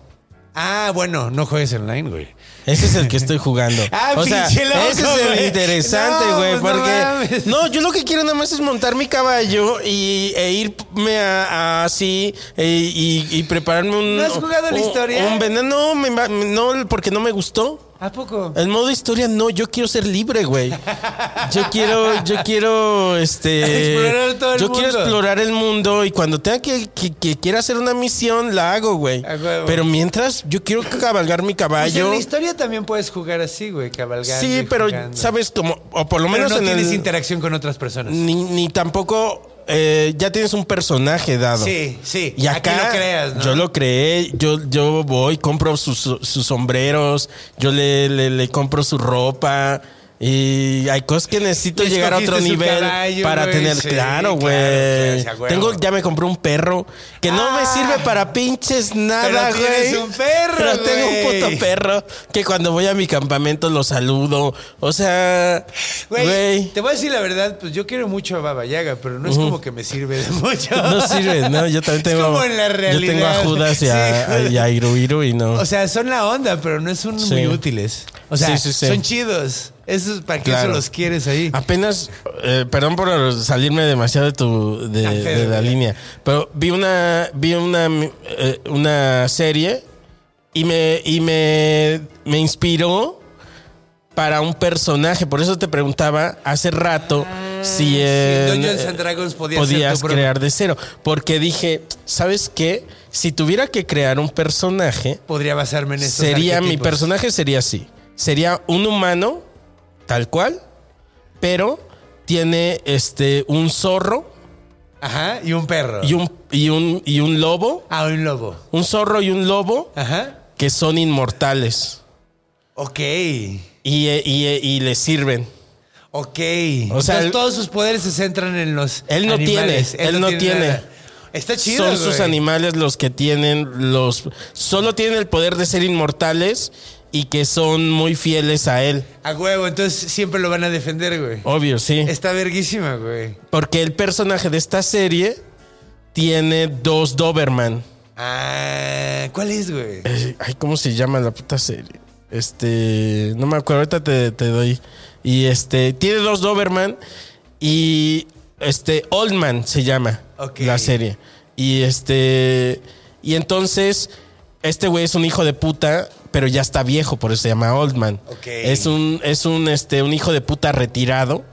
Speaker 1: Ah, bueno, no juegues online, güey.
Speaker 3: Ese es el que estoy jugando.
Speaker 1: Ah,
Speaker 3: o sea,
Speaker 1: pinche loco,
Speaker 3: ese es
Speaker 1: güey.
Speaker 3: el interesante,
Speaker 1: No,
Speaker 3: güey.
Speaker 1: pues, no
Speaker 3: porque.
Speaker 1: mames.
Speaker 3: No, yo lo que quiero nada más es montar mi caballo y, e irme a, a- así e- y, y prepararme un.
Speaker 1: ¿No has jugado la
Speaker 3: un-
Speaker 1: historia?
Speaker 3: Un veneno. No, me va- no, porque no me gustó.
Speaker 1: ¿A poco?
Speaker 3: El modo historia no, yo quiero ser libre, güey. Yo quiero, yo quiero, este,
Speaker 1: Explorar todo el
Speaker 3: yo quiero
Speaker 1: mundo.
Speaker 3: explorar el mundo y cuando tenga que, que- que quiera hacer una misión la hago, güey.
Speaker 1: A huevo.
Speaker 3: Pero mientras yo quiero cabalgar mi
Speaker 1: Pues en
Speaker 3: caballo.
Speaker 1: la historia también puedes jugar así, güey, cabalgando.
Speaker 3: Sí,
Speaker 1: y
Speaker 3: pero
Speaker 1: jugando.
Speaker 3: sabes como, o por lo
Speaker 1: Pero
Speaker 3: menos
Speaker 1: no
Speaker 3: en
Speaker 1: tienes
Speaker 3: el-
Speaker 1: interacción con otras personas.
Speaker 3: ni, ni tampoco eh, ya tienes un personaje dado.
Speaker 1: Sí, sí.
Speaker 3: Y
Speaker 1: Aquí
Speaker 3: acá
Speaker 1: lo creas, ¿no?
Speaker 3: yo lo creé, yo, yo voy, compro sus, sus sombreros, yo le, le, le compro su ropa. Y hay cosas que necesito
Speaker 1: Le
Speaker 3: llegar a
Speaker 1: escogiste
Speaker 3: otro
Speaker 1: su
Speaker 3: nivel
Speaker 1: caballo,
Speaker 3: para
Speaker 1: güey,
Speaker 3: tener.
Speaker 1: sí, claro,
Speaker 3: claro, güey.
Speaker 1: sí, a huevo.
Speaker 3: Tengo, ya me compré un perro que no me
Speaker 1: Ah.
Speaker 3: sirve para pinches nada,
Speaker 1: Pero tienes
Speaker 3: güey.
Speaker 1: un perro,
Speaker 3: Pero tengo un
Speaker 1: güey.
Speaker 3: puto perro que cuando voy a mi campamento lo saludo. O sea,
Speaker 1: Güey,
Speaker 3: güey.
Speaker 1: te voy a decir la verdad, pues yo quiero mucho a Baba Yaga, pero no es como que me sirve de mucho.
Speaker 3: No sirve, no, yo también tengo.
Speaker 1: Es como en la realidad.
Speaker 3: Yo tengo a Judas y
Speaker 1: Sí,
Speaker 3: a,
Speaker 1: Judas.
Speaker 3: y a Iru Iru y no.
Speaker 1: O sea, son la onda, pero no son
Speaker 3: Sí.
Speaker 1: muy útiles. O sea,
Speaker 3: Sí, sí, sí.
Speaker 1: son chidos. Eso es para que
Speaker 3: Claro. Ah,
Speaker 1: eso los quieres ahí.
Speaker 3: Apenas, eh, perdón por salirme demasiado de tu de,
Speaker 1: Ah,
Speaker 3: de
Speaker 1: pero-
Speaker 3: la línea, pero vi una vi una eh, una serie y me y me me inspiró para un personaje, por eso te preguntaba hace rato si en-
Speaker 1: Dungeons and Dragons podías ser
Speaker 3: eh, podías
Speaker 1: tu propio-
Speaker 3: crear de cero, porque dije, ¿sabes qué? Si tuviera que crear un personaje,
Speaker 1: Podría basarme en eso.
Speaker 3: sería mi personaje sería así. Sería un humano tal cual, pero tiene este un zorro
Speaker 1: Ajá, y un perro.
Speaker 3: y un y un y un lobo,
Speaker 1: Ah, un lobo.
Speaker 3: un zorro y un lobo
Speaker 1: Ajá.
Speaker 3: que son inmortales
Speaker 1: Ok.
Speaker 3: y eh, y, eh, y le sirven.
Speaker 1: Ok.
Speaker 3: O sea,
Speaker 1: Entonces,
Speaker 3: él-
Speaker 1: todos sus poderes se centran en los.
Speaker 3: Él no
Speaker 1: animales.
Speaker 3: tiene, él no tiene.
Speaker 1: nada. Está chido.
Speaker 3: son sus
Speaker 1: güey.
Speaker 3: animales los que tienen los solo tienen el poder de ser inmortales y que son muy fieles a él.
Speaker 1: A huevo, entonces siempre lo van a defender, güey.
Speaker 3: Obvio, sí.
Speaker 1: Está verguísima, güey.
Speaker 3: Porque el personaje de esta serie tiene dos Doberman.
Speaker 1: Ah, ¿cuál es, güey?
Speaker 3: Eh, Ay, ¿cómo se llama la puta serie? Este, no me acuerdo, ahorita te, te doy. Y este, tiene dos Doberman y este, Oldman se llama
Speaker 1: Ok.
Speaker 3: la serie. Y este, y entonces, este güey es un hijo de puta, pero ya está viejo, por eso se llama Oldman.
Speaker 1: Ok.
Speaker 3: Es un, es un, este, un hijo de puta retirado,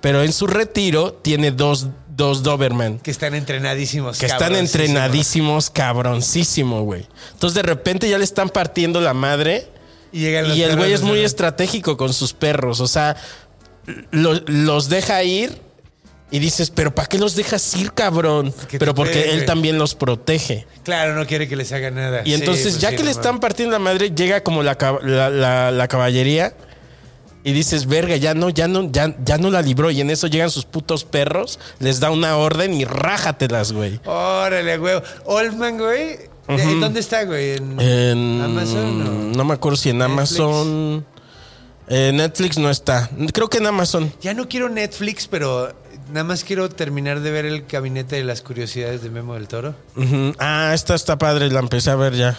Speaker 3: pero en su retiro tiene dos, dos Doberman.
Speaker 1: Que están entrenadísimos.
Speaker 3: Que están
Speaker 1: cabroncísimos.
Speaker 3: entrenadísimos, cabroncísimo, güey. Entonces de repente ya le están partiendo la madre.
Speaker 1: Y, llegan los
Speaker 3: Y el güey
Speaker 1: perros,
Speaker 3: es muy
Speaker 1: ¿no?
Speaker 3: estratégico con sus perros. O sea, lo- los deja ir y dices, pero ¿para qué los dejas ir, cabrón?
Speaker 1: que te
Speaker 3: Pero porque
Speaker 1: pegue.
Speaker 3: él también los protege.
Speaker 1: Claro, no quiere que les haga nada.
Speaker 3: Y entonces,
Speaker 1: pues
Speaker 3: ya que le están partiendo la madre, llega como la, cab- la- la- la caballería y dices, verga, ya no, ya no, ya, ya no la libró. Y en eso llegan sus putos perros, les da una orden y rájatelas, güey.
Speaker 1: Órale, güey. Oldman, güey. ¿de- ¿Dónde está, güey? ¿En,
Speaker 3: En
Speaker 1: Amazon? o-
Speaker 3: No me acuerdo si en Amazon. Eh, Netflix no está. Creo que en Amazon.
Speaker 1: Ya no quiero Netflix, pero nada más quiero terminar de ver el Gabinete de las Curiosidades de Memo del Toro.
Speaker 3: Ujú. Ah, esta está padre, la empecé a ver ya.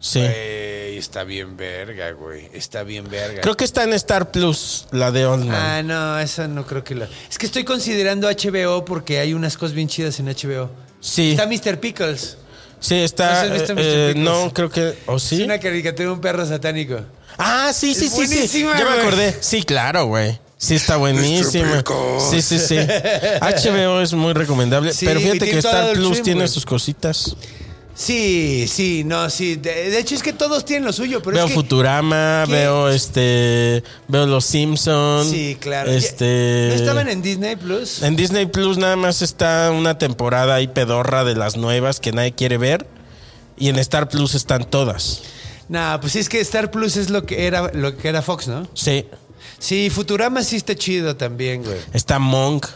Speaker 3: Sí.
Speaker 1: Eh, Güey, está bien verga, güey. Está bien verga.
Speaker 3: Creo que está en Star Plus, la de Oldman.
Speaker 1: Ah, no, esa no creo que la. Es que estoy considerando HBO porque hay unas cosas bien chidas en HBO.
Speaker 3: Sí.
Speaker 1: Está Mr. Pickles.
Speaker 3: sí, está.
Speaker 1: ¿No has visto
Speaker 3: eh,
Speaker 1: Mr.
Speaker 3: eh,
Speaker 1: Pickles?
Speaker 3: no, creo que. ¿O sí?
Speaker 1: Es una caricatura de un perro satánico.
Speaker 3: Ah, sí, sí,
Speaker 1: Es
Speaker 3: sí, sí.
Speaker 1: buenísima,
Speaker 3: Ya me
Speaker 1: güey.
Speaker 3: acordé. Sí, claro, güey. Sí, está buenísima.
Speaker 1: Pickles.
Speaker 3: Sí, sí, sí. HBO es muy recomendable.
Speaker 1: Sí,
Speaker 3: pero
Speaker 1: y
Speaker 3: fíjate
Speaker 1: tiene
Speaker 3: que
Speaker 1: todo
Speaker 3: Star
Speaker 1: el
Speaker 3: Plus
Speaker 1: stream,
Speaker 3: tiene
Speaker 1: güey.
Speaker 3: sus cositas.
Speaker 1: Sí, sí, no, sí. De, de hecho, es que todos tienen lo suyo, pero
Speaker 3: veo
Speaker 1: es que.
Speaker 3: Futurama,
Speaker 1: ¿qué?
Speaker 3: veo este. Veo Los Simpsons.
Speaker 1: Sí, claro.
Speaker 3: Este.
Speaker 1: ¿No estaban en Disney Plus?
Speaker 3: En Disney Plus nada más está una temporada ahí pedorra de las nuevas que nadie quiere ver. Y en Star Plus están todas.
Speaker 1: Nah, pues es que Star Plus es lo que era, lo que era Fox, ¿no?
Speaker 3: Sí.
Speaker 1: Sí, Futurama sí está chido también, güey.
Speaker 3: Está Monk.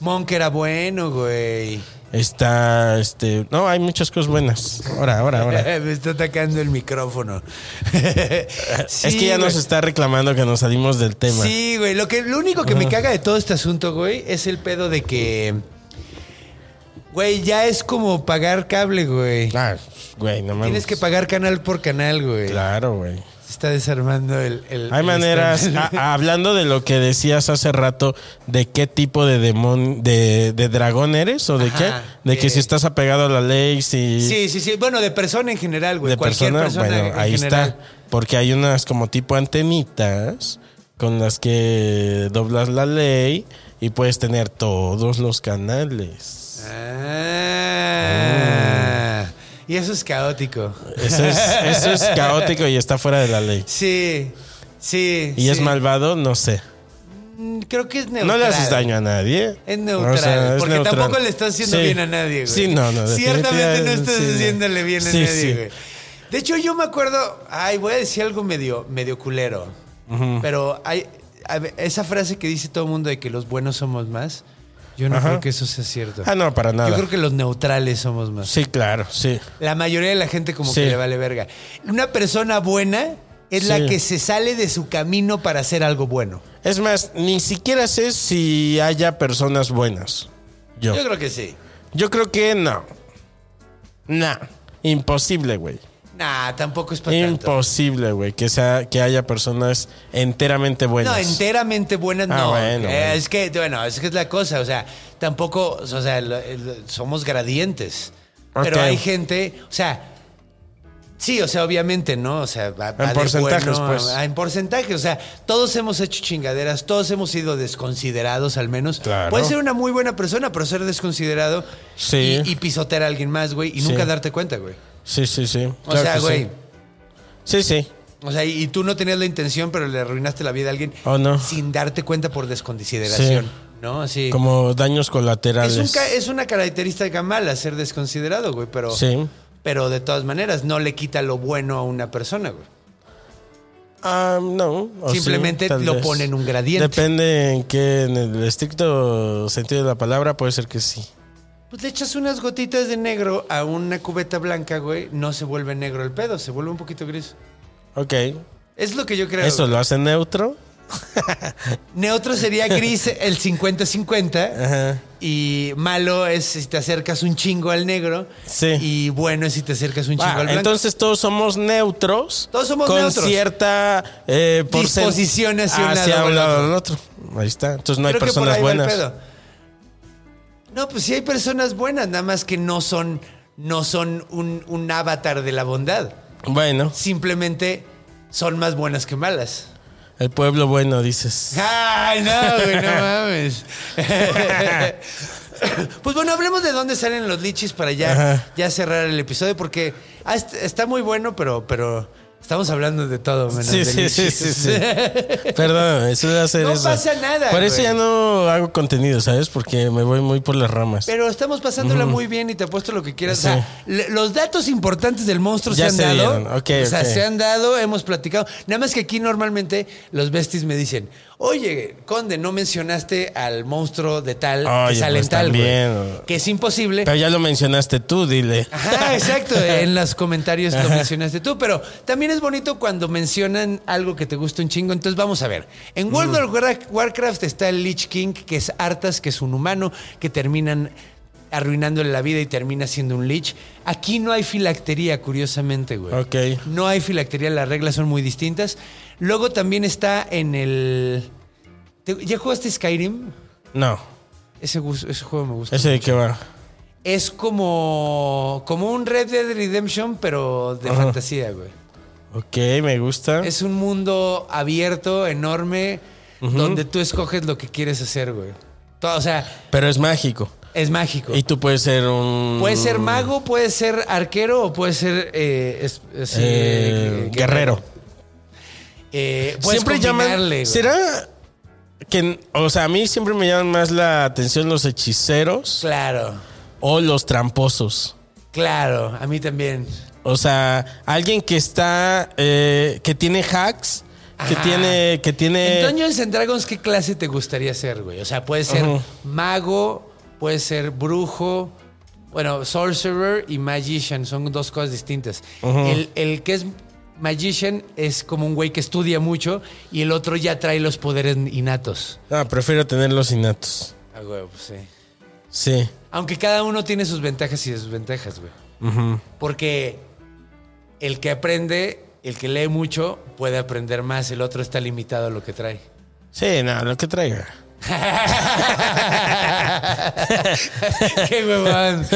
Speaker 1: Monk era bueno, güey.
Speaker 3: Está este. No, hay muchas cosas buenas. Ahora, ahora, ahora.
Speaker 1: Me está atacando el micrófono.
Speaker 3: es que ya nos está reclamando que nos salimos del tema. Ah.
Speaker 1: Sí, güey. Lo, que, lo único que me caga de todo este asunto, güey, es el pedo de que. Güey, ya es como pagar cable, güey.
Speaker 3: Ah, güey, no mames.
Speaker 1: Tienes que pagar canal por canal, güey.
Speaker 3: Claro, güey.
Speaker 1: Se está desarmando el. el- el
Speaker 3: Hay
Speaker 1: este,
Speaker 3: maneras. ah,
Speaker 1: stand.
Speaker 3: a- a- hablando de lo que decías hace rato, de qué tipo de demon, de, de dragón eres o de
Speaker 1: Ajá,
Speaker 3: qué, de que
Speaker 1: de-
Speaker 3: si estás apegado a la ley, si
Speaker 1: Sí, sí, sí. Bueno, de persona en general, güey.
Speaker 3: de
Speaker 1: Cualquier
Speaker 3: persona,
Speaker 1: persona,
Speaker 3: bueno,
Speaker 1: en
Speaker 3: ahí
Speaker 1: general.
Speaker 3: está, porque hay unas como tipo antenitas con las que doblas la ley y puedes tener todos los canales.
Speaker 1: Ah. Y eso es caótico.
Speaker 3: Eso es, eso es caótico y está fuera de la ley.
Speaker 1: Ah. Sí, sí.
Speaker 3: ¿Y
Speaker 1: sí.
Speaker 3: es malvado? No sé.
Speaker 1: Mm, Creo que es neutral.
Speaker 3: No le haces daño a nadie.
Speaker 1: Es neutral,
Speaker 3: O sea, es
Speaker 1: porque
Speaker 3: neutral.
Speaker 1: tampoco le estás haciendo
Speaker 3: Sí.
Speaker 1: bien a nadie, güey.
Speaker 3: Sí, no, no.
Speaker 1: Ciertamente no
Speaker 3: definitivamente
Speaker 1: estás
Speaker 3: sí, no.
Speaker 1: haciéndole bien a
Speaker 3: Sí,
Speaker 1: nadie,
Speaker 3: sí.
Speaker 1: güey. De hecho, yo me acuerdo, ay, voy a decir algo medio, medio culero, pero hay a ver, esa frase que dice todo el mundo de que los buenos somos más, yo no
Speaker 3: Ajá.
Speaker 1: creo que eso sea cierto.
Speaker 3: Ah, no, para nada.
Speaker 1: Yo creo que los neutrales somos más.
Speaker 3: Sí, claro, sí.
Speaker 1: La mayoría de la gente como
Speaker 3: Sí.
Speaker 1: que le vale verga. Una persona buena es
Speaker 3: Sí.
Speaker 1: la que se sale de su camino para hacer algo bueno.
Speaker 3: Es más, ni siquiera sé si haya personas buenas. Yo.
Speaker 1: Yo creo que sí.
Speaker 3: Yo creo que no. Nah. Imposible, güey.
Speaker 1: Nah, tampoco es para tanto.
Speaker 3: Imposible, güey, que sea que haya personas enteramente buenas.
Speaker 1: No, enteramente buenas
Speaker 3: Ah,
Speaker 1: no.
Speaker 3: bueno,
Speaker 1: Eh,
Speaker 3: bueno.
Speaker 1: Es que, bueno, es que es la cosa. O sea, tampoco, o sea, lo- lo- somos gradientes. Pero
Speaker 3: Ok.
Speaker 1: hay gente, o sea, sí, o sea, obviamente, ¿no? O sea, va, va de
Speaker 3: porcentajes,
Speaker 1: bueno a-
Speaker 3: pues.
Speaker 1: a- en porcentaje, o sea, todos hemos hecho chingaderas, todos hemos sido desconsiderados al menos.
Speaker 3: Claro.
Speaker 1: Puedes ser una muy buena persona, pero ser desconsiderado
Speaker 3: Sí.
Speaker 1: y, y pisotear a alguien más, güey, y
Speaker 3: Sí.
Speaker 1: nunca darte cuenta, güey.
Speaker 3: Sí, sí, sí.
Speaker 1: O
Speaker 3: Claro que
Speaker 1: sea,
Speaker 3: sí.
Speaker 1: güey.
Speaker 3: Sí, sí.
Speaker 1: O sea, y y tú no tenías la intención, pero le arruinaste la vida a alguien
Speaker 3: Oh, no.
Speaker 1: sin darte cuenta por desconsideración.
Speaker 3: Sí.
Speaker 1: ¿No? Así.
Speaker 3: Como daños colaterales.
Speaker 1: es, un ca- es una característica mala ser desconsiderado, güey, pero,
Speaker 3: Sí.
Speaker 1: pero de todas maneras no le quita lo bueno a una persona, güey.
Speaker 3: Ah, no. o
Speaker 1: Simplemente
Speaker 3: tal
Speaker 1: lo
Speaker 3: vez.
Speaker 1: pone en un gradiente.
Speaker 3: Depende en qué, en el estricto sentido de la palabra, puede ser que sí.
Speaker 1: Pues le echas unas gotitas de negro a una cubeta blanca, güey, no se vuelve negro el pedo, se vuelve un poquito gris.
Speaker 3: Ok.
Speaker 1: Es lo que yo creo.
Speaker 3: Eso lo hace neutro.
Speaker 1: Neutro sería gris el 50-50 y malo es si te acercas un chingo al negro
Speaker 3: Sí.
Speaker 1: y bueno es si te acercas un chingo
Speaker 3: Ah,
Speaker 1: al blanco.
Speaker 3: entonces todos somos neutros.
Speaker 1: Todos somos
Speaker 3: con
Speaker 1: neutros.
Speaker 3: cierta eh, porcent-
Speaker 1: Disposición hacia un lado o
Speaker 3: un
Speaker 1: al
Speaker 3: lado
Speaker 1: otro.
Speaker 3: del otro. Ahí está. Entonces no hay
Speaker 1: Creo que por
Speaker 3: personas
Speaker 1: ahí va el
Speaker 3: buenas.
Speaker 1: pedo. No, pues sí hay personas buenas, nada más que no son, no son un, un avatar de la bondad.
Speaker 3: Bueno,
Speaker 1: Simplemente son más buenas que malas.
Speaker 3: el pueblo bueno,
Speaker 1: Ah,
Speaker 3: dices.
Speaker 1: Ay, no, güey, no mames. pues bueno, hablemos de dónde salen los lichis para ya,
Speaker 3: Ajá.
Speaker 1: ya cerrar el episodio, porque ah, est- está muy bueno, pero, pero estamos hablando de todo menos
Speaker 3: Sí,
Speaker 1: de
Speaker 3: sí, sí,
Speaker 1: lichis.
Speaker 3: sí, sí. Perdón, eso de hacer
Speaker 1: No
Speaker 3: eso.
Speaker 1: pasa nada,
Speaker 3: Por eso
Speaker 1: güey.
Speaker 3: ya no hago contenido, ¿sabes? Porque me voy muy por las ramas.
Speaker 1: Pero estamos pasándola muy bien y te apuesto lo que quieras. O
Speaker 3: Sí.
Speaker 1: sea, le- los datos importantes del monstruo
Speaker 3: Ya
Speaker 1: se han
Speaker 3: se
Speaker 1: dado.
Speaker 3: dieron. Ok,
Speaker 1: o sea,
Speaker 3: ok.
Speaker 1: se han dado, hemos platicado. Nada más que aquí normalmente los besties me dicen, oye, Conde, no mencionaste al monstruo de tal
Speaker 3: Oye,
Speaker 1: que sale
Speaker 3: pues
Speaker 1: en tal,
Speaker 3: también.
Speaker 1: güey. Que es imposible.
Speaker 3: Pero ya lo mencionaste tú, dile.
Speaker 1: Ajá, exacto. En los comentarios lo mencionaste tú, pero también es bonito cuando mencionan algo que te gusta un chingo. Entonces vamos a ver. En World of Warcraft está el Lich King, que es Arthas, que es un humano, que terminan arruinándole la vida y termina siendo un lich. Aquí no hay filactería, curiosamente, güey.
Speaker 3: Ok.
Speaker 1: No hay filactería, las reglas son muy distintas. Luego también está en el... ¿Te- ¿Ya jugaste Skyrim?
Speaker 3: No.
Speaker 1: Ese, gus- ese juego me gusta.
Speaker 3: ¿Ese de qué va?
Speaker 1: Es como, como un Red Dead Redemption, pero de
Speaker 3: Ajá.
Speaker 1: fantasía, güey.
Speaker 3: Ok, me gusta.
Speaker 1: Es un mundo abierto, enorme, donde tú escoges lo que quieres hacer, güey. Todo, o sea,
Speaker 3: Pero es mágico.
Speaker 1: es mágico.
Speaker 3: Y Mm. tú puedes ser un. eh,
Speaker 1: Puedes ser mago, puedes ser arquero o puedes ser eh, es- es-
Speaker 3: eh,
Speaker 1: eh,
Speaker 3: guerrero.
Speaker 1: Eh, puedes
Speaker 3: siempre llaman.
Speaker 1: combinarle, güey.
Speaker 3: ¿Será que. O sea, a mí siempre me llaman más la atención los hechiceros
Speaker 1: Claro,
Speaker 3: o los tramposos.
Speaker 1: claro, a mí también.
Speaker 3: O sea, alguien que está. eh, que tiene hacks. Que
Speaker 1: Ajá.
Speaker 3: tiene. Que tiene.
Speaker 1: en Dungeons and Dragons, ¿qué clase te gustaría ser, güey? O sea, puedes ser
Speaker 3: Ujú.
Speaker 1: mago, puedes ser brujo, bueno, sorcerer y magician, son dos cosas distintas. el, el que es magician es como un güey que estudia mucho y el otro ya trae los poderes innatos.
Speaker 3: Ah, prefiero tener los innatos.
Speaker 1: Ah, güey, pues sí.
Speaker 3: Sí.
Speaker 1: Aunque cada uno tiene sus ventajas y desventajas, güey. Porque el que aprende, el que lee mucho, puede aprender más, el otro está limitado a lo que trae.
Speaker 3: Sí, nada, lo que traiga.
Speaker 1: Qué huevón.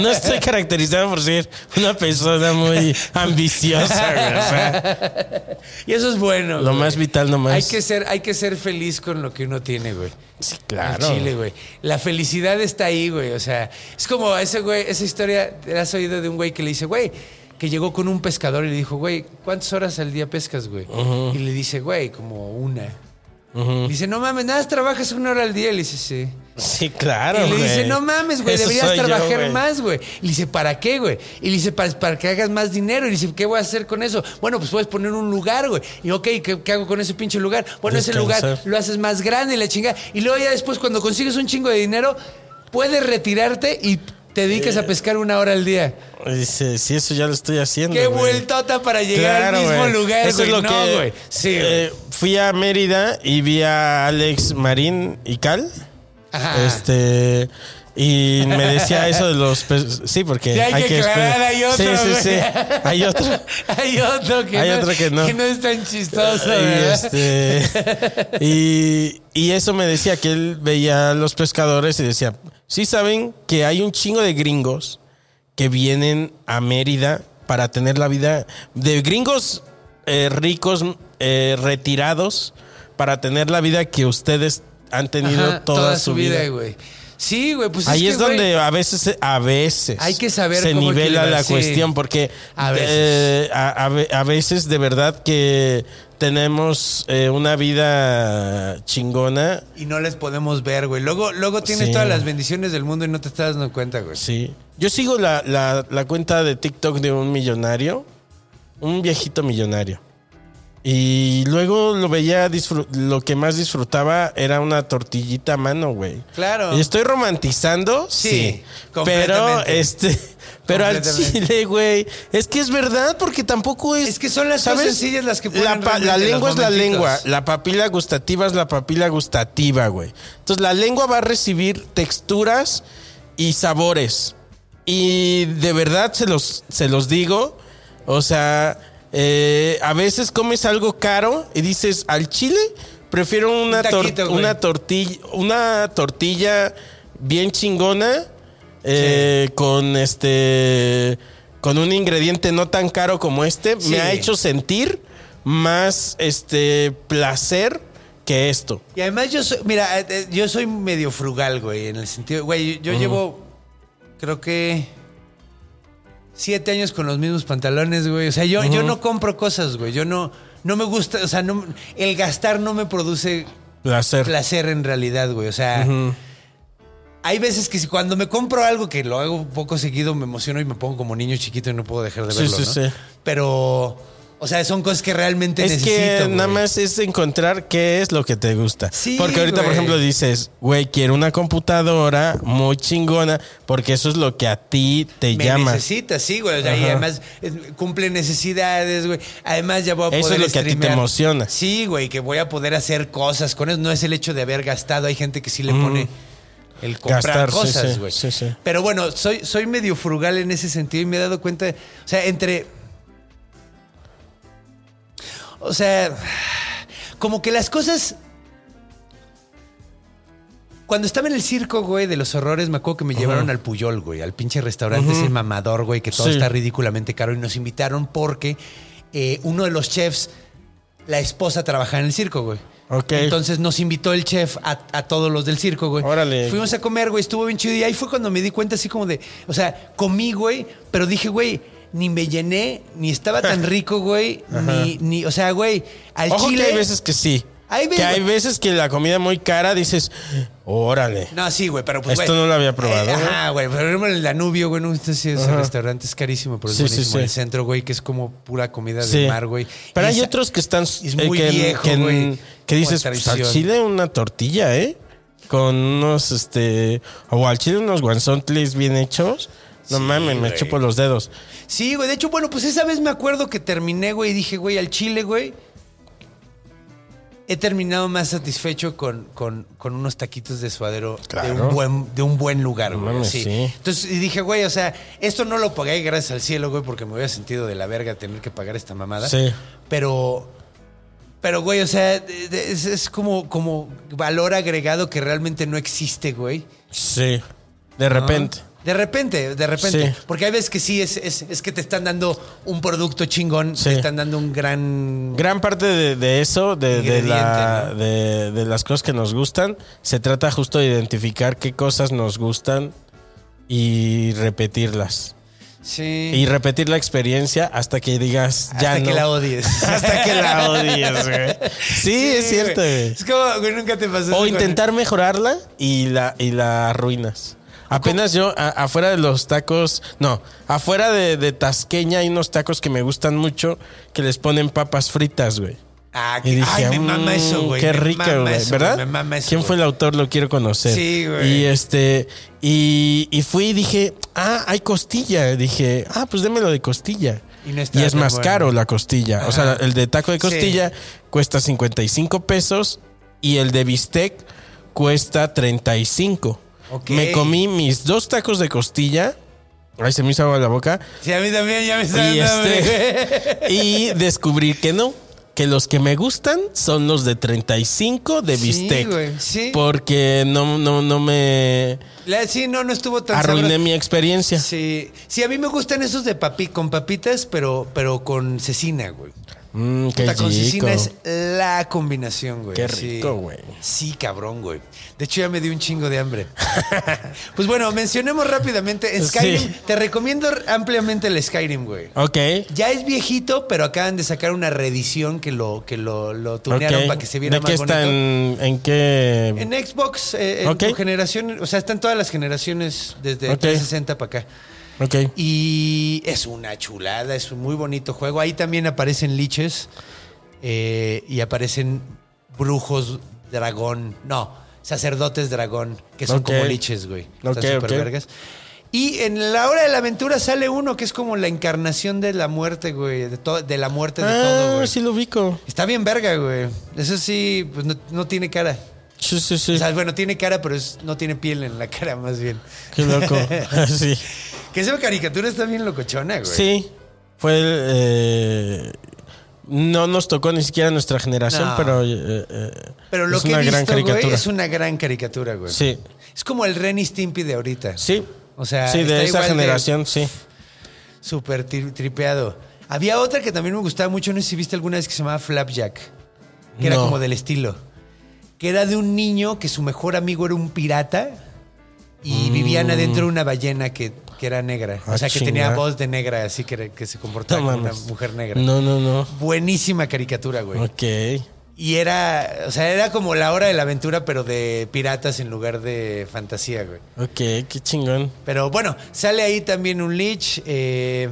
Speaker 3: No estoy caracterizado por ser una persona muy ambiciosa, güey, o sea,
Speaker 1: Y eso es bueno.
Speaker 3: lo
Speaker 1: güey.
Speaker 3: más vital nomás.
Speaker 1: Hay que, ser, hay que ser feliz con lo que uno tiene, güey.
Speaker 3: Sí,
Speaker 1: Al
Speaker 3: claro.
Speaker 1: Chile, güey. La felicidad está ahí, güey. O sea, es como ese güey, esa historia, ¿te la has oído de un güey que le dice, güey, que llegó con un pescador y le dijo, güey, ¿cuántas horas al día pescas, güey? Y le dice, güey, como una. Le Dice, no mames, nada, más trabajas una hora al día. Y le dice, sí.
Speaker 3: Sí, claro.
Speaker 1: y le dice,
Speaker 3: güey.
Speaker 1: no mames, güey,
Speaker 3: Eso
Speaker 1: deberías
Speaker 3: soy yo,
Speaker 1: trabajar
Speaker 3: güey.
Speaker 1: más, güey. Y le dice, ¿para qué, güey? Y le dice, para, para que hagas más dinero. Y le dice, ¿qué voy a hacer con eso? Bueno, pues puedes poner un lugar, güey. Y ok, ¿qué, qué hago con ese pinche lugar? Bueno, ese lugar
Speaker 3: Descansar.
Speaker 1: lo haces más grande y la chingada. Y luego ya después, cuando consigues un chingo de dinero, puedes retirarte y te dediques
Speaker 3: Eh.
Speaker 1: a pescar una hora al día.
Speaker 3: Y Dice, sí, eso ya lo estoy haciendo.
Speaker 1: Qué
Speaker 3: güey.
Speaker 1: vueltota para llegar
Speaker 3: Claro,
Speaker 1: al mismo
Speaker 3: güey.
Speaker 1: lugar,
Speaker 3: Eso
Speaker 1: güey.
Speaker 3: es lo
Speaker 1: no,
Speaker 3: que.
Speaker 1: güey. Sí, güey.
Speaker 3: eh, fui a Mérida y vi a Alex Marín y Cal.
Speaker 1: Ajá.
Speaker 3: Este. Y me decía eso de los. pe- Sí, porque.
Speaker 1: Sí, hay que aclarar,
Speaker 3: esperar.
Speaker 1: hay otro,
Speaker 3: Sí, sí, sí.
Speaker 1: güey.
Speaker 3: Hay otro.
Speaker 1: hay otro que,
Speaker 3: hay
Speaker 1: no,
Speaker 3: otro que no.
Speaker 1: es tan chistoso,
Speaker 3: Y,
Speaker 1: ¿verdad?
Speaker 3: este, y, y eso me decía que él veía a los pescadores y decía, sí saben que hay un chingo de gringos que vienen a Mérida para tener la vida de gringos eh, ricos eh, retirados para tener la vida que ustedes han tenido
Speaker 1: Ajá,
Speaker 3: toda, su vida.
Speaker 1: güey. Sí, güey, pues
Speaker 3: Ahí
Speaker 1: es,
Speaker 3: es,
Speaker 1: que, güey,
Speaker 3: donde a veces a veces
Speaker 1: Hay que saber
Speaker 3: se
Speaker 1: cómo
Speaker 3: nivela
Speaker 1: equilibrar,
Speaker 3: la
Speaker 1: sí.
Speaker 3: cuestión porque
Speaker 1: A veces.
Speaker 3: eh, a, a ve- a veces de verdad que tenemos eh, una vida chingona
Speaker 1: Y no les podemos ver, güey. Luego, luego tienes
Speaker 3: Sí.
Speaker 1: todas las bendiciones del mundo y no te estás dando cuenta, güey.
Speaker 3: sí yo sigo la, la- la cuenta de TikTok de un millonario un viejito millonario y luego lo veía disfru- lo que más disfrutaba era una tortillita a mano güey
Speaker 1: Claro.
Speaker 3: Y estoy romantizando,
Speaker 1: Sí,
Speaker 3: sí. pero
Speaker 1: completamente.
Speaker 3: este, pero al
Speaker 1: Completamente.
Speaker 3: chile, güey, es que es verdad porque tampoco es
Speaker 1: Es que son las más sencillas las que ponen
Speaker 3: la, pa- la
Speaker 1: realmente
Speaker 3: lengua
Speaker 1: los
Speaker 3: es la
Speaker 1: momentitos.
Speaker 3: lengua, la papila gustativa es la papila gustativa, güey. Entonces la lengua va a recibir texturas y sabores. Y de verdad se los, se los digo. O sea, eh, a veces comes algo caro y dices, al chile prefiero una,
Speaker 1: Un taquito,
Speaker 3: tor-
Speaker 1: güey.
Speaker 3: una, tortilla, una tortilla bien chingona eh, con este con un ingrediente no tan caro como este
Speaker 1: Sí.
Speaker 3: me ha hecho sentir más este placer que esto.
Speaker 1: Y además yo soy, mira, eh, eh, yo soy medio frugal, güey, en el sentido, güey, yo, yo llevo, creo que, siete años con los mismos pantalones, güey. O sea, yo, yo no compro cosas, güey. Yo no, no me gusta, o sea, no, el gastar no me produce
Speaker 3: Placer.
Speaker 1: placer en realidad, güey. O sea, hay veces que si cuando me compro algo que lo hago poco seguido, me emociono y me pongo como niño chiquito y no puedo dejar de
Speaker 3: Sí,
Speaker 1: verlo.
Speaker 3: sí,
Speaker 1: ¿no?
Speaker 3: sí.
Speaker 1: Pero, o sea, son cosas que realmente
Speaker 3: Es
Speaker 1: necesito.
Speaker 3: que nada
Speaker 1: güey.
Speaker 3: más es encontrar qué es lo que te gusta.
Speaker 1: Sí,
Speaker 3: porque ahorita,
Speaker 1: güey.
Speaker 3: por ejemplo, dices, güey, quiero una computadora muy chingona, porque eso es lo que a ti te
Speaker 1: Me
Speaker 3: llama.
Speaker 1: necesita, sí, güey. O sea, y
Speaker 3: Ajá.
Speaker 1: además eh, cumple necesidades, güey. Además ya voy a
Speaker 3: Eso es
Speaker 1: poder
Speaker 3: lo que a ti te
Speaker 1: streamear.
Speaker 3: emociona.
Speaker 1: Sí, güey, que voy a poder hacer cosas con eso. No es el hecho de haber gastado. Hay gente que sí le pone el comprar
Speaker 3: Mm. Gastar, sí,
Speaker 1: cosas,
Speaker 3: sí,
Speaker 1: güey.
Speaker 3: sí, sí.
Speaker 1: Pero bueno, soy, soy medio frugal en ese sentido y me he dado cuenta, o sea, entre... O sea, como que las cosas... Cuando estaba en el circo, güey, de los horrores, me acuerdo que me llevaron al Puyol, güey, al pinche restaurante ese mamador, güey, que todo
Speaker 3: Sí.
Speaker 1: está ridículamente caro y nos invitaron porque eh, uno de los chefs, la esposa trabajaba en el circo, güey.
Speaker 3: Ok.
Speaker 1: Entonces nos invitó el chef a, a todos los del circo, güey.
Speaker 3: Órale.
Speaker 1: Fuimos a comer, güey, estuvo bien chido. Y ahí fue cuando me di cuenta así como de, o sea, comí, güey, pero dije, güey, ni me llené, ni estaba tan rico, güey, ni, ni, o sea, güey, al
Speaker 3: Ojo
Speaker 1: chile...
Speaker 3: que hay veces que sí.
Speaker 1: Hay veces-
Speaker 3: que hay veces que la comida muy cara dices, órale.
Speaker 1: No, sí, güey, pero pues.
Speaker 3: Esto
Speaker 1: güey,
Speaker 3: no lo había probado,
Speaker 1: eh,
Speaker 3: ¿no?
Speaker 1: ajá, güey. Por ejemplo, en el Danubio, güey, no sé si ese
Speaker 3: Ajá.
Speaker 1: restaurante es carísimo, pero es
Speaker 3: Sí, sí,
Speaker 1: buenísimo.
Speaker 3: sí.
Speaker 1: En el centro, güey, que es como pura comida
Speaker 3: Sí.
Speaker 1: de mar, güey.
Speaker 3: Pero
Speaker 1: Y
Speaker 3: hay
Speaker 1: esa-
Speaker 3: otros que están.
Speaker 1: es
Speaker 3: eh,
Speaker 1: muy
Speaker 3: que,
Speaker 1: viejo,
Speaker 3: que-
Speaker 1: güey.
Speaker 3: que dices,
Speaker 1: Como
Speaker 3: pues, al
Speaker 1: tradición.
Speaker 3: chile una tortilla, ¿eh? Con unos, este. O al chile unos guanzontles bien hechos. No mames, me
Speaker 1: güey.
Speaker 3: chupo los dedos.
Speaker 1: Sí, güey. De hecho, bueno, pues esa vez me acuerdo que terminé, güey, y dije, güey, al chile, güey. He terminado más satisfecho con, con, con unos taquitos de suadero de,
Speaker 3: Claro.
Speaker 1: un buen, de un buen lugar,
Speaker 3: No
Speaker 1: güey.
Speaker 3: mames,
Speaker 1: sí.
Speaker 3: sí.
Speaker 1: Entonces y dije, güey, o sea, esto no lo pagué gracias al cielo, güey, porque me hubiera sentido de la verga tener que pagar esta mamada.
Speaker 3: Sí.
Speaker 1: Pero, pero, güey, o sea, de- de- es, es como, como valor agregado que realmente no existe, güey.
Speaker 3: Sí.
Speaker 1: Ah.
Speaker 3: De repente.
Speaker 1: De repente, de repente.
Speaker 3: Sí.
Speaker 1: Porque hay veces que sí, es, es, es que te están dando un producto chingón,
Speaker 3: Sí.
Speaker 1: te están dando un gran...
Speaker 3: Gran parte de, de eso, de, de
Speaker 1: Ingrediente,
Speaker 3: la-
Speaker 1: ¿no?
Speaker 3: de- de las cosas que nos gustan, se trata justo de identificar qué cosas nos gustan y repetirlas. Y
Speaker 1: Sí.
Speaker 3: repetir la experiencia hasta que digas, ya
Speaker 1: hasta
Speaker 3: no.
Speaker 1: que la odies.
Speaker 3: hasta que la odies, güey. Sí, es cierto,
Speaker 1: güey.
Speaker 3: güey.
Speaker 1: Es como, güey, nunca te pasó.
Speaker 3: O
Speaker 1: eso con-
Speaker 3: intentar mejorarla y la, y la arruinas. Apenas yo, a- afuera de los tacos, no, afuera de, de Tasqueña hay unos tacos que me gustan mucho que les ponen papas fritas, güey.
Speaker 1: Ah, que,
Speaker 3: Y dije,
Speaker 1: ay, me
Speaker 3: "Mm,
Speaker 1: mama eso, güey.
Speaker 3: Qué
Speaker 1: me
Speaker 3: rica,
Speaker 1: mama
Speaker 3: güey.
Speaker 1: eso,
Speaker 3: ¿Verdad?
Speaker 1: Me mama eso,
Speaker 3: ¿Quién fue
Speaker 1: güey.
Speaker 3: el autor? Lo quiero conocer.
Speaker 1: Sí, güey.
Speaker 3: Y este, y, y fui y dije, ah, hay costilla. Dije, ah, pues démelo de costilla.
Speaker 1: Y
Speaker 3: Y,
Speaker 1: no está
Speaker 3: es
Speaker 1: tan
Speaker 3: más
Speaker 1: bueno.
Speaker 3: caro la costilla. O sea,
Speaker 1: Ajá.
Speaker 3: el de taco de costilla cuesta 55 pesos y el de bistec cuesta 35.
Speaker 1: Ok.
Speaker 3: Me comí mis dos tacos de costilla. Ahí se me hizo agua la boca.
Speaker 1: Sí, a mí también ya me está
Speaker 3: Y,
Speaker 1: dando hambre,
Speaker 3: este, y descubrir que no, que los que me gustan son los de 35 de
Speaker 1: Sí,
Speaker 3: bistec.
Speaker 1: güey, sí.
Speaker 3: Porque no, no, no me
Speaker 1: La- sí, no, no estuvo tan
Speaker 3: arruiné
Speaker 1: sabroso.
Speaker 3: mi experiencia.
Speaker 1: Sí, sí, a mí me gustan esos de papi con papitas, pero, pero con cecina, güey.
Speaker 3: Mm, qué
Speaker 1: Puta, con
Speaker 3: rico.
Speaker 1: cecina es la combinación, güey.
Speaker 3: Qué
Speaker 1: Sí.
Speaker 3: rico, güey.
Speaker 1: Sí, cabrón, güey. De hecho, ya me dio un chingo de hambre. pues bueno, mencionemos rápidamente Skyrim.
Speaker 3: Sí.
Speaker 1: Te recomiendo ampliamente el Skyrim, güey.
Speaker 3: Ok.
Speaker 1: Ya es viejito, pero acaban de sacar una reedición que lo, que lo, lo tunearon
Speaker 3: ok.
Speaker 1: para que se viera
Speaker 3: ¿De
Speaker 1: más
Speaker 3: qué
Speaker 1: bonito.
Speaker 3: está en, en qué?
Speaker 1: En Xbox, eh, en
Speaker 3: Ok.
Speaker 1: tu generación, o sea, están todas las generaciones desde
Speaker 3: Ok.
Speaker 1: 360 para acá.
Speaker 3: ok.
Speaker 1: Y es una chulada, es un muy bonito juego. Ahí también aparecen liches eh, y aparecen brujos dragón. No, sacerdotes dragón, que son
Speaker 3: Ok.
Speaker 1: como liches, güey. Están
Speaker 3: Ok,
Speaker 1: súper
Speaker 3: ok.
Speaker 1: vergas. Y en la hora de la aventura sale uno que es como la encarnación de la muerte, güey. De, to- de la muerte de todo,
Speaker 3: ah,
Speaker 1: güey.
Speaker 3: sí lo ubico.
Speaker 1: Está bien verga, güey. Eso sí, pues no, no tiene cara.
Speaker 3: Sí, sí, sí.
Speaker 1: O sea, bueno, tiene cara, pero es- no tiene piel en la cara, más bien.
Speaker 3: Qué loco. sí.
Speaker 1: Que esa caricatura está bien locochona, güey.
Speaker 3: Sí. Fue el, eh, no nos tocó ni siquiera nuestra generación,
Speaker 1: No.
Speaker 3: pero eh, eh,
Speaker 1: Pero lo
Speaker 3: es
Speaker 1: que
Speaker 3: una
Speaker 1: he
Speaker 3: gran
Speaker 1: visto,
Speaker 3: caricatura.
Speaker 1: güey, es una gran caricatura, güey.
Speaker 3: Sí,
Speaker 1: Es como el Ren y Stimpy de ahorita.
Speaker 3: sí.
Speaker 1: O sea,
Speaker 3: sí,
Speaker 1: está
Speaker 3: de esa
Speaker 1: igual de-
Speaker 3: generación, sí.
Speaker 1: Súper tri- tripeado. Había otra que también me gustaba mucho, no sé si viste alguna vez, que se llamaba Flapjack. Que era
Speaker 3: No.
Speaker 1: como del estilo. Que era de un niño que su mejor amigo era un pirata y vivían adentro de una ballena que, que era negra.
Speaker 3: Mm. Ah,
Speaker 1: o sea, que
Speaker 3: chinga.
Speaker 1: tenía voz de negra, así que, era- que se comportaba
Speaker 3: No
Speaker 1: como una
Speaker 3: mames.
Speaker 1: mujer negra.
Speaker 3: No, no, no.
Speaker 1: Buenísima caricatura, güey.
Speaker 3: Ok.
Speaker 1: Y era, o sea, era como la hora de la aventura, pero de piratas en lugar de fantasía, güey.
Speaker 3: Ok, qué chingón.
Speaker 1: Pero bueno, sale ahí también un Lich. eh,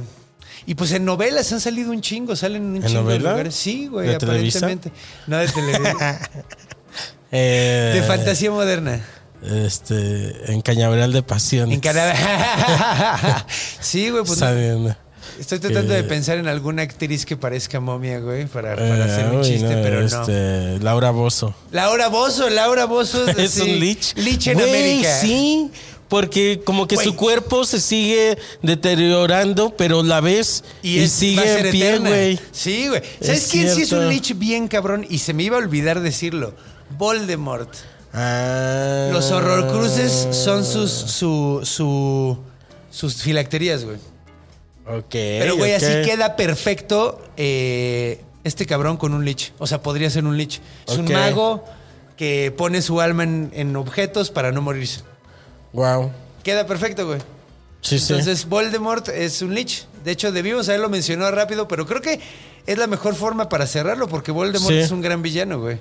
Speaker 1: y pues en novelas han salido un chingo, salen un
Speaker 3: ¿En
Speaker 1: chingo de
Speaker 3: novela?
Speaker 1: lugares. Sí, güey,
Speaker 3: ¿De Televisa?
Speaker 1: aparentemente. No de Televisa.
Speaker 3: Eh,
Speaker 1: de fantasía moderna.
Speaker 3: Este, en Cañaveral de Pasión.
Speaker 1: En Canadá. sí, güey, pues. no- Estoy tratando de
Speaker 3: que-
Speaker 1: pensar en alguna actriz que parezca momia, güey, para, para hacer
Speaker 3: eh, Eh,
Speaker 1: un
Speaker 3: uy,
Speaker 1: chiste,
Speaker 3: no,
Speaker 1: pero no.
Speaker 3: este, Laura Bozo.
Speaker 1: Laura Bozo, Laura Bozo es,
Speaker 3: Es
Speaker 1: así,
Speaker 3: un lich.
Speaker 1: Lich en
Speaker 3: Güey,
Speaker 1: América.
Speaker 3: Sí, porque como que
Speaker 1: Güey.
Speaker 3: su cuerpo se sigue deteriorando, pero la ves y,
Speaker 1: es- va a
Speaker 3: sigue
Speaker 1: ser
Speaker 3: en pie,
Speaker 1: eterna.
Speaker 3: güey.
Speaker 1: Sí, güey. ¿Sabes
Speaker 3: Es
Speaker 1: quién sí es un
Speaker 3: cierto.
Speaker 1: lich bien cabrón? Y se me iba a olvidar decirlo. Voldemort.
Speaker 3: Ah.
Speaker 1: Los horrorcruces son sus su, su- sus filacterías, güey.
Speaker 3: Ok.
Speaker 1: Pero, güey,
Speaker 3: ok.
Speaker 1: así queda perfecto eh, este cabrón con un lich. O sea, podría ser un lich. Es
Speaker 3: Ok.
Speaker 1: un mago que pone su alma en, en objetos para no morirse.
Speaker 3: Wow.
Speaker 1: Queda perfecto, güey.
Speaker 3: Sí, sí.
Speaker 1: Entonces, Voldemort es un lich. De hecho, debimos haberlo mencionado rápido, pero creo que es la mejor forma para cerrarlo porque Voldemort
Speaker 3: Sí.
Speaker 1: es un gran villano, güey.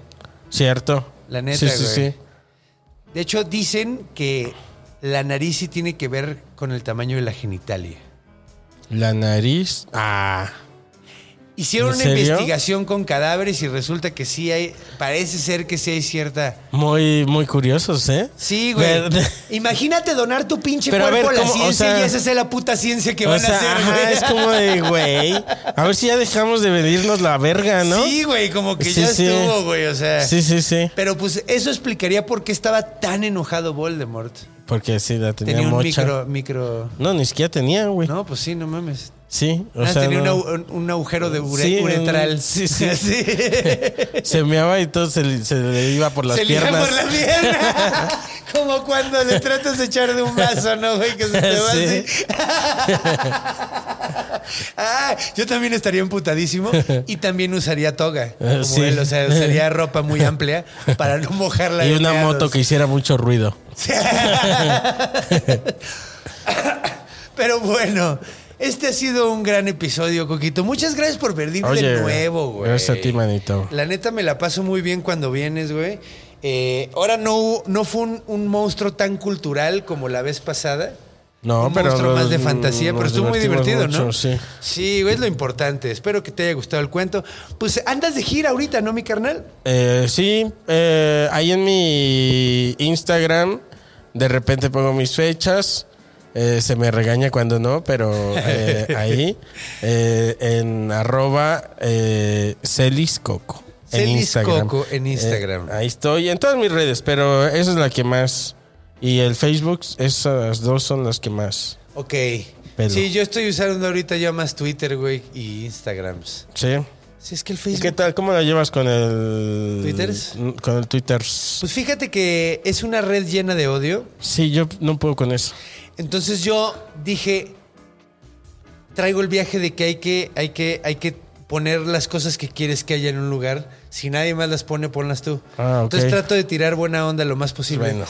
Speaker 3: Cierto.
Speaker 1: La neta,
Speaker 3: Sí, sí,
Speaker 1: güey.
Speaker 3: sí.
Speaker 1: De hecho, dicen que la nariz sí tiene que ver con el tamaño de la genitalia.
Speaker 3: La nariz. Ah.
Speaker 1: Hicieron
Speaker 3: ¿En
Speaker 1: una
Speaker 3: serio?
Speaker 1: investigación con cadáveres y resulta que sí hay, parece ser que sí hay cierta...
Speaker 3: Muy, muy curiosos, ¿eh?
Speaker 1: Sí, güey.
Speaker 3: Verde.
Speaker 1: Imagínate donar tu pinche
Speaker 3: Pero a
Speaker 1: cuerpo a,
Speaker 3: ver,
Speaker 1: la
Speaker 3: ¿cómo? O
Speaker 1: ciencia
Speaker 3: sea-
Speaker 1: y esa es la puta ciencia que
Speaker 3: O
Speaker 1: van
Speaker 3: sea,
Speaker 1: a hacer,
Speaker 3: ajá,
Speaker 1: güey.
Speaker 3: es como de, güey. A ver si ya dejamos de venirnos la verga, ¿no?
Speaker 1: Sí, güey, como que
Speaker 3: Sí,
Speaker 1: ya
Speaker 3: sí.
Speaker 1: estuvo, güey, o sea...
Speaker 3: Sí, sí, sí.
Speaker 1: Pero pues eso explicaría por qué estaba tan enojado Voldemort.
Speaker 3: Porque sí, la tenía,
Speaker 1: Tenía, un
Speaker 3: mocha.
Speaker 1: micro, micro.
Speaker 3: No, ni siquiera tenía, güey.
Speaker 1: No, pues sí, no mames.
Speaker 3: Sí, o
Speaker 1: Ah,
Speaker 3: sea,
Speaker 1: tenía
Speaker 3: no.
Speaker 1: un au- un, un agujero de ure-
Speaker 3: Sí, un-
Speaker 1: uretral.
Speaker 3: sí, sí.
Speaker 1: Así.
Speaker 3: se meaba y todo se, le- se le iba por las
Speaker 1: se liga
Speaker 3: piernas.
Speaker 1: por la pierna. Como cuando le tratas de echar de un vaso, ¿no, güey? Que se te va
Speaker 3: Sí.
Speaker 1: así. ah, yo también estaría emputadísimo y también usaría toga. Como
Speaker 3: sí.
Speaker 1: él, o sea, usaría ropa muy amplia para no mojarla.
Speaker 3: y una moto que hiciera mucho ruido.
Speaker 1: Pero bueno, este ha sido un gran episodio, Coquito. Muchas gracias por venir
Speaker 3: Oye,
Speaker 1: de nuevo, güey.
Speaker 3: gracias a ti, manito.
Speaker 1: La neta me la paso muy bien cuando vienes, güey. Eh, ahora no, hubo- no fue un, un monstruo tan cultural como la vez pasada.
Speaker 3: No,
Speaker 1: un
Speaker 3: pero
Speaker 1: monstruo
Speaker 3: nos-
Speaker 1: más de fantasía, pero
Speaker 3: nos
Speaker 1: estuvo muy divertido,
Speaker 3: divertimos
Speaker 1: ¿no?
Speaker 3: mucho, sí.
Speaker 1: Sí, güey, es lo importante. Espero que te haya gustado el cuento. Pues andas de gira ahorita, ¿no, mi carnal?
Speaker 3: Eh, sí, eh, ahí en mi Instagram de repente pongo mis fechas. Eh, se me regaña cuando no, pero eh, ahí eh, en arroba eh, celiscoco. En
Speaker 1: Celis
Speaker 3: Instagram.
Speaker 1: Coco en Instagram.
Speaker 3: Eh, ahí estoy, en todas mis redes, pero esa es la que más. Y el Facebook, esas dos son las que más.
Speaker 1: Ok.
Speaker 3: Pelo.
Speaker 1: Sí, yo estoy usando ahorita ya más Twitter, güey, y Instagrams.
Speaker 3: Sí.
Speaker 1: Sí, es que el
Speaker 3: ¿Y
Speaker 1: Facebook
Speaker 3: qué tal? ¿Cómo la llevas con el.
Speaker 1: ¿Twitters?
Speaker 3: Con el Twitter.
Speaker 1: Pues fíjate que es una red llena de odio.
Speaker 3: Sí, yo no puedo con eso.
Speaker 1: Entonces yo dije, traigo el viaje de que hay que, hay que, hay que poner las cosas que quieres que haya en un lugar. Si nadie más las pone, ponlas tú.
Speaker 3: Ah, ok.
Speaker 1: Entonces trato de tirar buena onda lo más posible.
Speaker 3: Bueno.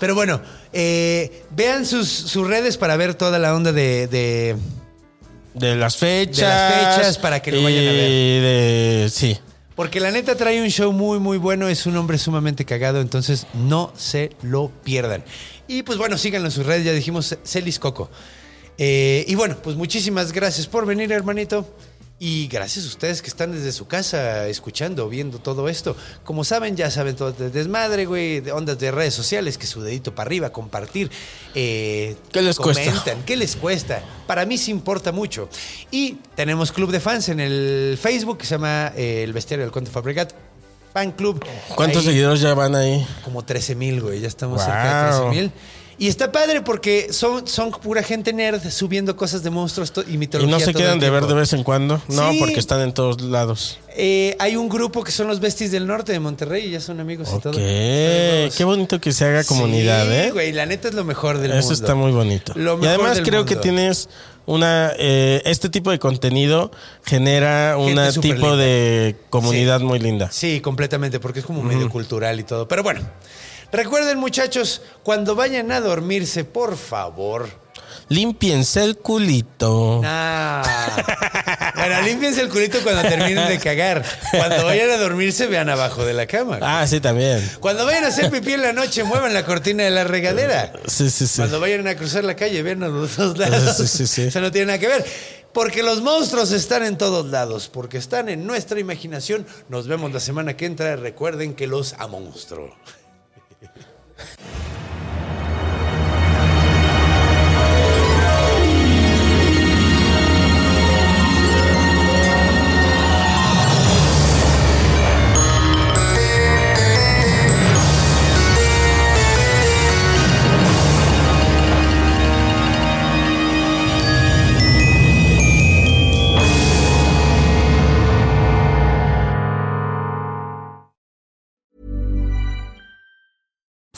Speaker 1: Pero bueno, eh, vean sus, sus redes para ver toda la onda de... de-
Speaker 3: De las fechas.
Speaker 1: De las fechas para que lo
Speaker 3: y
Speaker 1: vayan a ver.
Speaker 3: de- sí.
Speaker 1: porque la neta trae un show muy, muy bueno. Es un hombre sumamente cagado, entonces no se lo pierdan. Y pues bueno, síganlo en sus redes. Ya dijimos, Celis Coco. Eh, y bueno, pues muchísimas gracias por venir, hermanito. Y gracias a ustedes que están desde su casa escuchando, viendo todo esto. Como saben, ya saben todo de desmadre, güey, de ondas de redes sociales, que su dedito para arriba, compartir. eh,
Speaker 3: ¿Qué les cuesta?
Speaker 1: comentan, ¿Qué les cuesta? Para mí sí importa mucho. Y tenemos club de fans en el Facebook que se llama eh, El Bestiario del Conto Fabregat. Fan Club.
Speaker 3: ¿Cuántos
Speaker 1: Ahí-
Speaker 3: seguidores ya van ahí?
Speaker 1: como 13 mil, güey. Ya estamos
Speaker 3: Wow.
Speaker 1: cerca de 13 mil. Y está padre porque son, son pura gente nerd subiendo cosas de monstruos to- y
Speaker 3: Y
Speaker 1: mitología.
Speaker 3: no se
Speaker 1: todo el
Speaker 3: quedan de ver de
Speaker 1: tiempo.
Speaker 3: vez en cuando. No,
Speaker 1: Sí.
Speaker 3: porque están en todos lados.
Speaker 1: Eh, hay un grupo que son los Besties del Norte de Monterrey y ya son amigos y
Speaker 3: Ok.
Speaker 1: todo.
Speaker 3: Qué bonito que se haga comunidad,
Speaker 1: Sí,
Speaker 3: ¿eh?
Speaker 1: güey. La neta es lo mejor del mundo.
Speaker 3: Eso está muy bonito.
Speaker 1: Lo
Speaker 3: y
Speaker 1: mejor
Speaker 3: además
Speaker 1: del
Speaker 3: creo que
Speaker 1: mundo.
Speaker 3: tienes una. eh, este tipo de contenido genera
Speaker 1: Gente
Speaker 3: un
Speaker 1: súper
Speaker 3: tipo
Speaker 1: linda.
Speaker 3: de comunidad muy linda.
Speaker 1: Sí, completamente, porque es como medio cultural y todo. Pero bueno, recuerden, muchachos, cuando vayan a dormirse, por favor.
Speaker 3: Límpiense el culito.
Speaker 1: Ah. Bueno, límpiense el culito cuando terminen de cagar. Cuando vayan a dormirse, vean abajo de la cama.
Speaker 3: Ah, sí, también.
Speaker 1: Cuando vayan a hacer pipí en la noche, muevan la cortina de la regadera.
Speaker 3: Sí, sí, sí.
Speaker 1: Cuando vayan a cruzar la calle, vean a los dos lados.
Speaker 3: Sí, sí, sí.
Speaker 1: Eso no tiene nada que ver. Porque los monstruos están en todos lados, porque están en nuestra imaginación. Nos vemos la semana que entra. Recuerden que los amo monstruo.